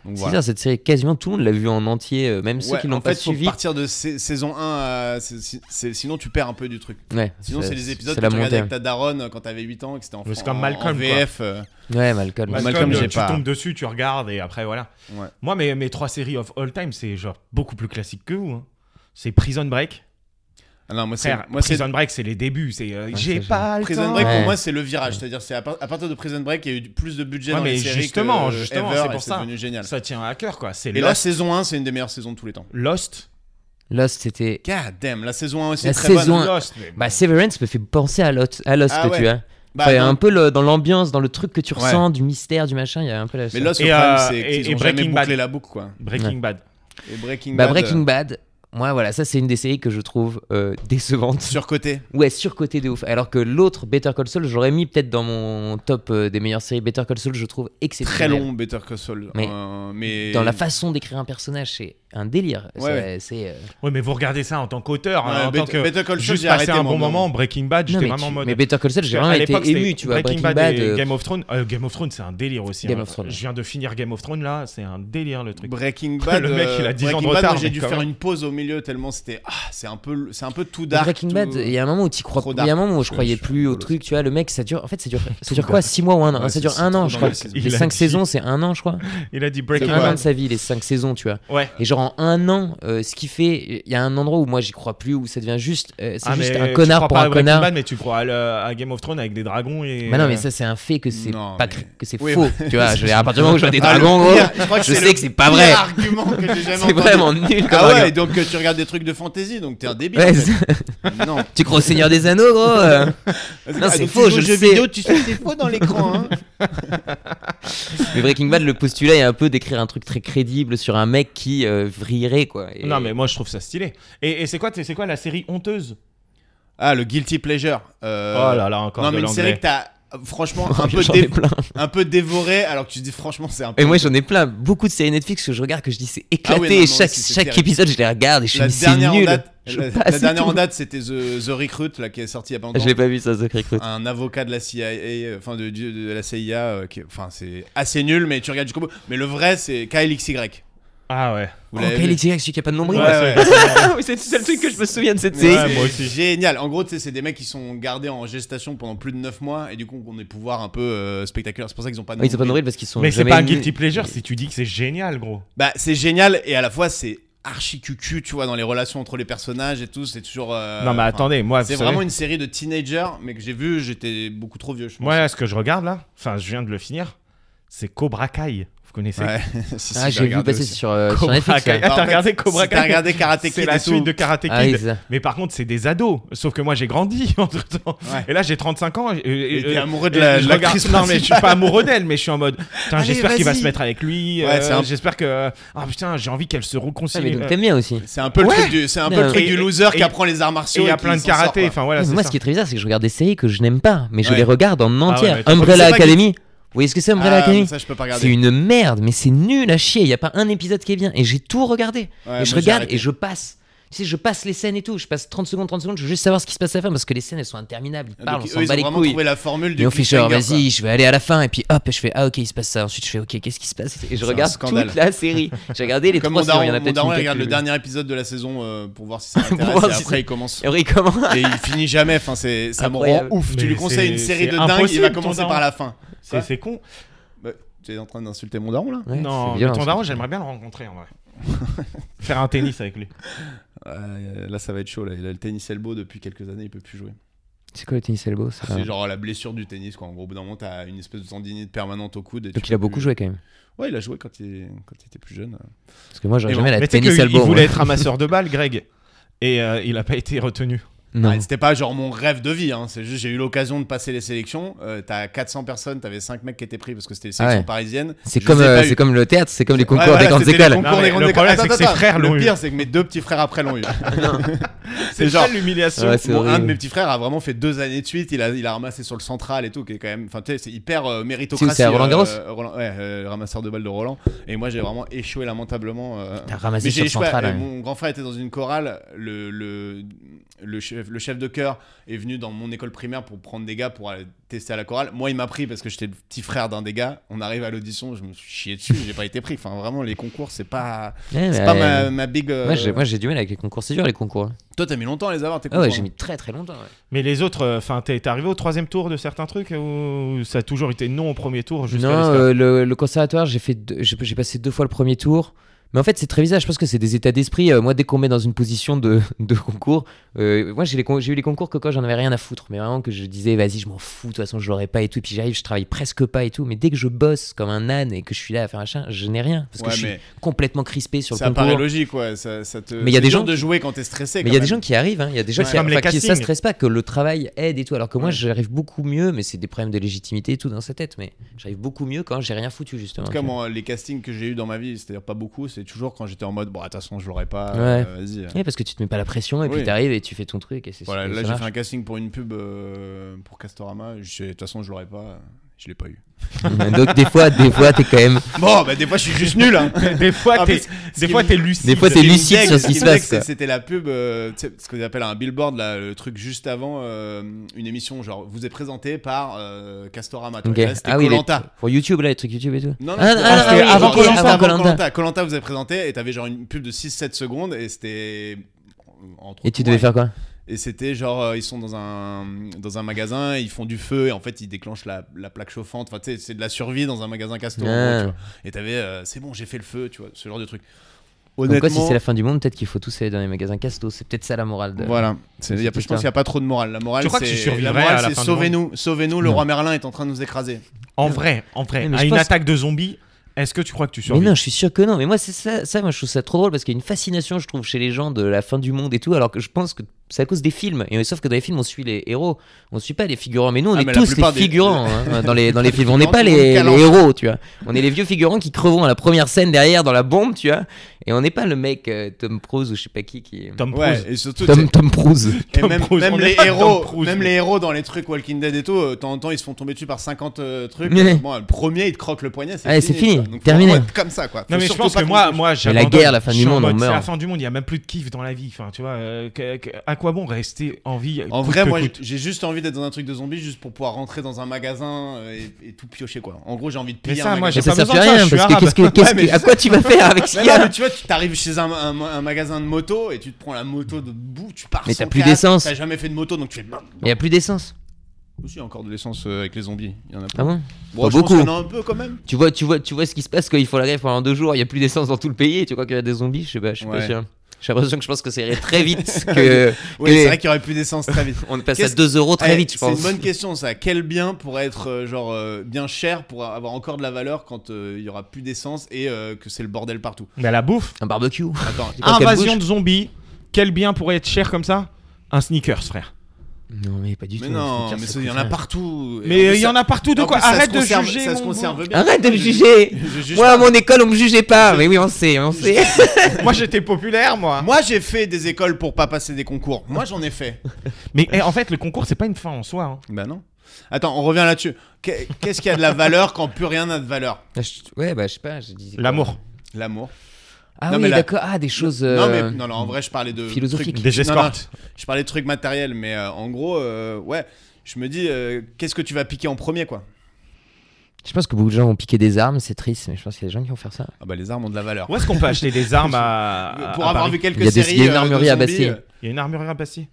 C'est voilà. bizarre, cette série, quasiment tout le monde l'a vu en entier, euh, même ceux Ouais, qui en l'ont pas fait, faut suivi. partir de sa- saison 1 à- c'est- c'est- c'est- sinon tu perds un peu du truc. Ouais, Sinon, ça- c'est les épisodes c'est que tu la regardais montée. avec ta daronne euh, quand t'avais 8 ans et que c'était en, Mais c'est en- comme en Malcolm, quoi. VF. euh, Ouais, Malcolm. Malcolm, Malcolm, j'ai tu pas. tombes dessus, tu regardes et après voilà. Ouais. Moi, mes, mes trois séries of all time, c'est genre beaucoup plus classique que vous. hein. C'est Prison Break. ah non, moi, c'est. Frère, moi, c'est- Prison Break, c'est les débuts. C'est euh, Ouais, j'ai c'est pas le Prison temps. Break, pour Ouais. moi, c'est le virage. C'est-à-dire, c'est à, par- à partir de Prison Break, il y a eu plus de budget Ouais, dans les mais séries. justement, que, euh, justement, ever, c'est et pour ça. devenu génial. Ça tient à cœur quoi. C'est Et la Lost. saison 1, c'est une des meilleures saisons de tous les temps. Lost. Lost, c'était. God damn, la saison 1 aussi La très saison bonne. un. Lost. mais- Bah, Severance me fait penser à Lost, à Lost Ah que ouais. tu as. Bah, Enfin, il y a non, un peu le- dans l'ambiance, dans le truc que tu Ouais. ressens, du mystère, du machin, il y a un peu la Mais Lost, Et, le problème, euh, c'est et- qu'ils et ont jamais Breaking Bad. bouclé la boucle, quoi. Breaking Bad. Et Breaking Bah, Bad, Breaking euh, Bad, moi voilà, ça c'est une des séries que je trouve euh, décevante. surcoté. Ouais, surcotée de ouf. Alors que l'autre, Better Call Saul, j'aurais mis peut-être dans mon top euh, des meilleures séries. Better Call Saul, je trouve Très exceptionnel. long, Better Call Saul. Mais- Euh, mais... Dans la façon d'écrire un personnage, c'est un délire. Ouais, C'est- ouais. c'est, euh, Ouais, mais vous regardez ça en tant qu'auteur, Ouais, hein, en Bet- tant que Better Call Saul, juste j'ai passer arrêté un mon bon moment. moment. Breaking Bad, non, j'étais mais, vraiment en tu- mode. mais Better Call Saul, j'ai Parce vraiment qu'à été l'époque, c'était ému, tu vois. Breaking, Bad, et euh, Game of Thrones. euh, Game of Thrones, c'est un délire aussi. Game hein. of Thrones. Je viens de finir Game of Thrones là, c'est un délire le truc. Breaking Bad, Le mec, euh, il a 10 ans de Breaking Bad, retard, moi, J'ai mais dû quand faire même. une pause au milieu tellement c'était ah, c'est un peu c'est un peu tout Mais dark. Breaking tout- Bad, il y a un moment où tu crois. Trop Il y a un dark. moment où je Je- croyais je- plus au je- truc, tu vois. Le mec, ça dure. En fait, ça dure. Ça dure quoi 6 mois ou un an Ouais, Ça c'est- dure c'est un an, trop je dans crois. les saisons. Les Il a 5 dit- saisons, c'est un an, je crois. Il a dit C'est Breaking un an Bad. de sa vie, les 5 saisons, tu vois. Ouais. Et genre en un an, euh, ce qui fait, il y a un endroit où moi j'y crois plus, où ça devient juste, euh, c'est Ah, juste mais un tu connard crois pour pas un à Breaking connard. Bad, mais tu crois à, le- à Game of Thrones avec des dragons et. Mais non, mais ça c'est un fait que c'est Non, pas mais- cr- que c'est Oui, faux. Tu vois, je, à partir du moment où je vois des dragons, Ah, le gros, pire, je, crois je c'est sais le que c'est pas pire vrai. argument que j'ai jamais C'est entendu. vraiment nul comme Ah ouais, argument. donc euh, tu regardes des trucs de fantasy, donc t'es un débile. Ouais, en fait. c'est- Non. tu crois au Seigneur des Anneaux, gros euh. Non, Ah, c'est donc, faux, tu joues je aux le jeux sais. vidéo, tu sais que c'est faux dans l'écran. Hein. Mais Breaking Bad, le postulat est un peu d'écrire un truc très crédible sur un mec qui euh, vrillerait, quoi. Et- Non, mais moi je trouve ça stylé. Et, et c'est quoi, t'es- c'est quoi la série honteuse Ah, le Guilty Pleasure. Euh, Oh là là, encore non, de mais une série l'anglais. que t'as euh, franchement un peu, J'en dé- ai plein. un peu dévoré, alors que tu te dis franchement, c'est un peu. Et moi j'en ai plein, beaucoup de séries Netflix que je regarde que je dis c'est éclaté Ah oui, non, non, et chaque, c'est- c'est chaque terrible. épisode je les regarde et je la me dis c'est dernière, en nul. date, Je la, passe la et dernière en tout. date, c'était The, The Recruit, là, qui est sorti il y a pas longtemps. Je l'ai pas vu ça The Recruit. un avocat de la CIA, euh, enfin de, de- de la CIA, euh, qui est- enfin c'est assez nul, mais tu regardes jusqu'au bout. Mais le vrai, c'est KLXY. Ah ouais. Vous Oh, l'avez quel vu XY, celui qui a pas de nombril Ouais, ouais. Oui, C'est le seul truc que je me souviens de cette Mais série. Ouais, c'est moi aussi. Génial. En gros, tu sais, c'est des mecs qui sont gardés en gestation pendant plus de 9 mois et du coup, ont des pouvoirs un peu euh, spectaculaires. C'est pour ça qu'ils ont pas de Ah, Ils ont pas de nombril. nombril parce qu'ils sont Mais c'est jamais pas un nus. guilty pleasure si tu dis que c'est génial, gros. Bah, c'est génial et à la fois, c'est archi cucu, tu vois, dans les relations entre les personnages et tout. C'est toujours. euh, non, mais enfin, attendez, moi, C'est vous savez- vraiment une série de teenagers, mais que j'ai vu, j'étais beaucoup trop vieux, je pense. Moi, ce que je regarde là, enfin, je viens de le finir, c'est Cobra Kai. Vous connaissez Ouais. Si, si, Ah, j'ai vu regardé passer aussi. sur euh, sur Cobra Netflix. Kai. ouais. Ah, Bah, en t'as fait, regardé Cobra si t'as Kai regardé Karate Kid C'est la et tout. suite de Karate Kid. Ah oui, c'est ça. mais par contre, c'est des ados. Sauf que moi, j'ai grandi entre temps. Ouais. Et là, j'ai 35 ans. Et, et- Et t'es et- amoureux de et la- je de regarde- l'actrice Non, mais je suis principale. pas amoureux d'elle, mais je suis en mode. putain, Allez, J'espère qu'il va vas-y. se mettre avec lui. Ouais, c'est euh, un- J'espère que. Ah putain, j'ai envie qu'elle se Ah, mais réconcilie. euh. donc t'aimes bien aussi. C'est un peu le Ouais. truc du, c'est un peu Non. le truc Et- du loser et- qui apprend les arts martiaux. Et il y a qui plein de s'en sort, karaté. quoi. Enfin, voilà, Mais c'est moi, ça. ce qui est très bizarre, c'est que je regarde des séries que je n'aime pas, mais je Ouais. les regarde en entière. mais tu- Umbrella Je sais pas Academy. Vous voyez ce que c'est Umbrella Ah, mais Academy ça, je peux pas C'est regarder. une merde, mais c'est nul à chier. Il y a pas un épisode qui est bien. Et j'ai tout regardé. Ouais, et je moi, j'ai regarde arrêté. et je passe. Tu sais, je passe les scènes et tout. Je passe 30 secondes, 30 secondes. Je veux juste savoir ce qui se passe à la fin parce que les scènes elles sont interminables. Ils Ah, Donc, parlent, on eux, s'en ils bat ont les vraiment couilles. trouvé la formule du Et on fait genre, cliffhanger, vas-y, je vais aller à la fin. Et puis hop, je fais, ah ok, il se passe ça. Ensuite, je fais, ok, qu'est-ce qui se passe Et je C'est un regarde scandale. toute la série. J'ai regardé les quoi. Comme trois mon saisons. Il y en daron, a mon peut-être daron une il que regarde j'ai le vue. dernier épisode de la saison euh, pour voir si ça voir l'intéresse et si après c'est- il commence. Et oui, comment Et il finit jamais, enfin c'est ça me rend Incroyable. ouf. Tu Mais lui conseilles c'est- une série c'est de dingue, il impossible, va ton commencer daron. par la fin. C'est- Quoi C'est con. Bah, Tu es en train d'insulter mon daron là Ouais, non, c'est mais violent, ton ça. daron, j'aimerais bien le rencontrer en vrai. Faire un tennis avec lui. Euh, Là ça va être chaud, là. il a le tennis elbow depuis quelques années, il peut plus jouer. C'est quoi le tennis elbow ça C'est genre la blessure du tennis quoi. En gros, au bout d'un moment t'as une espèce de tendinite permanente au coude. et tu Donc il a peux beaucoup plus- joué quand même. Ouais, il a joué quand il, quand il était plus jeune. Parce que moi, j'aurais Et jamais la mais tu sais tennis qu'il elbow. hein. voulait moi. être ramasseur de balles, Greg. Et euh, il a pas été retenu. Non. Ah, c'était pas genre mon rêve de vie, hein. c'est juste j'ai eu l'occasion de passer les sélections. Euh, t'as 400 personnes, t'avais 5 mecs qui étaient pris parce que c'était les sélections Ah ouais. parisiennes. C'est Je comme, les ai euh, pas c'est eu. comme le théâtre, c'est comme les Ouais, concours voilà, des grandes c'était les écoles. concours Non, des mais grandes le écoles. problème, Attends, c'est que ses attends, frères l'ont Le eu. pire, c'est que mes deux petits frères après l'ont eu. C'est genre- ça l'humiliation. Ah Ouais, c'est Mon- un de horrible. mes petits frères a vraiment fait deux années de suite. Il a, il a ramassé sur le central et tout, qui est quand même. Enfin, tu sais, c'est hyper euh, méritocratie. C'est où, c'est à Roland-Garros euh, Roland- Ouais, euh, ramasseur de balles de Roland. Et moi, j'ai vraiment échoué lamentablement. euh, T'as mais ramassé j'ai sur échoué. hein. Central. euh, ouais. Mon grand frère était dans une chorale. Le, le, le, chef, le chef de chœur est venu dans mon école primaire pour prendre des gars pour aller tester à la chorale. Moi, il m'a pris parce que j'étais le petit frère d'un des gars. On arrive à l'audition, je me suis chié dessus, j'ai pas été pris. Enfin, vraiment, les concours, c'est pas, Ouais, c'est mais, pas euh, ma, ma big. euh, Moi, j'ai- moi, j'ai du mal avec les concours. C'est dur les concours. hein. Toi, t'as mis longtemps à les avoir, tes Ah concours. ouais, j'ai hein. mis très très longtemps. ouais. Mais les autres, euh, enfin, t'es t'es arrivé au troisième tour de certains trucs ou ça a toujours été non au premier tour jusqu'à Non, l'Escar euh, le, le conservatoire, j'ai fait, deux- j'ai j'ai passé deux fois le premier tour. Mais en fait, c'est très bizarre. Je pense que c'est des états d'esprit. Euh, moi, dès qu'on met dans une position de, de concours, euh, moi j'ai les con- j'ai eu les concours que quand j'en avais rien à foutre, mais vraiment que je disais vas-y, je m'en fous. De toute façon, je l'aurai pas et tout. Et puis j'arrive, je travaille presque pas et tout. Mais dès que je bosse comme un âne et que je suis là à faire un chien, je n'ai rien parce que Ouais, je suis mais- complètement crispé sur le ça paraît concours. logique, ouais. Ça, ça te... Mais il y a c'est des dur gens de jouer quand t'es stressé. Mais il quand y a des même. gens qui arrivent, hein. il y a des gens Ouais, qui, comme les enfin, qui ça castings. stresse pas, que le travail aide et tout. Alors que moi, Ouais. j'arrive beaucoup mieux, mais c'est des problèmes de légitimité et tout dans sa tête. Mais j'arrive beaucoup mieux quand j'ai rien foutu, justement. En tout tu cas, vois. moi, les castings que j'ai eu dans ma vie, c'est-à-dire pas beaucoup, c'est toujours quand j'étais en mode, bon, de toute façon, je l'aurais pas. euh, Vas-y. Ouais, parce que tu te mets pas la pression et puis Oui. t'arrives et tu fais ton truc. Et c'est Voilà, et là, ça j'ai marche. fait un casting pour une pub euh, pour Castorama. Je- De toute façon, je l'aurais pas. Je l'ai pas eu. Donc des fois, des fois, t'es quand même. Bon, bah, des fois, je suis juste nul. Hein. Des fois, Ah, t'es mais des qui fois, me- t'es lucide. Des fois, t'es qui me lucide dégue, sur ce qui me se passe, dégue, c'est- quoi. C'était la pub, euh, tu sais, ce qu'on appelle un billboard, là, le truc juste avant euh, une émission, genre, vous est présenté par euh, Castorama. tu vois. Ok. Là, c'était Ah oui, les- Koh-Lanta. pour YouTube là, les trucs YouTube et tout. Non, non, Ah, c'était- ah, ah, ah, c'était oui, avant ok, Koh-Lanta, avant avant Koh-Lanta. Koh-Lanta. Koh-Lanta vous est présenté et t'avais genre une pub de 6-7 secondes et c'était. entre Et tu moi, devais faire quoi Et c'était genre, euh, ils sont dans un, dans un magasin, ils font du feu et en fait ils déclenchent la, la plaque chauffante. Enfin, tu sais, c'est de la survie dans un magasin casto. en gros, Ah. tu vois. Et t'avais, euh, c'est bon, j'ai fait le feu, tu vois, ce genre de truc. Donc Honnêtement. quoi, si c'est la fin du monde, peut-être qu'il faut tous aller dans les magasins casto. C'est peut-être ça la morale. De... Voilà, C'est- il y a, je pense cette qu'il n'y a pas trop de morale. La morale, Tu crois que tu c'est la survivrais morale, à la c'est fin du sauvez-nous, sauvez-nous, le Non. roi Merlin est en train de nous écraser. En vrai, en vrai, Mais non, à je une pense- attaque de zombies, est-ce que tu crois que tu Mais survis non, je suis sûr que non. Mais moi, c'est ça, ça, moi, je trouve ça trop drôle parce qu'il y a une fascination, je trouve, chez les gens de la fin du monde et tout. Alors que je pense que c'est à cause des films. Et sauf que dans les films, on suit les héros, on suit pas les figurants. Mais nous, on Ah, mais est la tous les plupart des- figurants hein, dans les dans les films. On des n'est pas figurants, tout le les, monde les héros, tu vois. On est les vieux figurants qui crevons à la première scène derrière dans la bombe, tu vois. Et on n'est pas le mec euh, Tom Cruise ou je sais pas qui qui. Tom Cruise. Ouais, et surtout, Tom Tom Cruise. Et Tom même, Cruise, même on est les pas héros, Tom Cruise. même les héros dans les trucs Walking Dead et tout, euh, de temps en temps ils se font tomber dessus par 50 euh, trucs. Ouais. Bon, le premier il te croque le poignet, c'est Ouais, fini. c'est fini, quoi. Donc, faut terminé. vraiment être comme ça quoi. Non Faut mais je surtout pense pas que qu'on moi, touche. moi Mais la j'abandonne. guerre, la fin Je du suis en monde, on mode, C'est meurt. la fin du monde, il y a même plus de kiff dans la vie. Enfin, tu vois, euh, que- que- à quoi bon rester en vie En coûte vrai, que moi coûte j'ai juste envie d'être dans un truc de zombie juste pour pouvoir rentrer dans un magasin euh, et, et tout piocher quoi. En gros, j'ai envie de Mais piller ça, un moi, magasin. j'ai Mais ça pas sert besoin plus à de ça, rien je suis parce que arabe. qu'est-ce que qu'est-ce mais que- à quoi tu vas faire avec ce Mais qu'il y a non, mais tu vois, tu t'arrives chez un, un, un magasin de moto et tu te prends la moto de bout, tu pars Mais sans t'as plus casque, d'essence. T'as jamais fait de moto donc tu fais. Il y a plus d'essence. Aussi, il y a encore de l'essence euh, avec les zombies. Il y en a Ah pas. bon Bon, Pas je pense beaucoup. qu'il y en a un peu quand même. Tu vois, tu vois, tu vois ce qui se passe quand il faut la grève pendant deux jours. Il y a plus d'essence dans tout le pays. Tu crois qu'il y a des zombies Je sais pas. Je suis pas Ouais. sûr. J'ai l'impression que je pense que ça irait très vite. que Oui, que- c'est vrai qu'il y aurait plus d'essence très vite. on passe à Qu'est-ce- 2 euros très Eh, vite, je pense. C'est une bonne question ça. Quel bien pourrait être euh, genre euh, bien cher pour avoir encore de la valeur quand euh, il y aura plus d'essence et euh, que c'est le bordel partout. Mais la bouffe, Un barbecue. Attends, Dans quelle invasion de bouche zombies, quel bien pourrait être cher comme ça Un sneakers, frère. Non mais pas du mais tout. non, Tiens, mais ça ça, il y en coûte a rien. partout. Et en Mais plus, il y ça- en a partout de en quoi plus, ça se Arrête de conserve- juger. Ça se mon- conserve bien. Arrête de me Je- juger. je juge Moi à pas. mon école on me jugeait pas. Mais oui on sait, on sait. Moi j'étais populaire, moi. Moi j'ai fait des écoles pour pas passer des concours. Moi j'en ai fait. Mais eh, en fait, le concours, c'est pas une fin en soi. hein. bah non. Attends, on revient là-dessus. Qu'est- Qu'est-ce qui a de la valeur quand plus rien n'a de valeur Ah, je- ouais bah je sais pas. je disais quoi. L'amour. L'amour. Ah Non, oui mais la- d'accord. Ah des choses. Non euh, mais non, non, en vrai je parlais de philosophique. trucs- Des Non, non, escortes. je parlais de trucs matériels mais euh, en gros euh, ouais, je me dis euh, qu'est-ce que tu vas piquer en premier quoi Je pense que beaucoup de gens ont piqué des armes. C'est triste. Mais je pense qu'il y a des gens qui vont faire ça. Ah bah les armes ont de la valeur. Où est-ce qu'on peut acheter des armes à. Euh, à- pour à avoir Paris vu quelques Il y a des- séries il y a une euh, de armurerie à zombies, Bastille. euh, Il y a une armurerie à Bastille.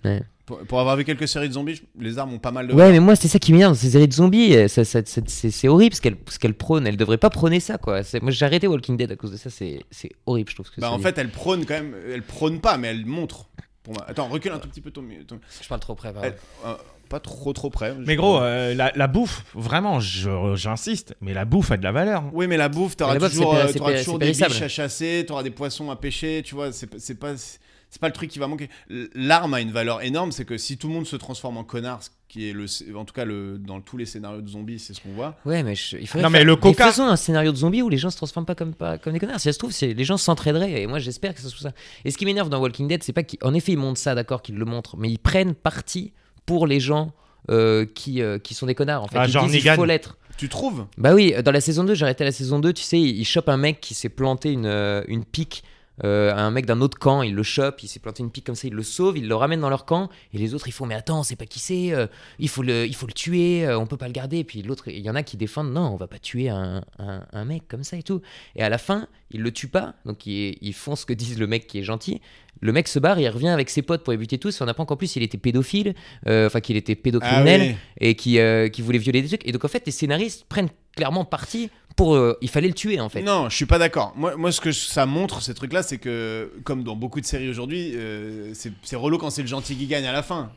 pour, pour avoir vu quelques séries de zombies, je- les armes ont pas mal de Ouais, mais moi, c'est ça qui m'énerve, ces séries de zombies. euh, ça- ça- ça- c'est c'est horrible ce qu'elle ce qu'elle prône. Elle devrait pas prôner ça, quoi. C'est- Moi, j'ai arrêté Walking Dead à cause de ça. C'est c'est horrible, je trouve. Que Bah ça en dit. fait, elle prône quand même, elle prône pas mais elle montre. Pour moi. Attends, recule un tout petit peu ton, ton- je parle trop près. pardon. elle- euh, pas trop trop près. Mais gros, euh, la, la bouffe, vraiment, je- j'insiste, mais la bouffe a de la valeur. hein. Oui, mais la bouffe, Mais t'auras la bouffe, toujours, euh, c'est péri- c'est t'auras péri- toujours c'est des périssable. biches à chasser, t'auras des poissons à pêcher, tu vois, c'est p- c'est pas, c'est pas le truc qui va manquer. L- L'arme a une valeur énorme, c'est que si tout le monde se transforme en connard, ce qui est le, sc- en tout cas le, dans tous les scénarios de zombies, c'est ce qu'on voit. Ouais, mais je- il faudrait. Non, faire- mais le coca- faisons un scénario de zombies où les gens se transforment pas comme, pas comme des connards. Si ça se trouve, c'est- les gens s'entraideraient. Et moi, j'espère que ça se trouve ça. Et ce qui m'énerve dans Walking Dead, c'est pas qu'en effet, ils montrent ça, d'accord, qu'ils le montrent, mais ils prennent parti pour les gens. euh, qui, euh, qui sont des connards en fait. Ah, Ils genre disent, il Negan. faut l'être. Tu trouves Bah oui, euh, dans la saison 2, j'ai arrêté la saison 2, tu sais, il, il chope un mec qui s'est planté une, euh, une pique euh, à un mec d'un autre camp, il le chope, il s'est planté une pique comme ça, il le sauve, il le ramène dans leur camp, et les autres ils font mais attends, on sait pas qui c'est, euh, il, faut le, il faut le tuer, euh, on peut pas le garder, et puis l'autre, il y en a qui défendent, non, on va pas tuer un, un- un mec comme ça et tout. Et à la fin, ils le tuent pas, donc ils, ils font ce que disent le mec qui est gentil. Le mec se barre, il revient avec ses potes pour les buter tous, et on apprend qu'en plus il était pédophile, euh, enfin qu'il était pédocriminel, Ah oui. et qui, euh, qui voulait violer des trucs. Et donc en fait, les scénaristes prennent clairement parti pour... euh, il fallait le tuer en fait. Non, je suis pas d'accord. Moi, moi, ce que ça montre, ces trucs-là, c'est que, comme dans beaucoup de séries aujourd'hui, euh, c'est c'est relou quand c'est le gentil qui gagne à la fin.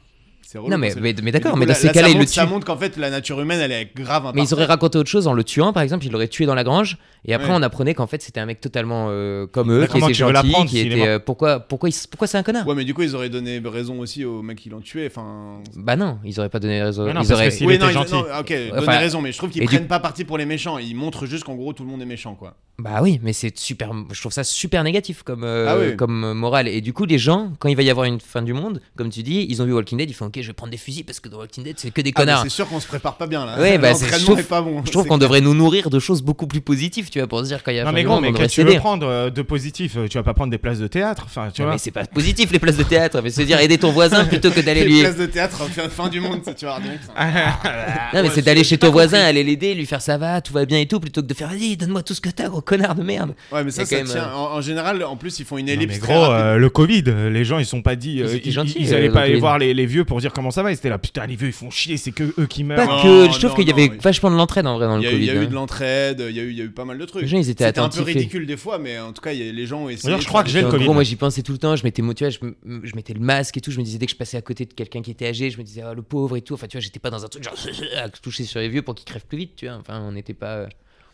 C'est relou Non, quand mais, c'est le- mais, mais Et du d'accord, coup, mais dans là- ces là, cas-là, ça il le montre- tue. Ça montre qu'en fait, la nature humaine, elle est grave Mais ils imparfaite. auraient raconté autre chose en le tuant, par exemple, ils l'auraient tué dans la grange, et après Ouais. on apprenait qu'en fait c'était un mec totalement euh, comme eux, Bah, qui comment était tu veux gentil, l'apprendre qui s'il est était. mort euh, pourquoi pourquoi, il s- pourquoi c'est un connard Ouais, mais du coup, ils auraient donné raison aussi au mec qui l'ont tué. Enfin. Bah non, ils auraient pas donné raison. Mais non, ils parce auraient- que si- S'il était non, ils- gentil. non, ok, donner enfin, raison, mais je trouve qu'ils et du- prennent pas parti pour les méchants. Ils montrent juste qu'en gros, tout le monde est méchant, quoi. Bah oui, mais c'est super. Je trouve ça super négatif comme, euh, Ah oui. comme euh, morale. Et du coup, les gens, quand il va y avoir une fin du monde, comme tu dis, ils ont vu Walking Dead, ils font Ok, je vais prendre des fusils parce que dans Walking Dead, c'est que des Ah, mais connards. c'est sûr qu'on se prépare pas bien là. Ouais, bah, c'est- je L'entraînement trouve- est pas bon. Je trouve C'est qu'on devrait nous nourrir de choses beaucoup plus positives, tu vois, pour se dire quand il y a Non fin mais du gros, monde, on mais devrait qu'est-ce que tu veux s'aider. prendre euh, de positif Euh, Tu vas pas prendre des places de théâtre, enfin tu Non, vois. mais c'est pas positif les places de théâtre, mais se dire aider ton voisin plutôt que d'aller Les lui. places de théâtre, fin, fin du monde, ça, tu vas voir direct, ça. Non, mais Ouais, c'est j'ai- d'aller j'ai chez pas ton voisin, compris. aller l'aider, lui faire ça va, tout va bien et tout, plutôt que de faire vas-y, donne-moi tout ce que t'as, gros connard de merde. Ouais, mais y a ça, quand ça même, tient. euh, En, en général, en plus, ils font une Non, ellipse. mais très gros, rapide. euh, le Covid, euh, les gens ils sont pas dit, euh, Ils étaient ils, gentils, ils euh, allaient dans pas le aller Covid. voir les, les vieux pour dire comment ça va. Ils étaient là, putain, les vieux ils font chier, c'est que eux qui Pas meurent. Non, que, je trouve non, qu'il y non, avait oui. vachement de l'entraide en vrai dans Il y le a, eu- il Covid. y a eu hein. de l'entraide, il y a eu, il y a eu pas mal de trucs. Les gens, ils étaient C'était un peu attentifs et- ridicule des fois, mais en tout cas, il y a- les gens ont essayé. D'ailleurs, je crois que j'ai le En Covid. gros, moi j'y pensais tout le temps, je mettais, mo- tu vois, je, m- je mettais le masque et tout, je me disais dès que je passais à côté de quelqu'un qui était âgé, je me disais ah, le pauvre et tout, enfin tu vois, j'étais pas dans un truc genre à toucher sur les vieux pour qu'ils crèvent plus vite, tu vois, enfin on n'était pas, euh,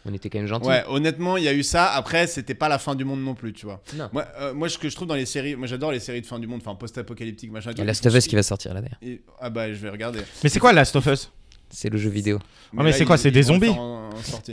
on On était quand même gentils. Ouais, honnêtement, il y a eu ça. Après, c'était pas la fin du monde non plus, tu vois. Non. Moi, euh, moi, ce que je trouve dans les séries, moi j'adore les séries de fin du monde, enfin post-apocalyptique, machin. Il y a Last of Us qui va sortir là derrière. Et- Ah bah, je vais regarder. Mais c'est quoi Last of Us C'est le jeu vidéo. mais c'est quoi, c'est des zombies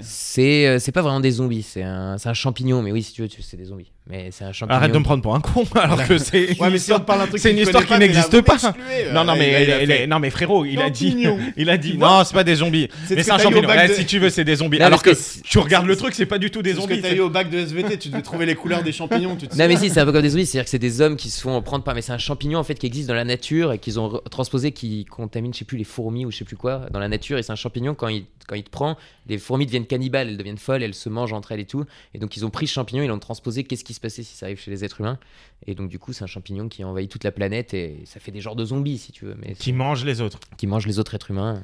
C'est euh, c'est pas vraiment des zombies, c'est un, c'est un champignon, mais oui, si tu veux, tu- c'est des zombies. Mais c'est un champignon. Arrête de me prendre pour un con alors que c'est. une Ouais, mais si on histoire- te parle d'un truc c'est que une tu histoire connais qui n'existe mais la pas. bonne excluée, Non, euh, non, mais, il a- il a il a- fait- non, mais frérot, il a dit. Champignon. Il a dit. vois Non, c'est pas des zombies. C'est Mais ce c'est que un t'as eu au champignon. bac Ouais, de- Si tu veux, c'est des zombies. Là, Alors que parce que tu regardes le truc, c'est pas du tout des C'est ce que zombies. t'as eu au bac de SVT, tu devais trouver les couleurs des champignons. Tu te Non mais souviens si c'est un peu comme des zombies, c'est-à-dire que c'est des hommes qui se font prendre par mais c'est un champignon en fait qui existe dans la nature et qu'ils ont re- transposé qui contamine je sais plus les fourmis ou je sais plus quoi dans la nature et c'est un champignon quand il quand il te prend, les fourmis deviennent cannibales, elles deviennent folles, elles se mangent entre elles et tout et donc ils ont pris ce champignon, ils l'ont transposé qu'est-ce qui se passait si ça arrive chez les êtres humains et donc du coup c'est un champignon qui envahit toute la planète et ça fait des genres de zombies si tu veux mais Qui mangent les autres. qui mangent les autres êtres humains.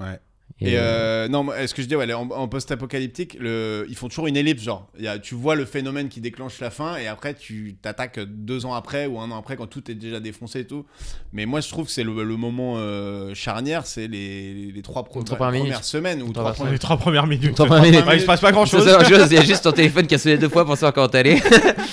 Ouais. Et, Et euh, non, moi, ce que je dis, ouais, en, en post-apocalyptique, le- ils font toujours une ellipse, genre, il y a- tu vois le phénomène qui déclenche la fin, et après tu t'attaques deux ans après ou un an après quand tout est déjà défoncé et tout. Mais moi, je trouve que c'est le, le moment euh, charnière, c'est les, les trois, pro- Les trois bah, les premières premières semaines ou Les trois trois premières Les premières- trois premières minutes. Trois premières minutes. Ouais, Il se passe pas grand chose. chose. chose, il y a juste ton téléphone qui a sonné deux fois pour savoir quand t'allais.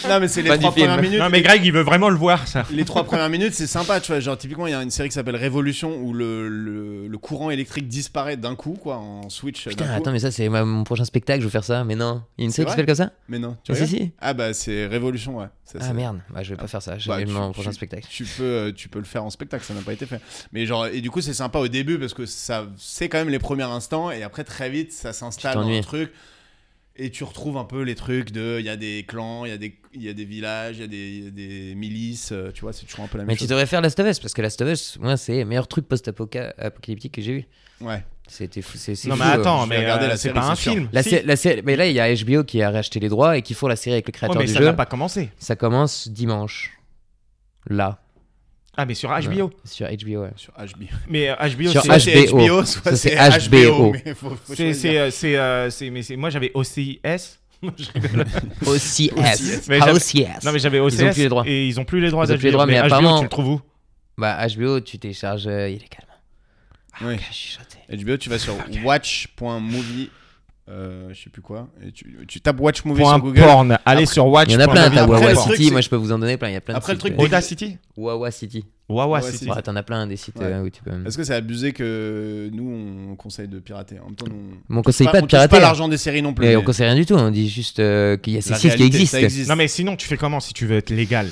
Non, mais c'est les Fin du trois film. premières minutes. Non, mais Greg, il veut vraiment le voir, ça. les trois premières minutes, c'est sympa, tu vois. Genre, typiquement, il y a une série qui s'appelle Révolution où le, le- le courant électrique disparaît d'un coup, quoi, en switch. Putain, d'un coup. attends, mais ça, c'est ma- mon prochain spectacle, je vais faire ça. Mais non. Il y a une C'est série qui vrai s'appelle comme ça Mais non, tu Ah, Si, vois. si. Ah, bah, c'est Révolution, ouais. Ça, Ah c'est- merde, bah, je vais pas faire ça. J'ai Bah, tu- mon tu- prochain spectacle. Tu peux, euh, tu peux le faire en spectacle, ça n'a pas été fait. Mais genre, et du coup, c'est sympa au début parce que ça, c'est quand même les premiers instants et après très vite, ça s'installe Tu dans le t'ennuies. truc. Et tu retrouves un peu les trucs de, il y a des clans, il y a des, il y a des villages, il y a des, il y a des milices, euh, tu vois, c'est toujours un peu la Mais même tu chose. devrais faire Last of Us parce que Last of Us, moi, c'est le meilleur truc post-apocalyptique que j'ai eu. Ouais. C'était fou. c'est- c'est Non, fou, mais euh. attends, je vais mais regarder euh, la c'est série, pas un c'est sûr. film. La Si. sé- la sé- mais là, il y a HBO qui a racheté les droits et qui font la série avec le Ouais, créateur mais du ça jeu. n'a pas commencé. Ça commence dimanche. Là. Ah, mais sur HBO. Ouais, Sur HBO, ouais. Sur HBO. Mais euh, HBO, Sur c'est- Soit c'est HBO, HBO, soit ça, c'est c'est HBO. mais faut- c'est. faut choisir. c'est, euh, c'est, euh, c'est- mais c'est- Moi, j'avais OCS. Je rigole. OCS. Mais j'avais- OCS. Non, mais j'avais OCS. plus les droits. Et ils ont plus les droits Ils ont d'HBO. plus les droits, mais HBO, apparemment- tu le trouves où Bah, HBO, tu télécharges euh, illégalement. Ah, Ouais. que je suis choqué. HBO, tu vas sur watch.movie, euh, je sais plus quoi, et tu, tu tapes watch movie Point sur Google. porn. Allez sur Ah, Watch. Il y en a plein, Après, t'as le Wawa truc, City, c'est- moi je peux vous en donner plein, il y a plein de Après, le sites, truc, Ah, euh, Oda City Wawa City. Wawa City. City. Ouais, t'en as plein des sites Ouais. Ah, euh, où tu peux. Est-ce que c'est abusé que nous on conseille de pirater En même temps, nous, Mais on conseille on pas touche de pirater. pas hein. l'argent des séries non plus. Mais on conseille rien du tout, on dit juste euh, qu'il y a ces La sites qui réalité, existent. ça existe. Non mais sinon tu fais comment si tu veux être légal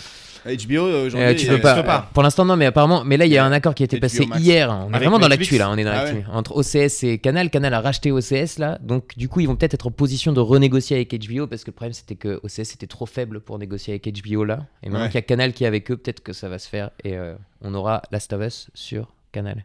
HBO euh, aujourd'hui, Euh, tu il peux existe pas. pas. Pour l'instant, non, mais apparemment. Mais là, il y a un accord qui a été HBO passé Max. hier. On est Avec vraiment dans Netflix. l'actu, là. On est dans Ah l'actu. Entre OCS et Canal. Canal a racheté OCS, là. Donc, du coup, ils vont peut-être être en position de renégocier avec HBO. Parce que le problème, c'était que OCS était trop faible pour négocier avec HBO, là. Et maintenant Ouais. qu'il y a Canal qui est avec eux, peut-être que ça va se faire. Et euh, on aura Last of Us sur Canal.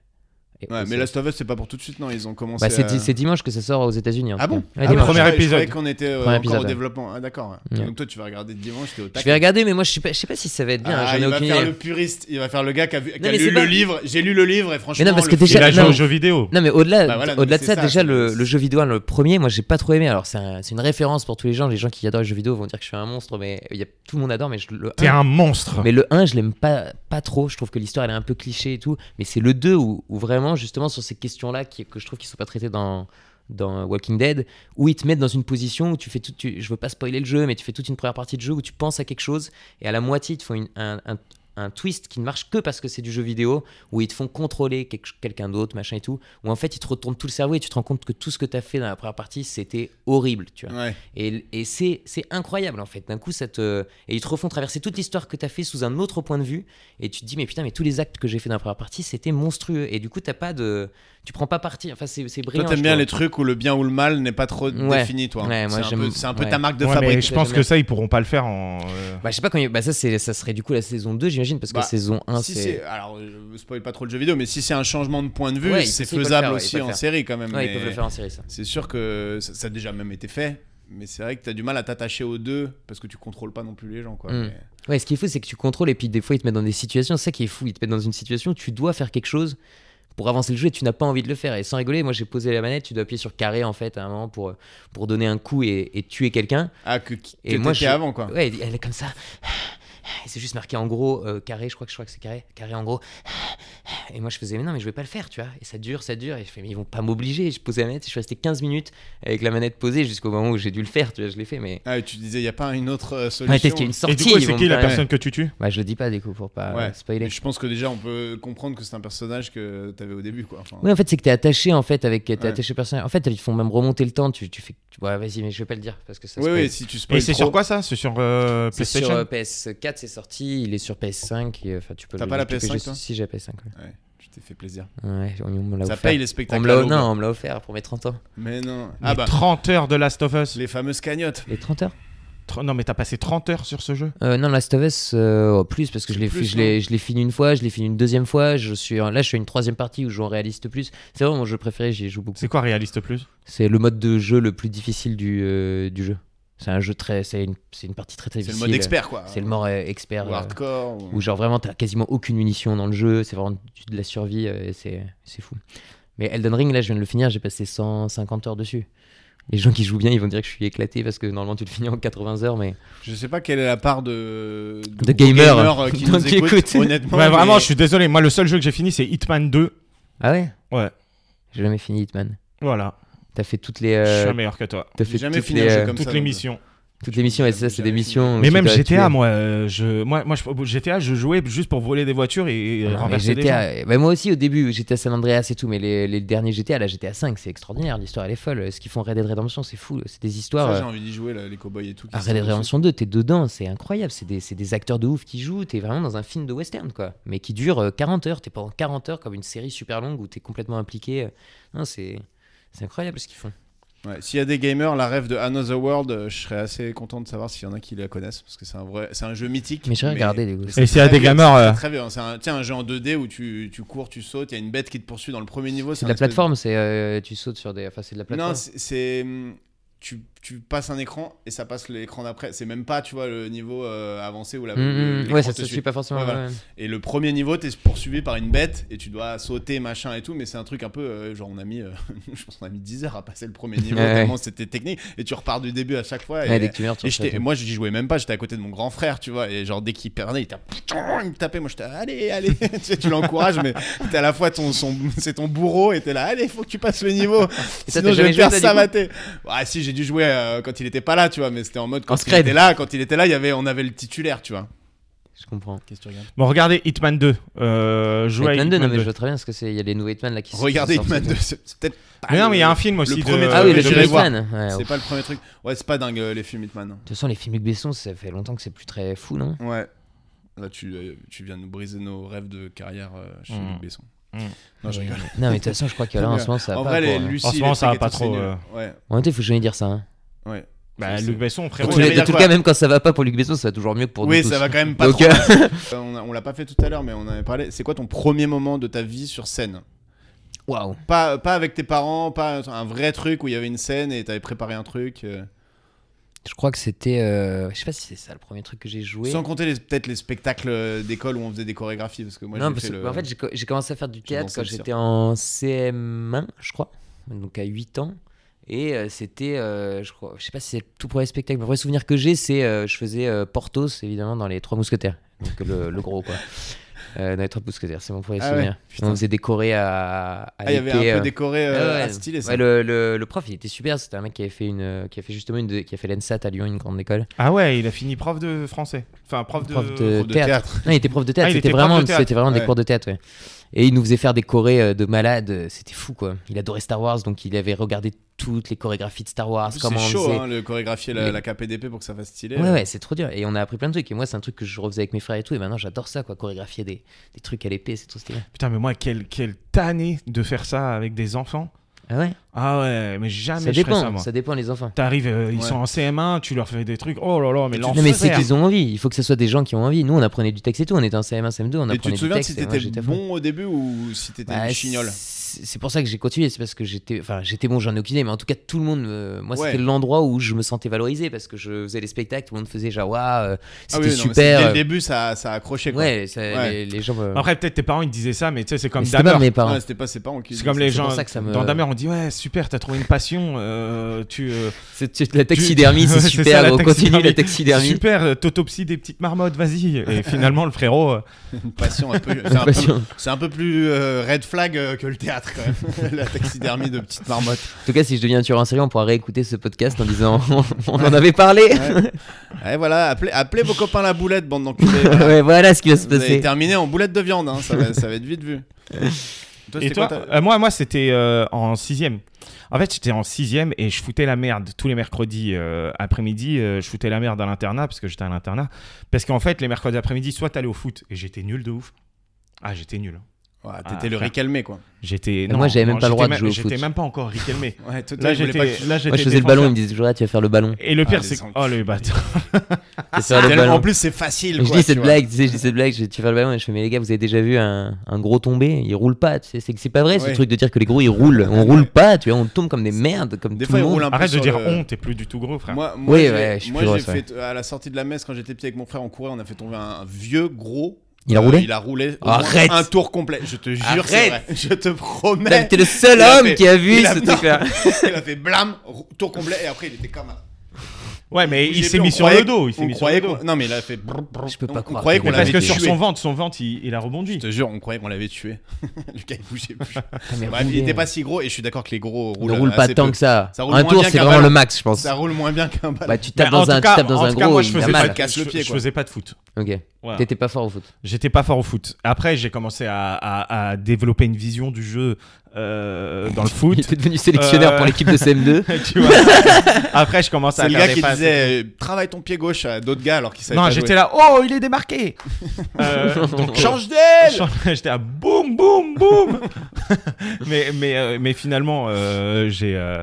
Et Ouais, OCS. mais Last of Us c'est pas pour tout de suite non, ils ont commencé. Bah, c'est, à- di- c'est dimanche que ça sort aux États-Unis. hein, en Ah tout bon cas. Ah Ouais, bon, dimanche. je Premier croyais- je épisode. croyais qu'on était euh, Premier encore épisode, au ouais. développement. Ah d'accord. ouais. Ouais. Donc toi tu vas regarder dimanche, t'es au tac. Je vais regarder, mais moi, je sais pas, je sais pas si ça va être bien. hein, Ah, J'en ai il va aucune faire idée. le puriste, il va faire le gars qui a, vu- qui a lu mais c'est le pas- livre. J'ai lu le livre et franchement. parce le que film- Il déjà- a joué non. aux jeux vidéo. Non mais au-delà Bah voilà, au delà mais de c'est ça, ça, déjà c'est- le, le jeu vidéo hein, le premier moi j'ai pas trop aimé alors c'est un- c'est une référence pour tous les gens les gens qui adorent les jeux vidéo vont dire que je suis un monstre mais il y a, tout le monde adore mais je, le T'es un- un monstre. mais le 1 je l'aime pas pas trop je trouve que l'histoire elle est un peu cliché et tout mais c'est le 2 où, où vraiment justement sur ces questions là que je trouve qui sont pas traitées dans dans Walking Dead où ils te mettent dans une position où tu fais tout tu- je veux pas spoiler le jeu mais tu fais toute une première partie de jeu où tu penses à quelque chose et à la moitié ils te font une- un, un- un twist qui ne marche que parce que c'est du jeu vidéo où ils te font contrôler quelque- quelqu'un d'autre machin et tout où en fait ils te retournent tout le cerveau et tu te rends compte que tout ce que tu as fait dans la première partie c'était horrible tu vois Ouais. et, et c'est c'est incroyable en fait. D'un coup, ça te. Et ils te refont traverser toute l'histoire que t'as fait sous un autre point de vue. Et tu te dis, mais putain, mais tous les actes que j'ai fait dans la première partie, c'était monstrueux. Et du coup, t'as pas de. Tu prends pas parti. Enfin, c'est c'est Toi brillant. t'aimes je bien trouve. les trucs où le bien ou le mal n'est pas trop Ouais. défini toi. Ouais, moi, C'est un j'aime- peu- c'est un peu ouais. ta marque de Ouais, mais fabrique. je pense J'aime que bien. ça ils pourront pas le faire en. euh, Bah, je sais pas quand. il- Bah, ça, c'est- ça serait du coup la saison 2, j'imagine, parce que Bah, saison 1, si c'est. c'est alors je spoil pas trop le jeu vidéo mais si c'est un changement de point de vue Ouais, ils- c'est ça, ils peuvent le faisable faire, ouais, ils aussi peuvent le en faire. série quand même Ouais, ils mais peuvent le faire en série, ça. c'est sûr que ça, ça a déjà même été fait mais c'est vrai que t'as du mal à t'attacher aux deux parce que tu contrôles pas non plus les gens quoi Mm. mais- Ouais, ce qui est fou, c'est que tu contrôles et puis des fois, ils te mettent dans des situations. C'est ça qui est fou. Ils te mettent dans une situation où tu dois faire quelque chose pour avancer le jeu et tu n'as pas envie de le faire. Et sans rigoler, moi, j'ai posé la manette. Tu dois appuyer sur carré en fait à un moment pour, pour donner un coup et- et tuer quelqu'un. ah que, que Et moi, t'étais je- avant quoi Ouais, elle est comme ça. Et C'est juste marqué en gros, euh, carré, je crois que je crois que c'est carré, carré en gros. Et moi, je faisais, mais non, mais je vais pas le faire, tu vois. Et ça dure, ça dure. Et je fais, mais ils vont pas m'obliger. Et je posais la manette, je suis resté 15 minutes avec la manette posée jusqu'au moment où j'ai dû le faire, tu vois. Je l'ai fait, mais. Ah, et tu disais, il n'y a pas une autre euh, Ouais, peut-être solution. qu'il y a une Et sortie. du coup, ils c'est vont qui me la faire- personne que tu tues Bah, je le dis pas, du coup, pour pas Ouais. euh, spoiler. Mais je pense que déjà, on peut comprendre que c'est un personnage que t'avais au début, quoi. Enfin, Oui, en fait, c'est que t'es attaché, en fait, avec. T'es Ouais. attaché au personnage. En fait, ils font même remonter le temps. Tu, tu fais. tu- Ouais, vas-y, mais je vais pas le dire parce que ça oui, spoil. oui, si tu spoil Et c'est trop, sur quoi ça C'est sur euh, C'est PlayStation sur euh, PS4, c'est sorti. Il est sur PS5. et, euh, Enfin, tu peux. T'as le- pas la tu peux PS5, juste- toi Si j'ai la PS5. ouais. Tu t'es fait plaisir. Ouais, on on me l'a Ça offert. paye les On spectacles. me l'a, à l'aube. non, on me l'a offert pour mes 30 ans. Mais non. Les Ah bah, 30 heures de Last of Us. les fameuses cagnottes. Les 30 heures Tr- Non, mais t'as passé 30 heures sur ce jeu euh, Non, Last of Us, euh, oh, plus, parce que je l'ai, Plus, je, l'ai, je l'ai fini une fois, je l'ai fini une deuxième fois. Je suis, en- là, je fais une troisième partie où je joue en réaliste plus. C'est vraiment mon jeu préféré, j'y joue beaucoup. C'est quoi Réaliste Plus C'est le mode de jeu le plus difficile du, euh, du jeu. C'est un jeu très. C'est une, c'est une partie très très C'est le difficile. mode expert, quoi. C'est le mode euh, expert. Ou euh, hardcore. ou- où genre vraiment t'as quasiment aucune munition dans le jeu, c'est vraiment du- de la survie, euh, et c'est c'est fou. Mais Elden Ring, là je viens de le finir, j'ai passé 150 heures dessus. Les gens qui jouent bien, ils vont dire que je suis éclaté parce que normalement tu le finis en 80 heures, mais Je sais pas quelle est la part de. De gros gamers, gamers, euh, qui donc nous qui écoutent, écoutent. Honnêtement. Ouais, vraiment, mais- je suis désolé. Moi, le seul jeu que j'ai fini, c'est Hitman 2. ah ouais, Ouais, j'ai jamais fini Hitman. voilà. T'as fait toutes les, Je euh, suis meilleur que toi. t'as J'ai fait jamais toutes fini les, un jeu euh, comme ça, Toutes donc, les euh, missions. toutes les missions. Et ça, J'ai c'est des jamais missions. où Mais tu même dois GTA, tuer. moi, euh, je, moi, moi, je- GTA, je jouais juste pour voler des voitures et euh, Non, mais renverser des gens. GTA, euh, bah, moi aussi au début GTA San Andreas et tout, mais les, les derniers GTA, la GTA 5, c'est extraordinaire, l'histoire elle est folle. Ce qu'ils font Red Dead Redemption, c'est fou, c'est des histoires. Ça, euh, j'ai envie d'y jouer, là, les cowboys et tout. qui Ah, sont Red Dead dessus. Redemption 2, t'es dedans, c'est incroyable, c'est des, c'est des acteurs de ouf qui jouent, t'es vraiment dans un film de western quoi, mais qui dure euh, 40 heures, t'es pendant 40 heures comme une série super longue où t'es complètement impliqué. euh, Non, c'est, c'est incroyable ce qu'ils font. Ouais, S'il y a des gamers, la rêve de Another World, euh, je serais assez content de savoir s'il y en a qui la connaissent, parce que c'est un vrai, c'est un jeu mythique. Mais j'ai regardé les Et s'il y a très des violent, gamers, c'est euh, Très violent. C'est un, tu sais, un jeu en 2D où tu, tu cours, tu sautes, il y a une bête qui te poursuit dans le premier niveau. C'est un de la espèce plateforme, c'est euh, tu sautes sur des. Enfin, c'est de la plateforme. Non, c'est- c'est. hum, Tu, tu passes un écran et ça passe l'écran d'après. C'est même pas, tu vois, le niveau euh, avancé ou la. Hum, le- hum, l'écran ouais, ça te se suit. suit pas forcément. Ouais, voilà. ouais. Et le premier niveau, t'es poursuivi par une bête et tu dois sauter, machin et tout. Mais c'est un truc un peu. euh, genre, on a mis. euh, je pense qu'on a mis 10 heures à passer le premier niveau, Ouais, tellement c'était technique. Et tu repars du début à chaque fois. Ouais, et- euh, dès que tu meurs, tu et refais j'étais- tout. moi, j'y jouais même pas, j'étais à côté de mon grand frère, tu vois. Et genre, dès qu'il perdait, il, était- il me tapait. Moi, j'étais, allez, allez. tu sais, tu l'encourages, mais t'es à la fois ton, son, c'est ton bourreau et t'es là, allez, faut que tu passes le niveau. ça, Sinon, je t'as vais jamais me joué, faire toi, du savater. Ah, si, j'ai dû jouer euh, quand il était pas là, tu vois, mais c'était en mode quand En il scred. était là, quand il était là, il y avait, on avait le titulaire, tu vois. Je comprends. Qu'est-ce que tu regardes Bon, regardez Hitman 2. Euh, jouez à Hitman 2, non, mais je 2. vois très bien ce que c'est. Il y a les nouveaux Hitman là qui sont- Regardez qui sont Hitman sortis. 2, c'est c'est peut-être pas. Mais non, mais il y a le- un film aussi. premier de... truc, Ah oui, Euh, le je jeu vais voir. Hitman. ouais, C'est Ah, ouf. pas le premier truc. Ouais, c'est pas dingue, euh, les films Hitman. De toute façon, les films Luc Besson, ça fait longtemps que c'est plus très fou, non Ouais. Là, tu, euh, tu viens de nous briser nos rêves de carrière euh, chez Mm. Luc Besson. Mm. Non, je rigole. Non, mais de toute façon, je crois que là, en ce moment, ça va En pas. vrai, les quoi. Lucie, En ce les moment, ça trucs va pas et tout, trop, c'est nul. euh, Ouais, En même temps, il faut jamais dire ça. hein. ouais. Bah, C'est- Luc Besson, Dans frérot. tous on les- avait dans dit tout quoi cas, même quand ça va pas pour Luc Besson, ça va toujours mieux que pour Oui, nous tous. ça va quand même pas Donc, trop. euh, Euh, on a- on l'a pas fait tout à l'heure, mais on en avait parlé. C'est quoi ton premier moment de ta vie sur scène Waouh. pas, pas avec tes parents, pas un vrai truc où il y avait une scène et t'avais préparé un truc. euh, Je crois que c'était. euh, Je sais pas si c'est ça le premier truc que j'ai joué. Sans compter les- peut-être les spectacles euh, d'école où on faisait des chorégraphies. Parce que moi, non, j'ai parce fait que le... bah, en fait, j'ai co- j'ai commencé à faire du théâtre dansé quand le cirque. j'étais en CM1, je crois, donc à 8 ans. Et euh, c'était, euh, je crois, je sais pas si c'est le tout premier spectacle. Le vrai souvenir que j'ai, c'est euh, je faisais euh, Porthos, évidemment, dans Les Trois Mousquetaires. Donc le, le gros, quoi. Euh, dans Les Trois Mousquetaires, c'est mon premier Ah ouais, souvenir. putain. On faisait décorer à. à Ah, il y avait l'épée, un euh, peu décoré euh, ouais, ouais. à style et ça. Ouais, le, le- le prof, il était super. C'était un mec qui avait fait, une, qui a fait justement une, de- qui a fait l'ENSAT à Lyon, une grande école. Ah ouais, il a fini prof de français. Enfin, prof de. Prof Cours de de théâtre. théâtre. Non, il était prof de théâtre. Ah, il c'était était prof vraiment, de théâtre. c'était vraiment des Ouais. cours de théâtre. ouais. Et il nous faisait faire des chorés euh, de malades. euh, C'était fou, quoi. Il adorait Star Wars, donc il avait regardé toutes les chorégraphies de Star En Wars. plus, C'est comment on chaud, faisait. hein, le chorégraphier la, Mais- la KPDP pour que ça fasse stylé. Ouais, ouais, c'est trop dur. Et on a appris plein de trucs. Et moi, c'est un truc que je refaisais avec mes frères et tout. Et maintenant, j'adore ça, quoi. Chorégraphier des, des trucs à l'épée, c'est trop stylé. Putain, mais moi, quelle quel tannée de faire ça avec des enfants. Ah ouais Ah ouais, mais jamais Ça je ferais dépend. ça, Ça, moi. dépend, les enfants. T'arrives, euh, ils Ouais. sont en CM1, tu leur fais des trucs. Oh là là, mais Non, Non, mais l'enfer. c'est qu'ils ont envie. Il faut que ce soit des gens qui ont envie. Nous, on apprenait du texte et tout. On était en CM1, CM2. On Et apprenait tu te du souviens texte. si et moi, t'étais j'étais à fond. bon au début ou si t'étais Bah, une chignole si- c'est c'est pour ça que j'ai continué, c'est parce que j'étais, enfin, j'étais bon, j'en ai aucune idée, mais en tout cas, tout le monde, me- moi, Ouais. c'était l'endroit où je me sentais valorisé parce que je faisais les spectacles, tout le monde faisait genre, waouh, euh, Ah c'était oui, non, mais super. Dès le euh, début, ça, ça a accroché. Quoi. ouais, ça- Ouais. Les, les gens me. Après, peut-être tes parents ils te disaient ça, mais tu sais, c'est comme Mais c'était pas Damer. mes parents. Ouais, c'était pas ses parents qui. C'est comme les c'est pour gens. ça que ça me- Dans Damer, on dit Ouais, super, t'as trouvé une passion. euh, tu, euh, C'est- tu- la taxidermie, Ouais, c'est c'est super, ça, la on continue la taxidermie. taxidermie. Super, euh, t'autopsies des petites marmottes, vas-y. Et finalement, le frérot. euh, Une passion un peu. c'est un peu- Passion. C'est un peu plus euh, red flag euh, que le théâtre quand même. La taxidermie de petite marmotte. En tout cas, si je deviens un tueur en série, on pourra réécouter ce podcast en disant on, on en avait parlé. Ouais, voilà, appelez, appelez vos copains la boulette, bande d'enculés. Voilà. ouais, voilà ce qui va se Vous avez passer. terminé en boulette de viande, hein, ça, va, ça va être vite vu. Toi, Et c'était toi quoi, ta- Euh, Moi, moi c'était euh, en sixième. En fait, j'étais en sixième et je foutais la merde tous les mercredis euh, après-midi. euh, je foutais la merde à l'internat parce que j'étais à l'internat. Parce qu'en fait, les mercredis après-midi, soit t'allais au foot et j'étais nul de ouf. Ah, j'étais nul. Ouais, T'étais Ah, le frère. récalmé quoi. J'étais. moi, j'avais même non, pas le droit j'étais de jouer même- au foot. J'étais même pas encore Riquelme. Ouais, toi, toi, Là, il voulait pas que j'étais. tu- Là, Moi, j'étais je faisais le ballon, ils défenseur. me disaient toujours, Ah, tu vas faire le ballon. Et le Ah, pire, les c'est que. enculés. Oh, le bâtard. Tu vas faire le Tellement- ballon. En plus, c'est facile. Je quoi, dis tu cette vois. blague, tu sais, je dis cette blague, je- tu vas faire le ballon et je fais, mais les gars, vous avez déjà vu un, un gros tomber, il roule pas, tu sais, c'est que c'est pas vrai Ouais. ce truc de dire que les gros ils roulent, on roule pas, tu vois, on tombe comme des merdes, comme Des tout fois, le il monde. roule un peu. Arrête de sur dire le- on, t'es plus du tout gros, frère. Moi, moi, Oui, j'ai- ouais, je suis moi, plus j'ai grosse, ouais. fait euh, à la sortie de la messe quand j'étais petit avec mon frère, on courait, on a fait tomber un vieux gros. Euh, Il a roulé Il a roulé. au Arrête moins Un tour complet. Je te jure, c'est vrai. Arrête Je te Putain, mais promets. T'es le seul Il a homme fait- qui a vu il a- ce non. truc-là. Il a fait blam, rou- tour complet, et après il était comme. un- Ouais, mais Au il début, s'est on mis sur croyait- le dos. Il s'est on mis sur croyait le dos. qu'on- Non, mais il a fait. brr, brr. Je peux On- pas on croire croyait que qu'on le Parce l'avait que tué. sur son ventre, son ventre, il, il a Je rebondi. te jure, on croyait qu'on l'avait tué. le gars il bougeait plus. mais Bref, il roulez. était pas si gros, et je suis d'accord que les gros On roulent. ne roule pas assez tant peu. que ça. Ça roule Un moins tour, bien c'est qu'un vraiment le ballon. max, je pense. Ça roule moins bien qu'un ballon. Bah, tu tapes Mais en dans tout un, cas- tu tapes dans en un tout cas, gros, moi, je il a faisais mal. pas de- Casse le je- pied, je quoi. faisais pas de foot. Ok. Voilà. T'étais pas fort au foot. J'étais pas fort au foot. Après, j'ai commencé à, à- à développer une vision du jeu euh, dans le Il foot. était devenu sélectionneur Euh, pour l'équipe de CM2. Tu vois. Après, je Bah, commence à C'est le faire gars des qui passes. disait euh, travaille ton pied gauche à d'autres gars alors qu'il savait Non, pas j'étais là. Oh, il est démarqué. Euh, donc, jouer. Change d'aile Change- J'étais à boum, boum, boum. mais, mais, euh, mais finalement, euh, j'ai, euh,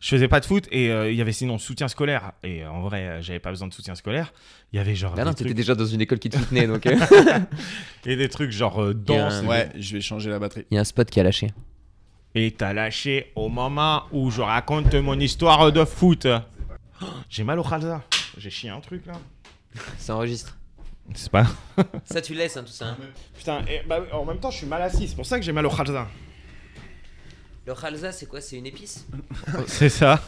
je faisais pas de foot et euh, il y avait sinon soutien scolaire. Et euh, en vrai, euh, j'avais pas besoin de soutien scolaire. Il y avait genre Ah non, des, t'étais trucs, déjà dans une école qui te soutenait, donc. euh. et des trucs genre euh, Il y a danse. un- Ouais, je vais changer la batterie. Il y a un spot qui a lâché. Et t'as lâché au moment où je raconte mon histoire de foot. Oh, J'ai mal au khalza. J'ai chié un truc là. Ça enregistre. C'est pas. Ça, tu laisses, tout ça. Putain, et, bah, en même temps, je suis mal assis. C'est pour ça que j'ai mal au khalza. Le khalza, c'est quoi C'est une épice C'est ça.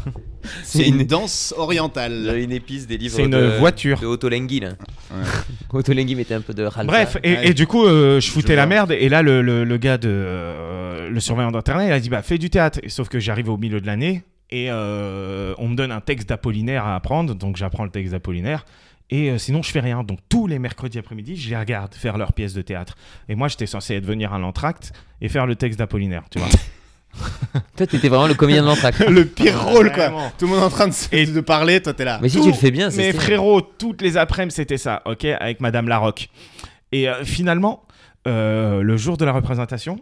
C'est une danse orientale. Une épice des livres. C'est une de- voiture. De Ottolenghi, là. Ouais. Ottolenghi mettait un peu de khalza. Bref, Ouais. et, et du coup, euh, je foutais Je la vois. merde. Et là, le, le- le gars de. euh, le surveillant d'internat, il a dit Bah, fais du théâtre. Et sauf que j'arrive au milieu de l'année. Et euh, on me donne un texte d'Apollinaire à apprendre. Donc, j'apprends le texte d'Apollinaire. Et euh, sinon, je fais rien. Donc, tous les mercredis après-midi, je les regarde faire leurs pièces de théâtre. Et moi, j'étais censé être venir à l'entracte et faire le texte d'Apollinaire, tu vois. Toi, t'étais vraiment le comédien de l'entracte. Le pire rôle quoi. Vraiment. Tout le monde en train de, se- Et- de parler, toi t'es là. Mais si Tout- tu le fais bien, c'est. Mais stylé. frérot, toutes les après-midi, c'était ça, ok, avec Madame Larocque. Et euh, finalement, euh, le jour de la représentation,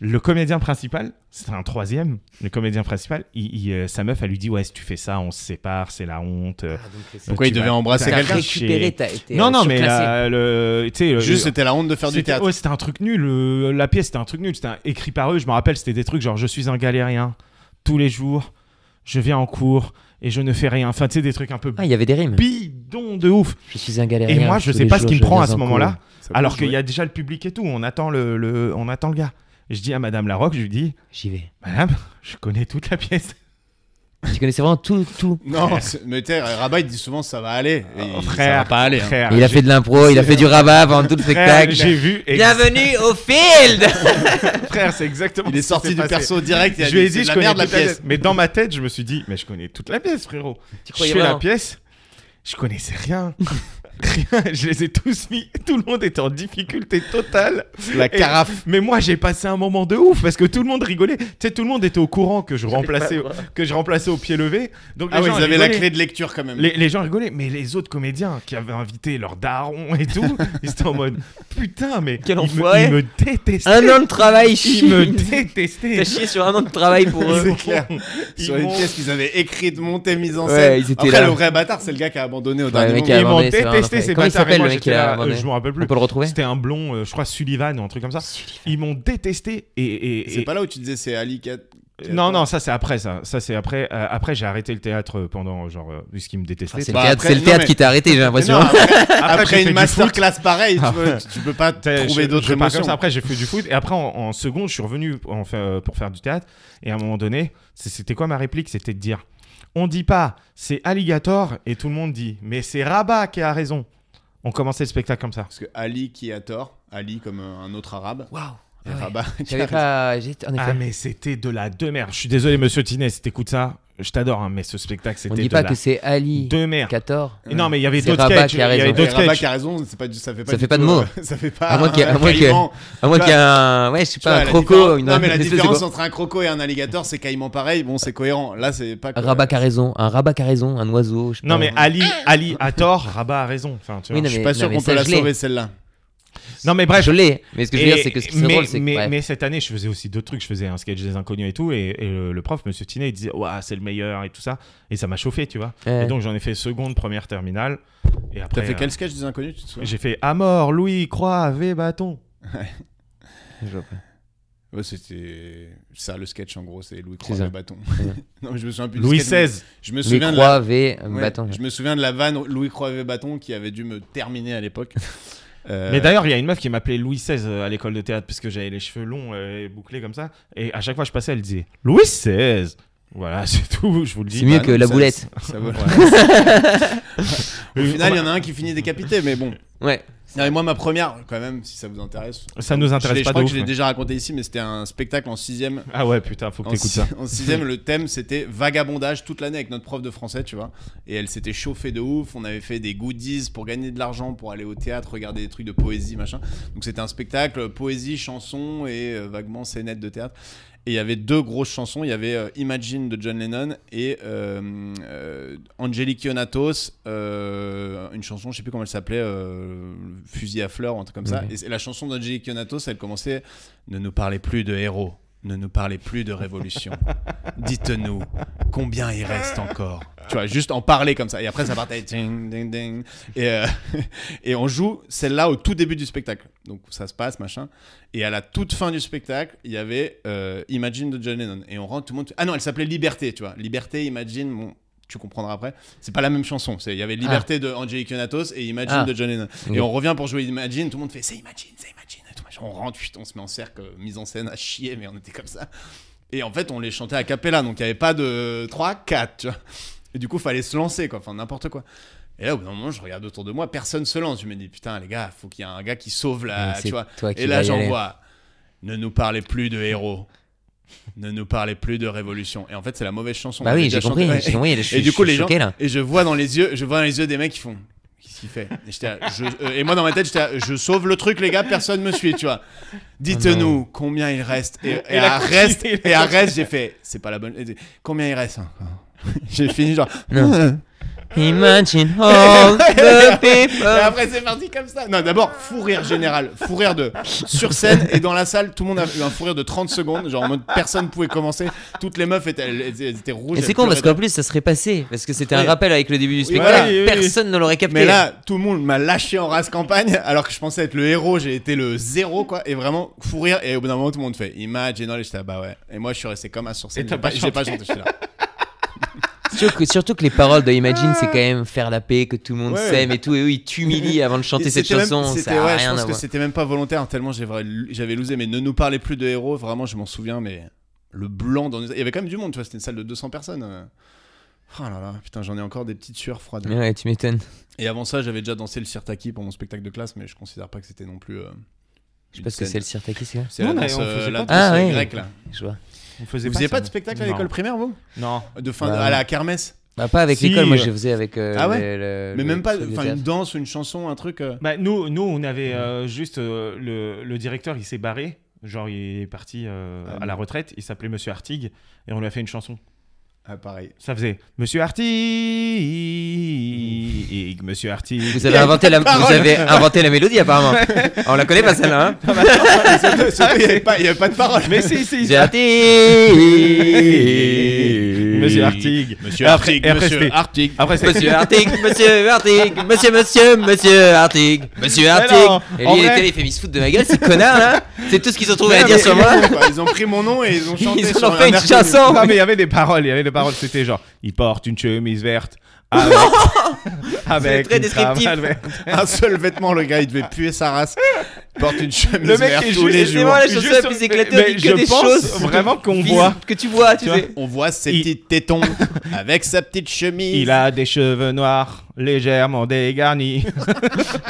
le comédien principal, c'était un troisième, le comédien principal, il, il, euh, sa meuf, elle lui dit Ouais, si tu fais ça, on se sépare, c'est la honte. euh, Ah, donc, c'est- Pourquoi tu il devait vas- embrasser t'as T'as quelqu'un récupéré, chez- t'as été. Non, euh, non, mais surclassé. la- le. tu sais, euh, le- le- Juste c'était la honte de faire du c'était- théâtre. ouais, c'était un truc nul. euh, la pièce, c'était un truc nul. C'était un- écrit par eux. Je me rappelle, c'était des trucs genre je suis un galérien tous les jours. Je viens en cours et je ne fais rien. Enfin, tu sais, des trucs un peu Ah, il y avait des rimes. bidons de ouf. Je suis un galérien. hein, Et moi, je tous sais les pas ce jours, qui me je prend à viens ce en moment-là. cours. Ça peut Alors qu'il jouer. y a déjà le public et tout, on attend le, le- on attend le gars. Je dis à Madame Larocque, je lui dis, J'y vais. Madame, je connais toute la pièce. Tu connaissais vraiment tout, tout. Non, c'est- mais tu sais, Rabat il dit souvent ça va aller. Et il- Oh, ça va pas aller. hein. frère, Il a fait de l'impro, il a fait du rabat avant tout le j'ai- frère, spectacle. Ah, J'ai vu, et Bienvenue au field frère, c'est exactement. Il est ce qui sorti s'est du passé. perso direct. il a Je lui ai c'est dit, de je la connais merde la toute la pièce. pièce. Mais dans ma tête, je me suis dit, mais je connais toute la pièce, frérot. Je Tu croyais fais la vraiment pièce, je connaissais rien. Rien, je les ai tous mis, tout le monde était en difficulté totale. La Et- carafe. Mais moi, j'ai passé un moment de ouf parce que tout le monde rigolait. Tu sais, tout le monde était au courant que je remplaçais, que je remplaçais au pied levé. Donc Ah les ouais, gens ils avaient la rigolaient. clé de lecture quand même. Les, les gens rigolaient, mais les autres comédiens qui avaient invité leur daron et tout, ils étaient en mode putain, mais Quel ils, me, enfoiré. ils me détestaient. Un an de travail, ils me chine détestaient. T'as chié sur un an de travail pour eux. C'est clair. Ils Sur une m'ont- pièce qu'ils avaient écrite, montée, mise en Ouais, scène. ils étaient Après, là. le vrai bâtard, c'est le gars qui a abandonné au le dernier mec moment. qui a- Ils m'ont abandonné, c'est vrai, on existait ces Comment il bâtards et s'appelle moi le mec qui j'étais l'a là, abandonné euh, je me rappelle On plus. peut le retrouver C'était un blond, euh, je crois Sullivan ou un truc comme ça. Ils m'ont détesté et, et- C'est et- pas là où tu disais c'est Ali 4. non non ça c'est après ça ça c'est après Euh, après j'ai arrêté le théâtre pendant euh, genre euh, vu ce qui me détestait. Ah, C'est Bah, le théâtre, après, c'est le non, théâtre mais- qui t'a arrêté, j'ai l'impression. après, hein. Après, j'ai après fait une du masterclass pareille, Ah. tu, vois, tu- tu peux pas T'sais, je- trouver je d'autres pars émotions. comme ça. Après, j'ai fait du foot. Et après, en, en seconde, je suis revenu en fa- euh, pour faire du théâtre. Et à un moment donné, c'est- c'était quoi ma réplique C'était de dire On dit pas c'est alligator. Et tout le monde dit Mais c'est Rabat qui a raison. On commençait le spectacle comme ça. Parce que Ali qui a tort, Ali comme euh, un autre arabe, Waouw. et Rabat qui a J'avais raison. pas. j'ai- En Ah, effet. mais c'était de la demeure. Je suis désolé, monsieur Tinet, si t'écoutes ça, je t'adore, hein, mais ce spectacle, On c'était dit de pas la que c'est Ali demeure. Kator. Et Non, mais il y avait C'est d'autres Rabat sketchs. qui Il y a avait raison. Et d'autres Rabat sketchs. qui a raison, c'est pas du- ça fait pas Ça du fait pas tout, de mots. euh, ça fait pas À moins qu'il y ait- à un moins qu'il y ait- caïman. À moins Ah, Tu qu'il y ait un. Ouais, Ah, je sais Tu vois, pas, un la croco. différence- une- Non, mais la une espèce de différence gros- entre un croco et un alligator, c'est caïman pareil. Bon, c'est cohérent. Là, c'est pas. Un Rabat qui a raison. Un Rabat qui a raison. Un oiseau. je sais Non, pas. mais Ali, Ali a tort, Rabat a raison. Enfin, tu vois. Oui, non, Je suis mais- pas sûr mais qu'on ça, peut la je l'ai. sauver celle-là. Non, mais bref, Je l'ai. Mais ce que je veux Et- dire, c'est que ce qui mais, est drôle, c'est que. mais, ouais. mais cette année, je faisais aussi d'autres trucs. Je faisais un sketch des inconnus et tout. Et, et le, le prof, monsieur Tinet, il disait Ouah, c'est le meilleur et tout ça. Et ça m'a chauffé, tu vois. Ouais. Et donc, j'en ai fait seconde, première, terminale. Et après. T'as fait quel euh, sketch des inconnus tu te souviens J'ai fait À mort, Louis, croix, V, bâton. Ouais, C'était ça le sketch en gros, c'est Louis C'est Croix ça. le bâton. Ouais. non, mais je me souviens plus. du Louis sketch, mais XVI. Je me Louis souviens de la- Croix, V, euh, Ouais, bâton. Je me souviens de la vanne Louis Croix et Bâton qui avait dû me terminer à l'époque. Euh, Mais d'ailleurs, il y a une meuf qui m'appelait Louis XVI euh, à l'école de théâtre parce que j'avais les cheveux longs euh, et bouclés comme ça. Et à chaque fois que je passais, elle disait Louis XVI. Voilà, c'est tout, je vous le dis. C'est mieux bah que non, la ça- boulette. ça vaut- Euh, Au final, on il a- y en a un qui finit décapité, mais bon. Ouais. Non, et moi, ma première, quand même, si ça vous intéresse. Ça nous Je, l'ai- intéresse je pas de crois que ouf, je l'ai mais- déjà raconté ici, mais c'était un spectacle en sixième. Ah ouais, putain, faut que En, t'écoutes si- ça. en sixième, le thème c'était vagabondage toute l'année avec notre prof de français, tu vois. Et elle s'était chauffée de ouf. On avait fait des goodies pour gagner de l'argent, pour aller au théâtre, regarder des trucs de poésie, machin. Donc c'était un spectacle euh, poésie, chanson et euh, vaguement scénette de théâtre. Et il y avait deux grosses chansons. Il y avait euh, Imagine de John Lennon et euh, euh, Angelique Ionatos, euh, une chanson, je sais plus comment elle s'appelait, euh, Fusil à fleurs, ou un truc comme ça. Mhm. Et c'est- la chanson d'Angelique Ionatos, elle commençait Ne nous parlez plus de héros, ne nous parlez plus de révolution. Dites-nous combien il reste encore. Tu vois, juste en parler comme ça. Et après, ça partait. Ding, ding, ding. Et, euh, et on joue celle-là au tout début du spectacle. Donc ça se passe, machin. Et à la toute fin du spectacle, il y avait euh, Imagine de John Lennon. Et on rentre, tout le monde. Ah non, elle s'appelait Liberté, tu vois. Liberté, Imagine, bon, tu comprendras après. C'est pas la même chanson. C'est- Il y avait Liberté de Angelique Ionatos et Imagine Ah. de John Lennon. Ok. Et on revient pour jouer Imagine, tout le monde fait c'est Imagine, c'est Imagine. Et tout, machin. On rentre, putain, on se met en cercle, euh, mise en scène à chier, mais on était comme ça. Et en fait, on les chantait à cappella, donc il n'y avait pas de 3, 4, tu vois. Et du coup, fallait se lancer, quoi. Enfin, n'importe quoi. Et là, au bout d'un moment, je regarde autour de moi, personne se lance. Je me dis, putain, les gars, faut qu'il y ait un gars qui sauve la. Ouais, c'est tu vois. toi qui Et là, vas y j'en aller. vois. Ne nous parlez plus de héros. ne nous parlez plus de révolution. Et en fait, c'est la mauvaise chanson. Bah On oui, avait j'ai déjà compris. chanté- j'ai compris, je suis- et du coup, je suis les gens. choqué, là. Et je vois dans les yeux, je vois dans les yeux des mecs qui font. Qu'est-ce qu'il fait et, j'étais là, je- euh, et moi, dans ma tête, j'étais là, je sauve le truc, les gars, personne me suit, tu vois. Oh Dites-nous combien il reste. Et, et Il a à continué, reste, il et à reste, j'ai fait. C'est pas la bonne. Combien il reste hein J'ai fini genre. Imagine all the Et people. après, c'est parti comme ça. Non, d'abord, fou rire général. Fou rire de. Sur scène et dans la salle, tout le monde a eu un fou rire de 30 secondes. Genre, en mode, personne pouvait commencer. Toutes les meufs étaient, elles, elles étaient rouges. Et c'est elles con parce pleuraient. qu'en plus ça serait passé parce que c'était un Oui. rappel avec le début du voilà. spectacle. Oui, oui, oui. Personne ne l'aurait capté. Mais là, tout le monde m'a lâché en race campagne, alors que je pensais être le héros, j'ai été le zéro, quoi. Et vraiment, fou rire. Et au bout d'un moment, tout le monde fait Image, et non, et j'étais là, bah ouais. Et moi, je suis resté comme un sur scène. Et J'ai t'as pas, pas j'ai pas chanté, j'étais là. Surtout, surtout que les paroles de Imagine Ah. c'est quand même faire la paix que tout le monde Ouais. s'aime et tout et eux ils t'humilient avant de chanter Et cette c'était même- chanson. c'était- Ça a ouais, je rien pense à que voir. c'était même pas volontaire, tellement j'ai vra- j'avais losé. Mais ne nous parlez plus de héros, vraiment, je m'en souviens, mais le blanc dans. nos- Il y avait quand même du monde, tu vois, c'était une salle de 200 personnes. euh. Oh là là, putain, j'en ai encore des petites sueurs froides. Mais Ouais, tu m'étonnes. Et avant ça, j'avais déjà dansé le sirtaki pour mon spectacle de classe, mais je considère pas que c'était non plus. euh, Je sais pas ce que une c'est scène. le Sirtaki, c'est C'est Nous, la on a- danse, on faisait euh, pas la danse de- Ah, ouais. grecque, là. Je vois. On faisait Vous pas faisiez ça, pas de nous. spectacle à Non. l'école primaire, vous Non. De fin de- Bah, à la kermesse Bah, pas avec Si, l'école, moi euh, je faisais avec. euh, Ah ouais le- le- Mais le même pas truc de enfin théâtre. une danse, une chanson, un truc. euh. Bah, nous, nous, on avait euh, juste euh, le, le directeur, il s'est barré. Genre, il est parti euh, Ah, à la bon. retraite. Il s'appelait Monsieur Artigue et on lui a fait une chanson. Ah pareil. Ça faisait Monsieur Artigue, Monsieur Artigue. Vous avez inventé la, vous paroles. avez inventé la mélodie apparemment. On la connaît pas celle-là. Hein Surtout, il n'y avait, pas- il y avait pas de parole. Mais si, si. J'ai raté. Monsieur Artigue. Monsieur Et après- Artig, et après, Monsieur c'était- Artig. Après, c'est- Monsieur Artig, monsieur Artig, monsieur, monsieur, monsieur Artig, monsieur Artig. non, Et en lui, il vrai- était là, il fait, mais ils se foutent de ma gueule, ces connards là. C'est tout ce qu'ils ont trouvé Ouais, à dire mais sur ils moi. l'ont pas, Ils ont pris mon nom et ils ont chanté Ils sur en ont fait un une air connu. chanson. Non, mais il y avait des paroles, il y avait des paroles, c'était genre, il porte une chemise verte avec, avec C'est très une descriptif. cravate verte. Un seul vêtement, le gars, il devait puer sa race. Il porte une chemise Le mec verte est tous les juste- jours. C'est vraiment la Juste chanson la plus sur- éclatée, mais on dit que je des pense choses. vraiment qu'on vis- voit. Que tu vois, tu Tu vois. sais. On voit ses Il- petits tétons avec sa petite chemise. Il a des cheveux noirs légèrement dégarnis.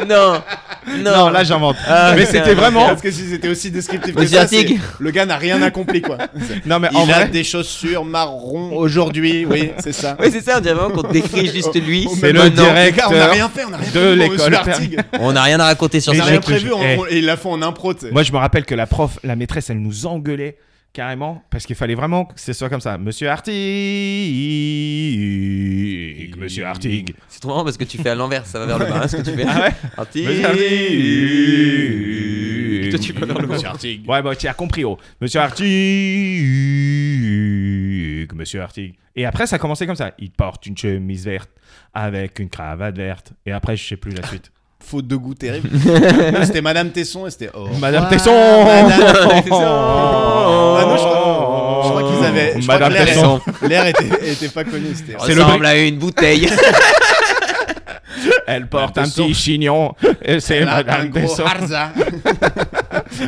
Non, non. Non, là j'invente. Ah, mais c'est c'était un vraiment. Parce que si c'était aussi descriptif que Monsieur ça, c'est- Artig. le gars n'a rien accompli quoi. Non, mais Il en a vrai, des chaussures marron aujourd'hui, oui, c'est ça. Ouais, c'est ça, on dirait vraiment qu'on décrit juste lui. On- c'est mais Oh, le maintenant, les gars, directeur. on n'a rien fait, on n'a rien euh, de fait pour l'école. Monsieur Artig. On n'a rien à raconter sur Mais On n'a ça. j'ai- rien que prévu, je- on- eh. on- et il l'a fait en impro. tu sais. Moi, je me rappelle que la prof, la maîtresse, elle nous engueulait carrément parce qu'il fallait vraiment que ce soit comme ça. Monsieur Artig, Monsieur Artig. C'est trop marrant parce que tu fais à l'envers, ça va vers le bas, hein, ce que tu fais. Ah ouais Artig. Monsieur Artig. Et toi, tu vas vers le haut. Monsieur Artig. Ouais, bah, tu as compris, oh. Monsieur Artig, Monsieur Artig. Et après, ça commençait comme ça. Il porte une chemise verte avec une cravate verte. Et après, je sais plus la suite. Faute de goût terrible. c'était Madame Tesson et c'était. Oh. Madame Wow, Tesson Oh. Madame Tesson. Ah non, je crois, je crois qu'ils avaient. je crois Madame que l'air Tesson. était- L'air était, était pas connu. C'était. C'est le Ressemble à une bouteille. Elle porte un Madame Tesson. petit chignon. Et c'est Elle a Ah, un Madame gros Tesson. harza.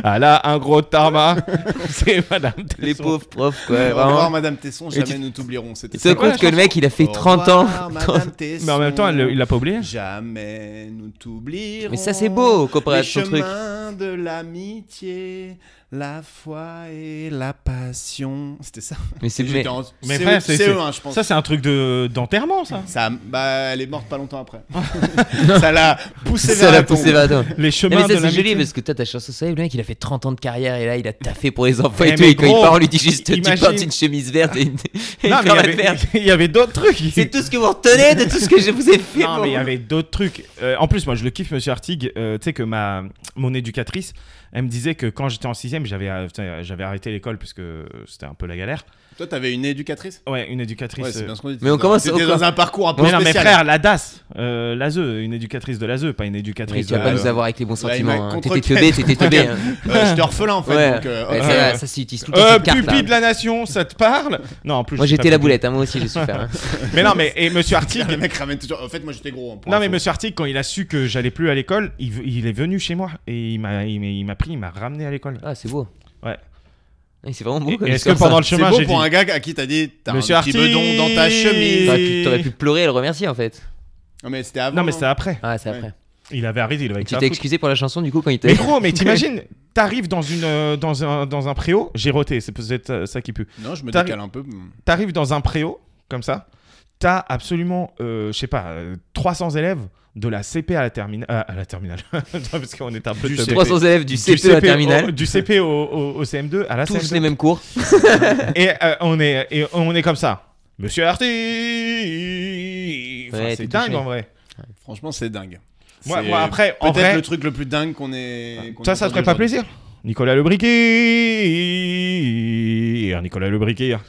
Elle a un gros tarma. c'est Madame Tesson. Les pauvres profs, quoi. Au revoir, Vraiment. Madame Tesson, Et jamais tu- nous t'oublierons. C'était Tu te rends quoi la compte que le mec, il a fait 30 ans. Mais en même temps, elle- il l'a pas oublié. Jamais nous t'oublierons. Mais ça, c'est beau, comparé à Les ton truc. chemins de l'amitié, la foi et la passion. C'était ça. Mais c'est mais- J'étais en E Mais CE, frère, c'est- CE1, c'est- je pense. Ça, c'est un truc de- d'enterrement, ça. Ça, bah, elle est morte pas longtemps après. ça l'a poussé Ça vers l'a la tombe. poussé vers toi. Les Non, chemins mais ça de c'est l'amitié. joli parce que toi ta chance au soleil, le mec il a fait 30 ans de carrière et là il a taffé pour les enfants Eh, et tout. mais Et quand il gros, part, on lui dit juste tu imagine- portes une chemise verte et une, et une Non, mais il y cravate avait- verte. il y avait d'autres trucs. C'est tout ce que vous retenez de tout ce que je vous ai fait. Non, pour mais il y vous. avait d'autres trucs. Euh, en plus, moi, je le kiffe, monsieur Artig. Euh, tu sais que ma, mon éducatrice, elle me disait que quand j'étais en 6 j'avais euh, putain, j'avais arrêté l'école parce que c'était un peu la galère. Toi, t'avais une éducatrice Ouais, une éducatrice. Ouais, c'est euh, bien ce qu'on dit. Mais on T'étais commence- dans- T'étais on- dans un parcours un peu mais non, spécial. mais frère, la DAS, euh, l'ASE, une éducatrice de l'ASE, pas une Mais éducatrice tu de vas pas la- Euh, nous avoir avec les bons Là, il m'a sentiments. hein. T'étais contre-quête. teubé, t'étais teubé. hein. Euh, J'étais orphelin en fait. Ouais. donc, euh, Ouais, euh, ça, va, ça, ça utilise toute Euh, cette carte pupille de là. la nation, ça te parle Non, en plus. Moi je suis j'étais pas la pupille. boulette, hein, moi aussi j'ai souffert. hein. Mais non, mais et monsieur Artig, le mec ramène toujours. En fait, moi j'étais gros. hein, pour Non info. mais Monsieur Artig, quand il a su que j'allais plus à l'école, il, ve- il est venu chez moi et il m'a il m'a- il m'a pris, il m'a ramené à l'école. Ah c'est beau. Ouais. Et C'est vraiment beau. Et- comme et Est-ce que histoire, ça. pendant le C'est chemin, beau j'ai dit pour un gars à qui t'as dit t'as un Monsieur petit bedon dans ta chemise. T'aurais pu- T'aurais pu pleurer et le remercier en fait. Non mais c'était avant. hein. Non mais c'était après. Ah c'est après. Ouais. Il avait arrêté, il avait Et tu que ça t'es à foutre. excusé pour la chanson du coup quand il Mais t'a. gros, mais t'imagines, t'arrives dans une euh, dans un dans un préau, j'ai roté, c'est peut-être euh, ça qui pue. Non, je me T'arri- décale un peu. hmm. T'arrives dans un préau comme ça, t'as absolument euh, je sais pas euh, 300 élèves de la CP à la terminale à la terminale parce qu'on était un peu Du teubés. 300 élèves du CP à la CP au- terminale. du CP au, au- au CM2 à la CM2. Tous les mêmes cours. Et euh, on est et on est comme ça. Monsieur Arti Enfin, Ouais, t'es C'est dingue touché. en vrai. Franchement, c'est dingue. Moi, C'est moi, après en peut-être vrai, le truc le plus dingue qu'on ait. qu'on ça ait ça te ferait entendu pas aujourd'hui. plaisir. Nicolas Lebriquet Nicolas Lebriquet hein.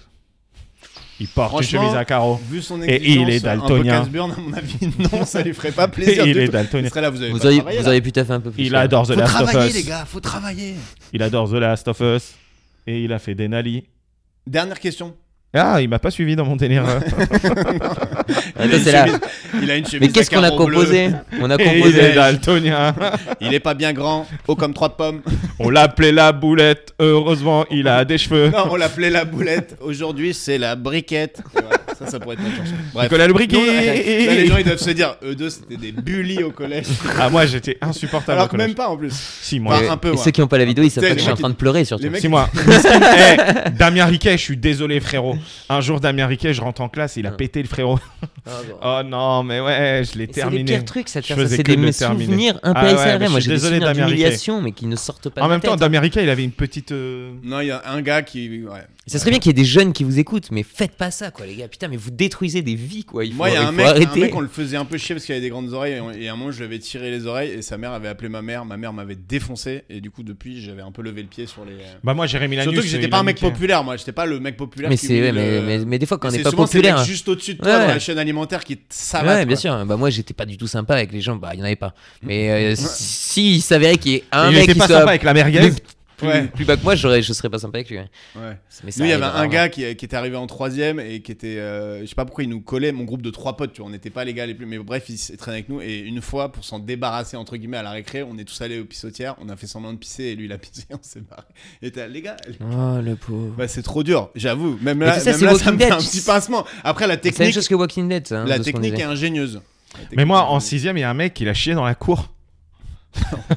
Il porte une Franchement, chemise à carreaux. Vu son Et exigence, il est daltonien. Un peu Casburn, à mon avis, non, ça lui ferait pas plaisir. Il du est tout. Il daltonien. serait là, vous avez Vous pas auriez, travaillé, vous là. auriez pu taffer un peu plus. Il quoi. adore The Faut Last of travailler, les Us. gars, faut travailler. Il adore The Last of Us. Et il a fait Denali. Dernière question. Ah, il m'a pas suivi dans mon délire. hein. Attends, Il a une c'est là. chemise- Il a une chemise. Mais qu'est-ce à qu'on a carreaux bleus. composé On a Et il composé. est daltonien. Il est pas bien grand, haut comme trois pommes. On l'appelait la boulette. Heureusement, il a des cheveux. Non, on l'appelait la boulette. Aujourd'hui, c'est la briquette. Et voilà, ça, ça pourrait être notre chanson. Bref. Nicolas Nous, on- Là, les gens, Lebriquet ils doivent se dire, eux deux, c'était des bullies au collège. Ah, moi j'étais insupportable. Alors au que collège. même pas en plus. Si, moi. Enfin, Et- un peu, et ouais. ceux qui n'ont pas la vidéo, ils savent Tu sais, les pas que je suis en mecs train de pleurer surtout. Les mecs, C'est moi. Miskin. Eh, Damien Riquet, je suis désolé frérot. Un jour Damien Riquet, je rentre en classe, il a Ah. pété le frérot. Oh non, mais ouais, je l'ai Et C'est les terminé. pires trucs, ça, de Je faire ça. faisais C'est que des de le terminer. souvenirs Ah ouais, mais impérissables. je Moi, suis j'ai des désolé, souvenirs Damien Riquet. d'humiliation, mais qui ne sortent pas. En de même tête. hein. temps, Damien Riquet, il avait une petite. euh, Non, il y a un gars qui. ouais. ça serait bien qu'il y ait des jeunes qui vous écoutent, mais faites pas ça, quoi, les gars. Putain, mais vous détruisez des vies, quoi. Il faut, Moi, il y a il un faut mec, un arrêter. mec, on le faisait un peu chier parce qu'il avait des grandes oreilles. Et, on- et à un moment, je lui avais tiré les oreilles et sa mère avait appelé ma mère. Ma mère m'avait défoncé. Et du coup, depuis, j'avais un peu levé le pied sur les. Bah moi Jérémy Lanus. Surtout que j'étais il pas a un mec niqué. populaire, moi. J'étais pas le mec populaire. Mais qui c'est, voulait ouais, ouais, mais, le- mais, mais des fois quand on Et n'est c'est pas souvent ces mecs populaire. juste au-dessus de toi Ouais. dans la chaîne alimentaire qui te savate. ouais, bien quoi. sûr. Bah moi, j'étais pas du tout sympa avec les gens. Bah, il n'y en avait pas. Mais euh, si il s'avérait qu'il y ait un Il mec était qui pas soit sympa avec la merguez. plus, plus- Ouais. plus bas que moi, j'aurais, je serais pas sympa avec lui. ouais. Ouais. Mais ça Nous, il y avait arrive un rarement. gars qui, qui était arrivé en troisième et qui était, euh, je sais pas pourquoi il nous collait, mon groupe de trois potes, tu vois, on n'était pas les gars les plus, mais bref, il s'est traîné avec nous et une fois, pour s'en débarrasser entre guillemets à la récré, on est tous allés aux pissotières, on a fait semblant de pisser et lui il a pissé, on s'est barré. Et t'as, les gars, Oh le pauvre. bah, c'est trop dur, j'avoue. Même Mais là, tu sais, même c'est là, ça me Walking fait Dead, un tu petit sais. pincement. Après la C'est la même technique, chose que Walking Dead. ça, hein, la de ce qu'on technique est disait. ingénieuse. Mais moi, en 6 il y a un mec, il a chié dans la cour.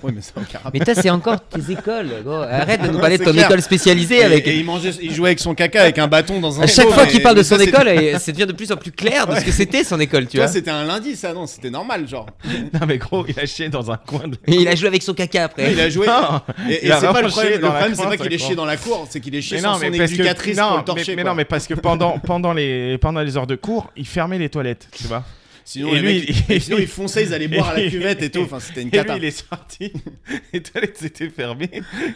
Ouais, mais ça a aucun rapport. Mais t'as, c'est encore tes écoles. gros. Arrête de nous parler de C'est ton clair. école spécialisée Et, avec. et il, mangeait, il jouait avec son caca avec un bâton dans un. À chaque seau, fois mais- qu'il parle de mais son ça, c'était- école, et ça devient de plus en plus clair de ce que c'était son école, tu Toi, vois. c'était un lundi, ça, non C'était normal, genre. Non, mais gros, il a chié dans un coin de. Et il a joué avec son caca Ouais, après. Il a joué. Non, et et il a c'est pas vraiment le problème. chié Le dans la problème, c'est cour, pas qu'il est c'est chié bon. dans la cour, c'est qu'il est chié Mais sans non, son mais parce éducatrice que, non, pour le mais- torcher. mais, quoi. non, mais parce que pendant, pendant, les, pendant les heures de cours, il fermait les toilettes, tu vois. Sinon, et les lui, mecs, ils- il- et sinon, ils fonçaient, ils allaient boire à la et- cuvette et tout. Enfin, c'était une Et lui, cata. il est sorti, les toilettes étaient fermées.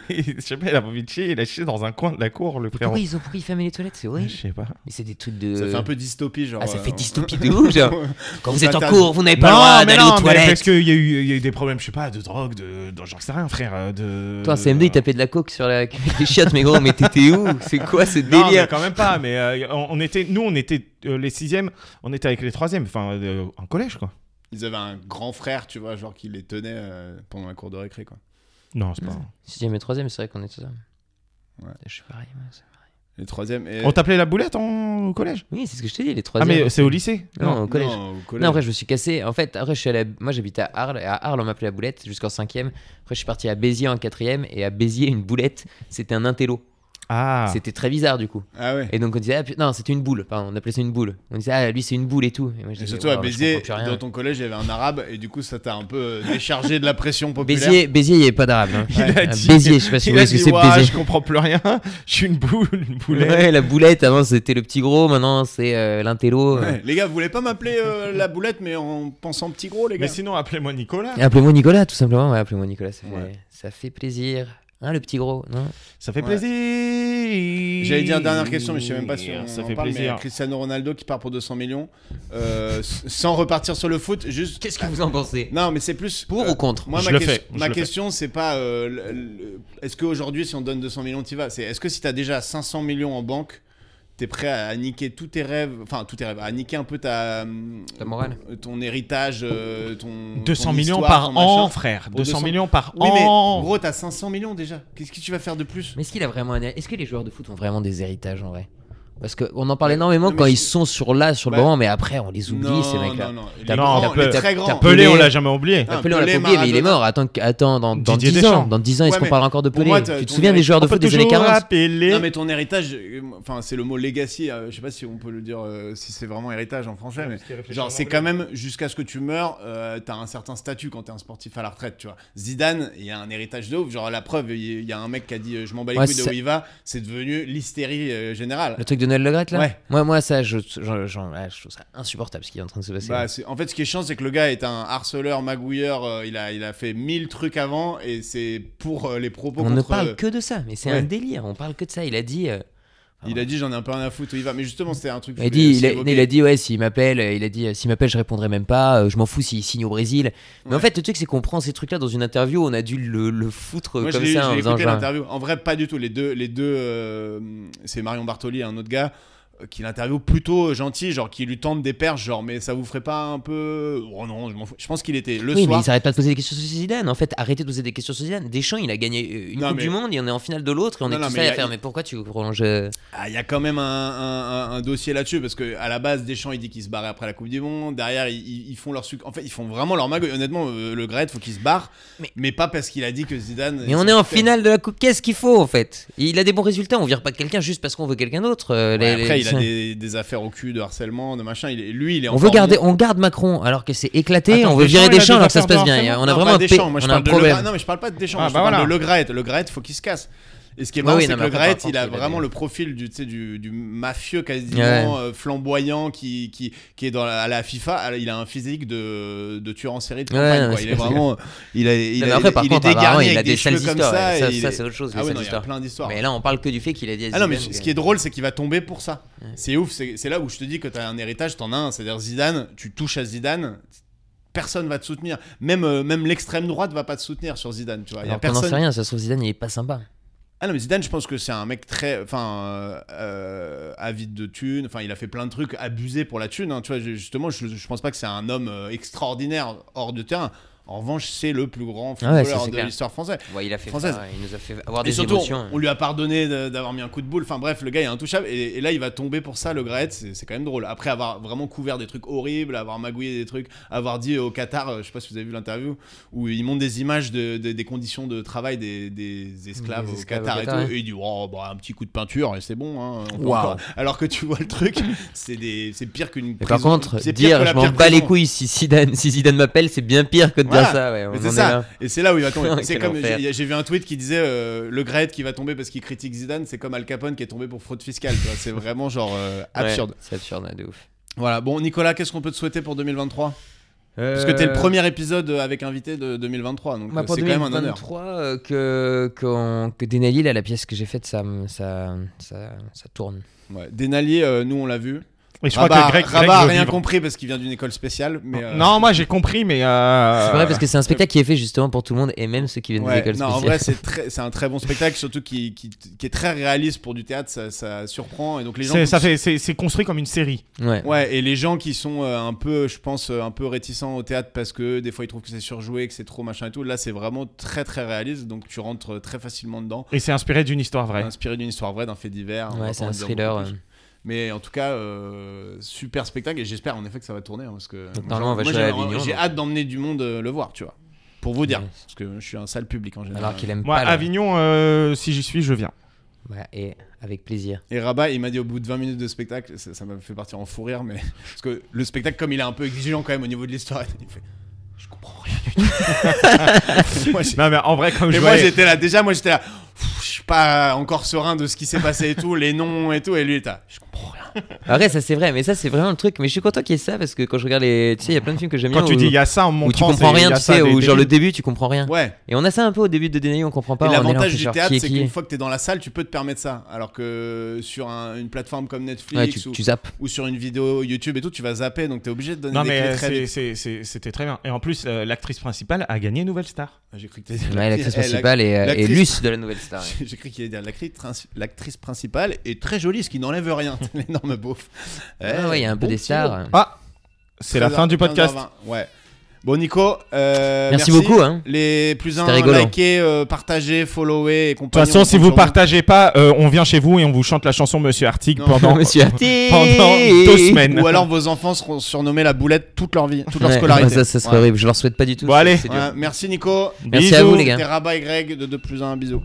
Et, je sais pas, il a envie de chier, il a chié dans un coin de la cour, le frérot. Pourquoi ils ont pris fermer les toilettes C'est Je horrible. sais pas. Mais c'est des trucs de. Ça fait un peu dystopie, genre. Ah, ça euh, fait on- dystopie de ouf, genre. Quand vous êtes en Patate. cours, vous n'avez pas le droit d'aller aux parce toilettes. qu'il y, a eu- il y a eu des problèmes, je sais pas, de drogue, de. de- J'en sais rien, frère. euh, De... Toi, un CM2, il tapait de la coke sur la cuve des chiottes, mais gros, mais t'étais où C'est quoi ce Non, mais délire quand même pas, mais euh, on, on était, nous, on était euh, les sixièmes, on était avec les troisièmes, enfin, euh, en collège, quoi. Ils avaient un grand frère, tu vois, genre qui les tenait euh, pendant la cour de récré, quoi. Non, c'est pas. Sixième et troisième, c'est vrai qu'on est tout ça. Ouais. Je suis pareil. moi, ça. Les troisièmes. Et... On t'appelait la boulette en... au collège Oui, c'est ce que je t'ai dit, les Ah, troisièmes. mais c'est au lycée non, au collège. Non, au collège. Non, après, je me suis cassé. En fait, après, je suis allé à- moi, j'habite à Arles. Et à Arles, on m'appelait la boulette jusqu'en cinquième. Après, je suis parti à Béziers en quatrième. Et à Béziers, une boulette, c'était un intello. Ah, C'était très bizarre, du coup. Ah ouais. Et donc, on disait, ah, pu- non, c'était une boule. Pardon, on appelait ça une boule. On disait, ah, lui, c'est une boule et tout. Et moi, je Et disais, surtout à Waouh, je Béziers, comprends plus rien. dans ton collège, il y avait un arabe, et du coup, ça t'a un peu euh, déchargé de la pression populaire. Béziers, Béziers, il n'y avait pas d'arabe. hein. il a À dit. Béziers, je sais pas si vous Il a voyez ce que dit, c'est Ouah, Béziers. je comprends plus rien, je suis une boule, une boulette. Ouais, la boulette, avant c'était le petit gros, maintenant c'est euh, l'intello. euh. Ouais, Les gars, vous voulez pas m'appeler euh, la boulette, mais en pensant petit gros, les gars Mais sinon, appelez-moi Nicolas. Et Appelez-moi Nicolas, tout simplement. Ouais, appelez-moi Nicolas, ça fait, Ouais. ça fait plaisir. Hein, le petit gros, non Ça fait Ouais. plaisir. J'allais dire dernière question, mais je sais même pas si on Ça en fait parle, mais plaisir. Cristiano Ronaldo qui part pour 200 millions, euh, s- sans repartir sur le foot, juste. Qu'est-ce que vous en pensez Non, mais c'est plus. Pour euh, ou contre Moi, Je ma, le ques- fais, je ma le fais. question, c'est pas. euh, le- le- est-ce qu'aujourd'hui, si on donne 200 millions, t'y vas C'est est-ce que si t'as déjà 500 millions en banque, t'es prêt à niquer tous tes rêves, enfin tous tes rêves, à niquer un peu ta. hum, Ta morale. Ton héritage, euh, ton. 200 ton millions histoire, ton par an, machin. frère. Oh. Pour 200 200 millions par Oui, mais an. gros, t'as 500 millions déjà. Qu'est-ce que tu vas faire de plus Mais est-ce qu'il a vraiment un- Est-ce que les joueurs de foot ont vraiment des héritages en vrai Parce qu'on en parle énormément Non, mais quand je- ils sont sur là, sur le Bah, moment, mais après on les oublie non, ces mecs-là. Non, non, Les T'as- grands, t'as les Pelé- très grands. t'as Pelé, on Pelé. l'a jamais oublié. Ah, Pelé, on l'a Pelé, pas oublié, mais il est Maradona. mort. Attends, attends dans, dans Didier 10 ans, Deschamps. dans 10 ans, est-ce Ouais, qu'on mais parle encore de pour Pelé moi, t'as- Tu te ton souviens des héritage- joueurs de foot des années hein. 40 rappeler. Non mais ton héritage, euh, enfin c'est le mot legacy, euh, je sais pas si on peut le dire, euh, si c'est vraiment héritage en français, mais genre c'est quand même jusqu'à ce que tu meurs, euh, t'as un certain statut quand t'es un sportif à la retraite, tu vois. Zidane, il y a un héritage de ouf, genre la preuve, il y a un mec qui a dit euh, je m'en bats les Ouais, couilles de c'est- où il va, c'est devenu l'hystérie euh, générale. Le truc de Noël Legret là Ouais. Moi, moi ça, je, j'en- j'en- là, je trouve ça insupportable ce qui est en train de se passer. Bah, c'est- en fait, ce qui est chiant, c'est que le gars est un harceleur, magouilleur. euh, il, a, il a fait mille trucs avant et c'est pour euh, les propos on contre. ne parle euh, que de ça, mais c'est ouais. un délire. On parle que de ça. Il a dit. euh, Il a dit j'en ai un peu rien à foutre où il va. Mais justement, c'était un truc. que Il a je dit, voulais il a, aussi il a évoquer. dit ouais, s'il m'appelle, euh, il a dit, euh, s'il m'appelle, je répondrai même pas. euh, Je m'en fous s'il signe au Brésil. Mais en Ouais. fait, le truc, c'est qu'on prend ces trucs-là dans une interview, on a dû le, le foutre euh, Moi, comme je l'ai- ça je en l'ai faisant écouté genre. l'interview. En vrai, pas du tout. Les deux, les deux euh, c'est Marion Bartoli et un autre gars euh, qui l'interview plutôt gentil, genre qui lui tente des perches, genre mais ça vous ferait pas un peu. Oh non, je m'en fous. Je pense qu'il était le Oui, mais soir. il s'arrête pas de poser des questions sur Zidane. En fait, arrêtez de poser des questions sur Zidane. Deschamps, il a gagné euh, une Non, Coupe mais- du Monde, il en est en finale de l'autre, et on Non, est non, tous mais là il à y a- faire. Mais pourquoi tu prolonges euh, Ah, il y a quand même un, un- un- un dossier là-dessus parce que à la base Deschamps il dit qu'il se barrait après la Coupe du Monde. Derrière ils- ils, ils font leur sucre. En fait ils font vraiment leur magouille. Honnêtement euh, le Gret faut qu'il se barre, mais, Mais- pas parce qu'il a dit que Zidane. Mais on est en finale de la Coupe. Qu'est-ce qu'il faut en fait Il a des bons résultats. On vire pas quelqu'un juste parce qu'on veut quelqu'un d'autre. euh, Ouais, les- après les- il a des, des affaires au cul de harcèlement de machin. Il est- lui il est. On encore veut garder, mieux. on garde Macron alors que c'est éclaté. Attends, on veut Deschamps, virer il a Deschamps des alors que ça se affaires passe bien. de harcèlement. On a Non, vraiment pas un, Deschamps. p- Moi je on a un parle de Le problème. Gret. Non mais je parle pas de Deschamps. Ah, je bah parle voilà. de Le Gret. Le Gret faut qu'il se casse. Et ce qui est Ouais, marrant, oui, c'est non, que mais le après, par Graet, il a contre, il a vraiment des- le profil du, tu sais, du, du mafieux Ouais. quasiment euh, flamboyant qui, qui, qui est dans la, à la FIFA. Il a un physique de, de tueur en série de Ouais, campagne. non, quoi. c'est Il est clair, vraiment. Il, a, il, Non, a- mais après, il par est contre, Alvaran, dégarni il avec a des, des sales cheveux comme histoires. ça. ouais. Ça, et il ça, est- c'est autre chose. ah les ouais, sales non, il y a histoires. plein d'histoires. Mais là, on parle que du fait qu'il a des. Ah non, mais Zidane, ce qui est drôle, c'est qu'il va tomber pour ça. C'est ouf, c'est c'est là où je te dis que t'as un héritage, t'en as un. C'est-à-dire Zidane, tu touches à Zidane, personne va te soutenir. Même, euh, même l'extrême droite va pas te soutenir sur Zidane, tu vois. Il y a Alors qu'on n'en sait personne. rien, ça se trouve, Zidane, il est pas sympa. Ah non, mais Zidane, je pense que c'est un mec très. Enfin, euh, euh, avide de thunes. Enfin, il a fait plein de trucs abusés pour la thune. hein, tu vois, je- justement, je, je pense pas que c'est un homme euh, extraordinaire hors de terrain. En revanche, c'est le plus grand Ah ouais, ça, footballeur c'est de clair. l'histoire française. Ouais, il a fait Française. ça, il nous a fait avoir Et des surtout, émotions. on lui a pardonné de- d'avoir mis un coup de boule. Enfin bref, le gars est intouchable. Et, et là, il va tomber pour ça, le Graet. C'est c'est quand même drôle. Après avoir vraiment couvert des trucs horribles, avoir magouillé des trucs, avoir dit au Qatar, euh, je sais pas si vous avez vu l'interview, où ils montrent des images de, de- des conditions de travail des, des esclaves, Des au esclaves au Qatar, Qatar, et tout. ouais. Et il dit, oh, bah, un petit coup de peinture, et c'est bon. hein, on peut Waouh. encore. Alors que tu vois le truc, c'est des- c'est pire qu'une. Mais par prison. contre, C'est pire que dire la je m'en pire bats les prison. couilles si Zidane, si Zidane m'appelle, c'est bien pire que de Voilà. dire ça. Ouais, on Mais en c'est est ça. là. Et c'est là où il va tomber. c'est Quel comme enfer. j'ai j'ai vu un tweet qui disait euh, le Gret qui va tomber parce qu'il critique Zidane, c'est comme Al Capone qui est tombé pour fraude fiscale. tu vois. C'est vraiment genre euh, absurde. Ouais, c'est absurde, ouais, de ouf. Voilà. Bon, Nicolas, qu'est-ce qu'on peut te souhaiter pour 2023 Parce que t'es le premier épisode euh, avec invité de 2023, donc Bah, euh, Euh, pour c'est quand même un honneur. 2023, euh, que, qu'on- que Denali, là, la pièce que j'ai faite, ça, me- ça, ça, ça tourne. Ouais. Denali, euh, nous on l'a vu. Et je crois Rabat, que Greg, Greg Rabat a veut rien vivre. compris parce qu'il vient d'une école spéciale, mais euh, Non, moi j'ai compris, mais. euh, C'est vrai, parce que c'est un spectacle qui est fait justement pour tout le monde et même ceux qui viennent Ah, Ouais, des écoles non, en spéciales. vrai, c'est très- c'est un très bon spectacle, surtout qui, qui, qui est très réaliste pour du théâtre, ça, ça surprend. Et donc les gens c'est- ça qui- fait- c'est c'est construit comme une série. ouais. Ouais, et les gens qui sont euh, un peu, je pense, euh, un peu réticents au théâtre parce que des fois ils trouvent que c'est surjoué, que c'est trop machin et tout. Là, c'est vraiment très très réaliste, donc tu rentres euh, très facilement dedans. Et c'est inspiré d'une histoire vraie. Inspiré d'une histoire vraie, d'un fait divers. Ah, on va Ouais, c'est pas en un dire thriller. beaucoup euh. plus. Mais en tout cas, euh, super spectacle et j'espère en effet que ça va tourner hein, parce que Donc, moi, normalement, on va j'ai- jouer à moi, j'ai- Avignon, J'ai donc. hâte d'emmener du monde euh, le voir, tu vois. Pour vous dire, Ouais. parce que je suis un sale public en général. euh, Alors qu'il aime Moi, pas. le- Avignon, euh, si j'y suis, je viens. Ouais, et avec plaisir. Et Rabat, il m'a dit au bout de 20 minutes de spectacle, ça ça m'a fait partir en fou rire, mais parce que le spectacle, comme il est un peu exigeant quand même au niveau de l'histoire, il fait Je comprends rien du tout. Moi, j'ai- Non, mais en vrai, comme mais je moi, voyais- j'étais là, déjà, moi, j'étais là, Pff, je suis pas encore serein de ce qui s'est passé et tout, les noms et tout, et lui, il était là, Je comprends rien. Après, ça c'est vrai, mais ça c'est vraiment le truc. Mais je suis content qu'il y ait ça parce que quand je regarde les. Tu sais, il y a plein de films que j'aime bien. Quand tu où- dis il y euh, a ça en montrant. où tu comprends c'est- il rien, y a tu ça des- sais, où des genre le films. début, tu comprends rien. Ouais. Et on a ça un peu au début de Denali, on comprend pas. Et on est là, on l'avantage fait du genre, théâtre, qui est c'est qui qu'une fois que t'es dans la salle, tu peux te permettre ça. Alors que sur un- une plateforme comme Netflix Ouais, tu, ou, tu zappes. ou sur une vidéo YouTube et tout, tu vas zapper, donc t'es obligé de donner Non, des mais clés euh, très c'est- vite. c'est- c'est- c'était très bien. Et en plus, euh, l'actrice principale a gagné Nouvelle Star. Ah, J'ai cru que t'étais- Ouais, l'actrice Eh, la- principale est, euh, est l'actrice- Luce de la nouvelle star. Ah ouais. J'ai- J'ai cru qu'il allait dire l'actrice princi- l'actrice principale est très jolie, ce qui n'enlève rien. L'énorme beauf. Ouais, ouais, il y a un peu des stars. Ah C'est la fin du podcast. Ouais. Bon, Nico, euh, Merci beaucoup, hein. Les plus un, C'était rigolo. likez, euh, partagez, followez et De toute compagnie. façon, on si compte vous sur partagez pas, euh, on vient chez vous et on vous chante la chanson Monsieur Artig Non. pendant, Monsieur pendant deux semaines. Ou alors vos enfants seront surnommés la boulette toute leur vie, toute leur Ouais, scolarité. Ça, ça serait Ouais. horrible. Je leur souhaite pas du tout. Bon, c'est- allez. c'est dur. Ouais, merci Nico. Merci à Bisous. vous, les gars. C'était Rabat et Greg de 2 plus 1, bisous.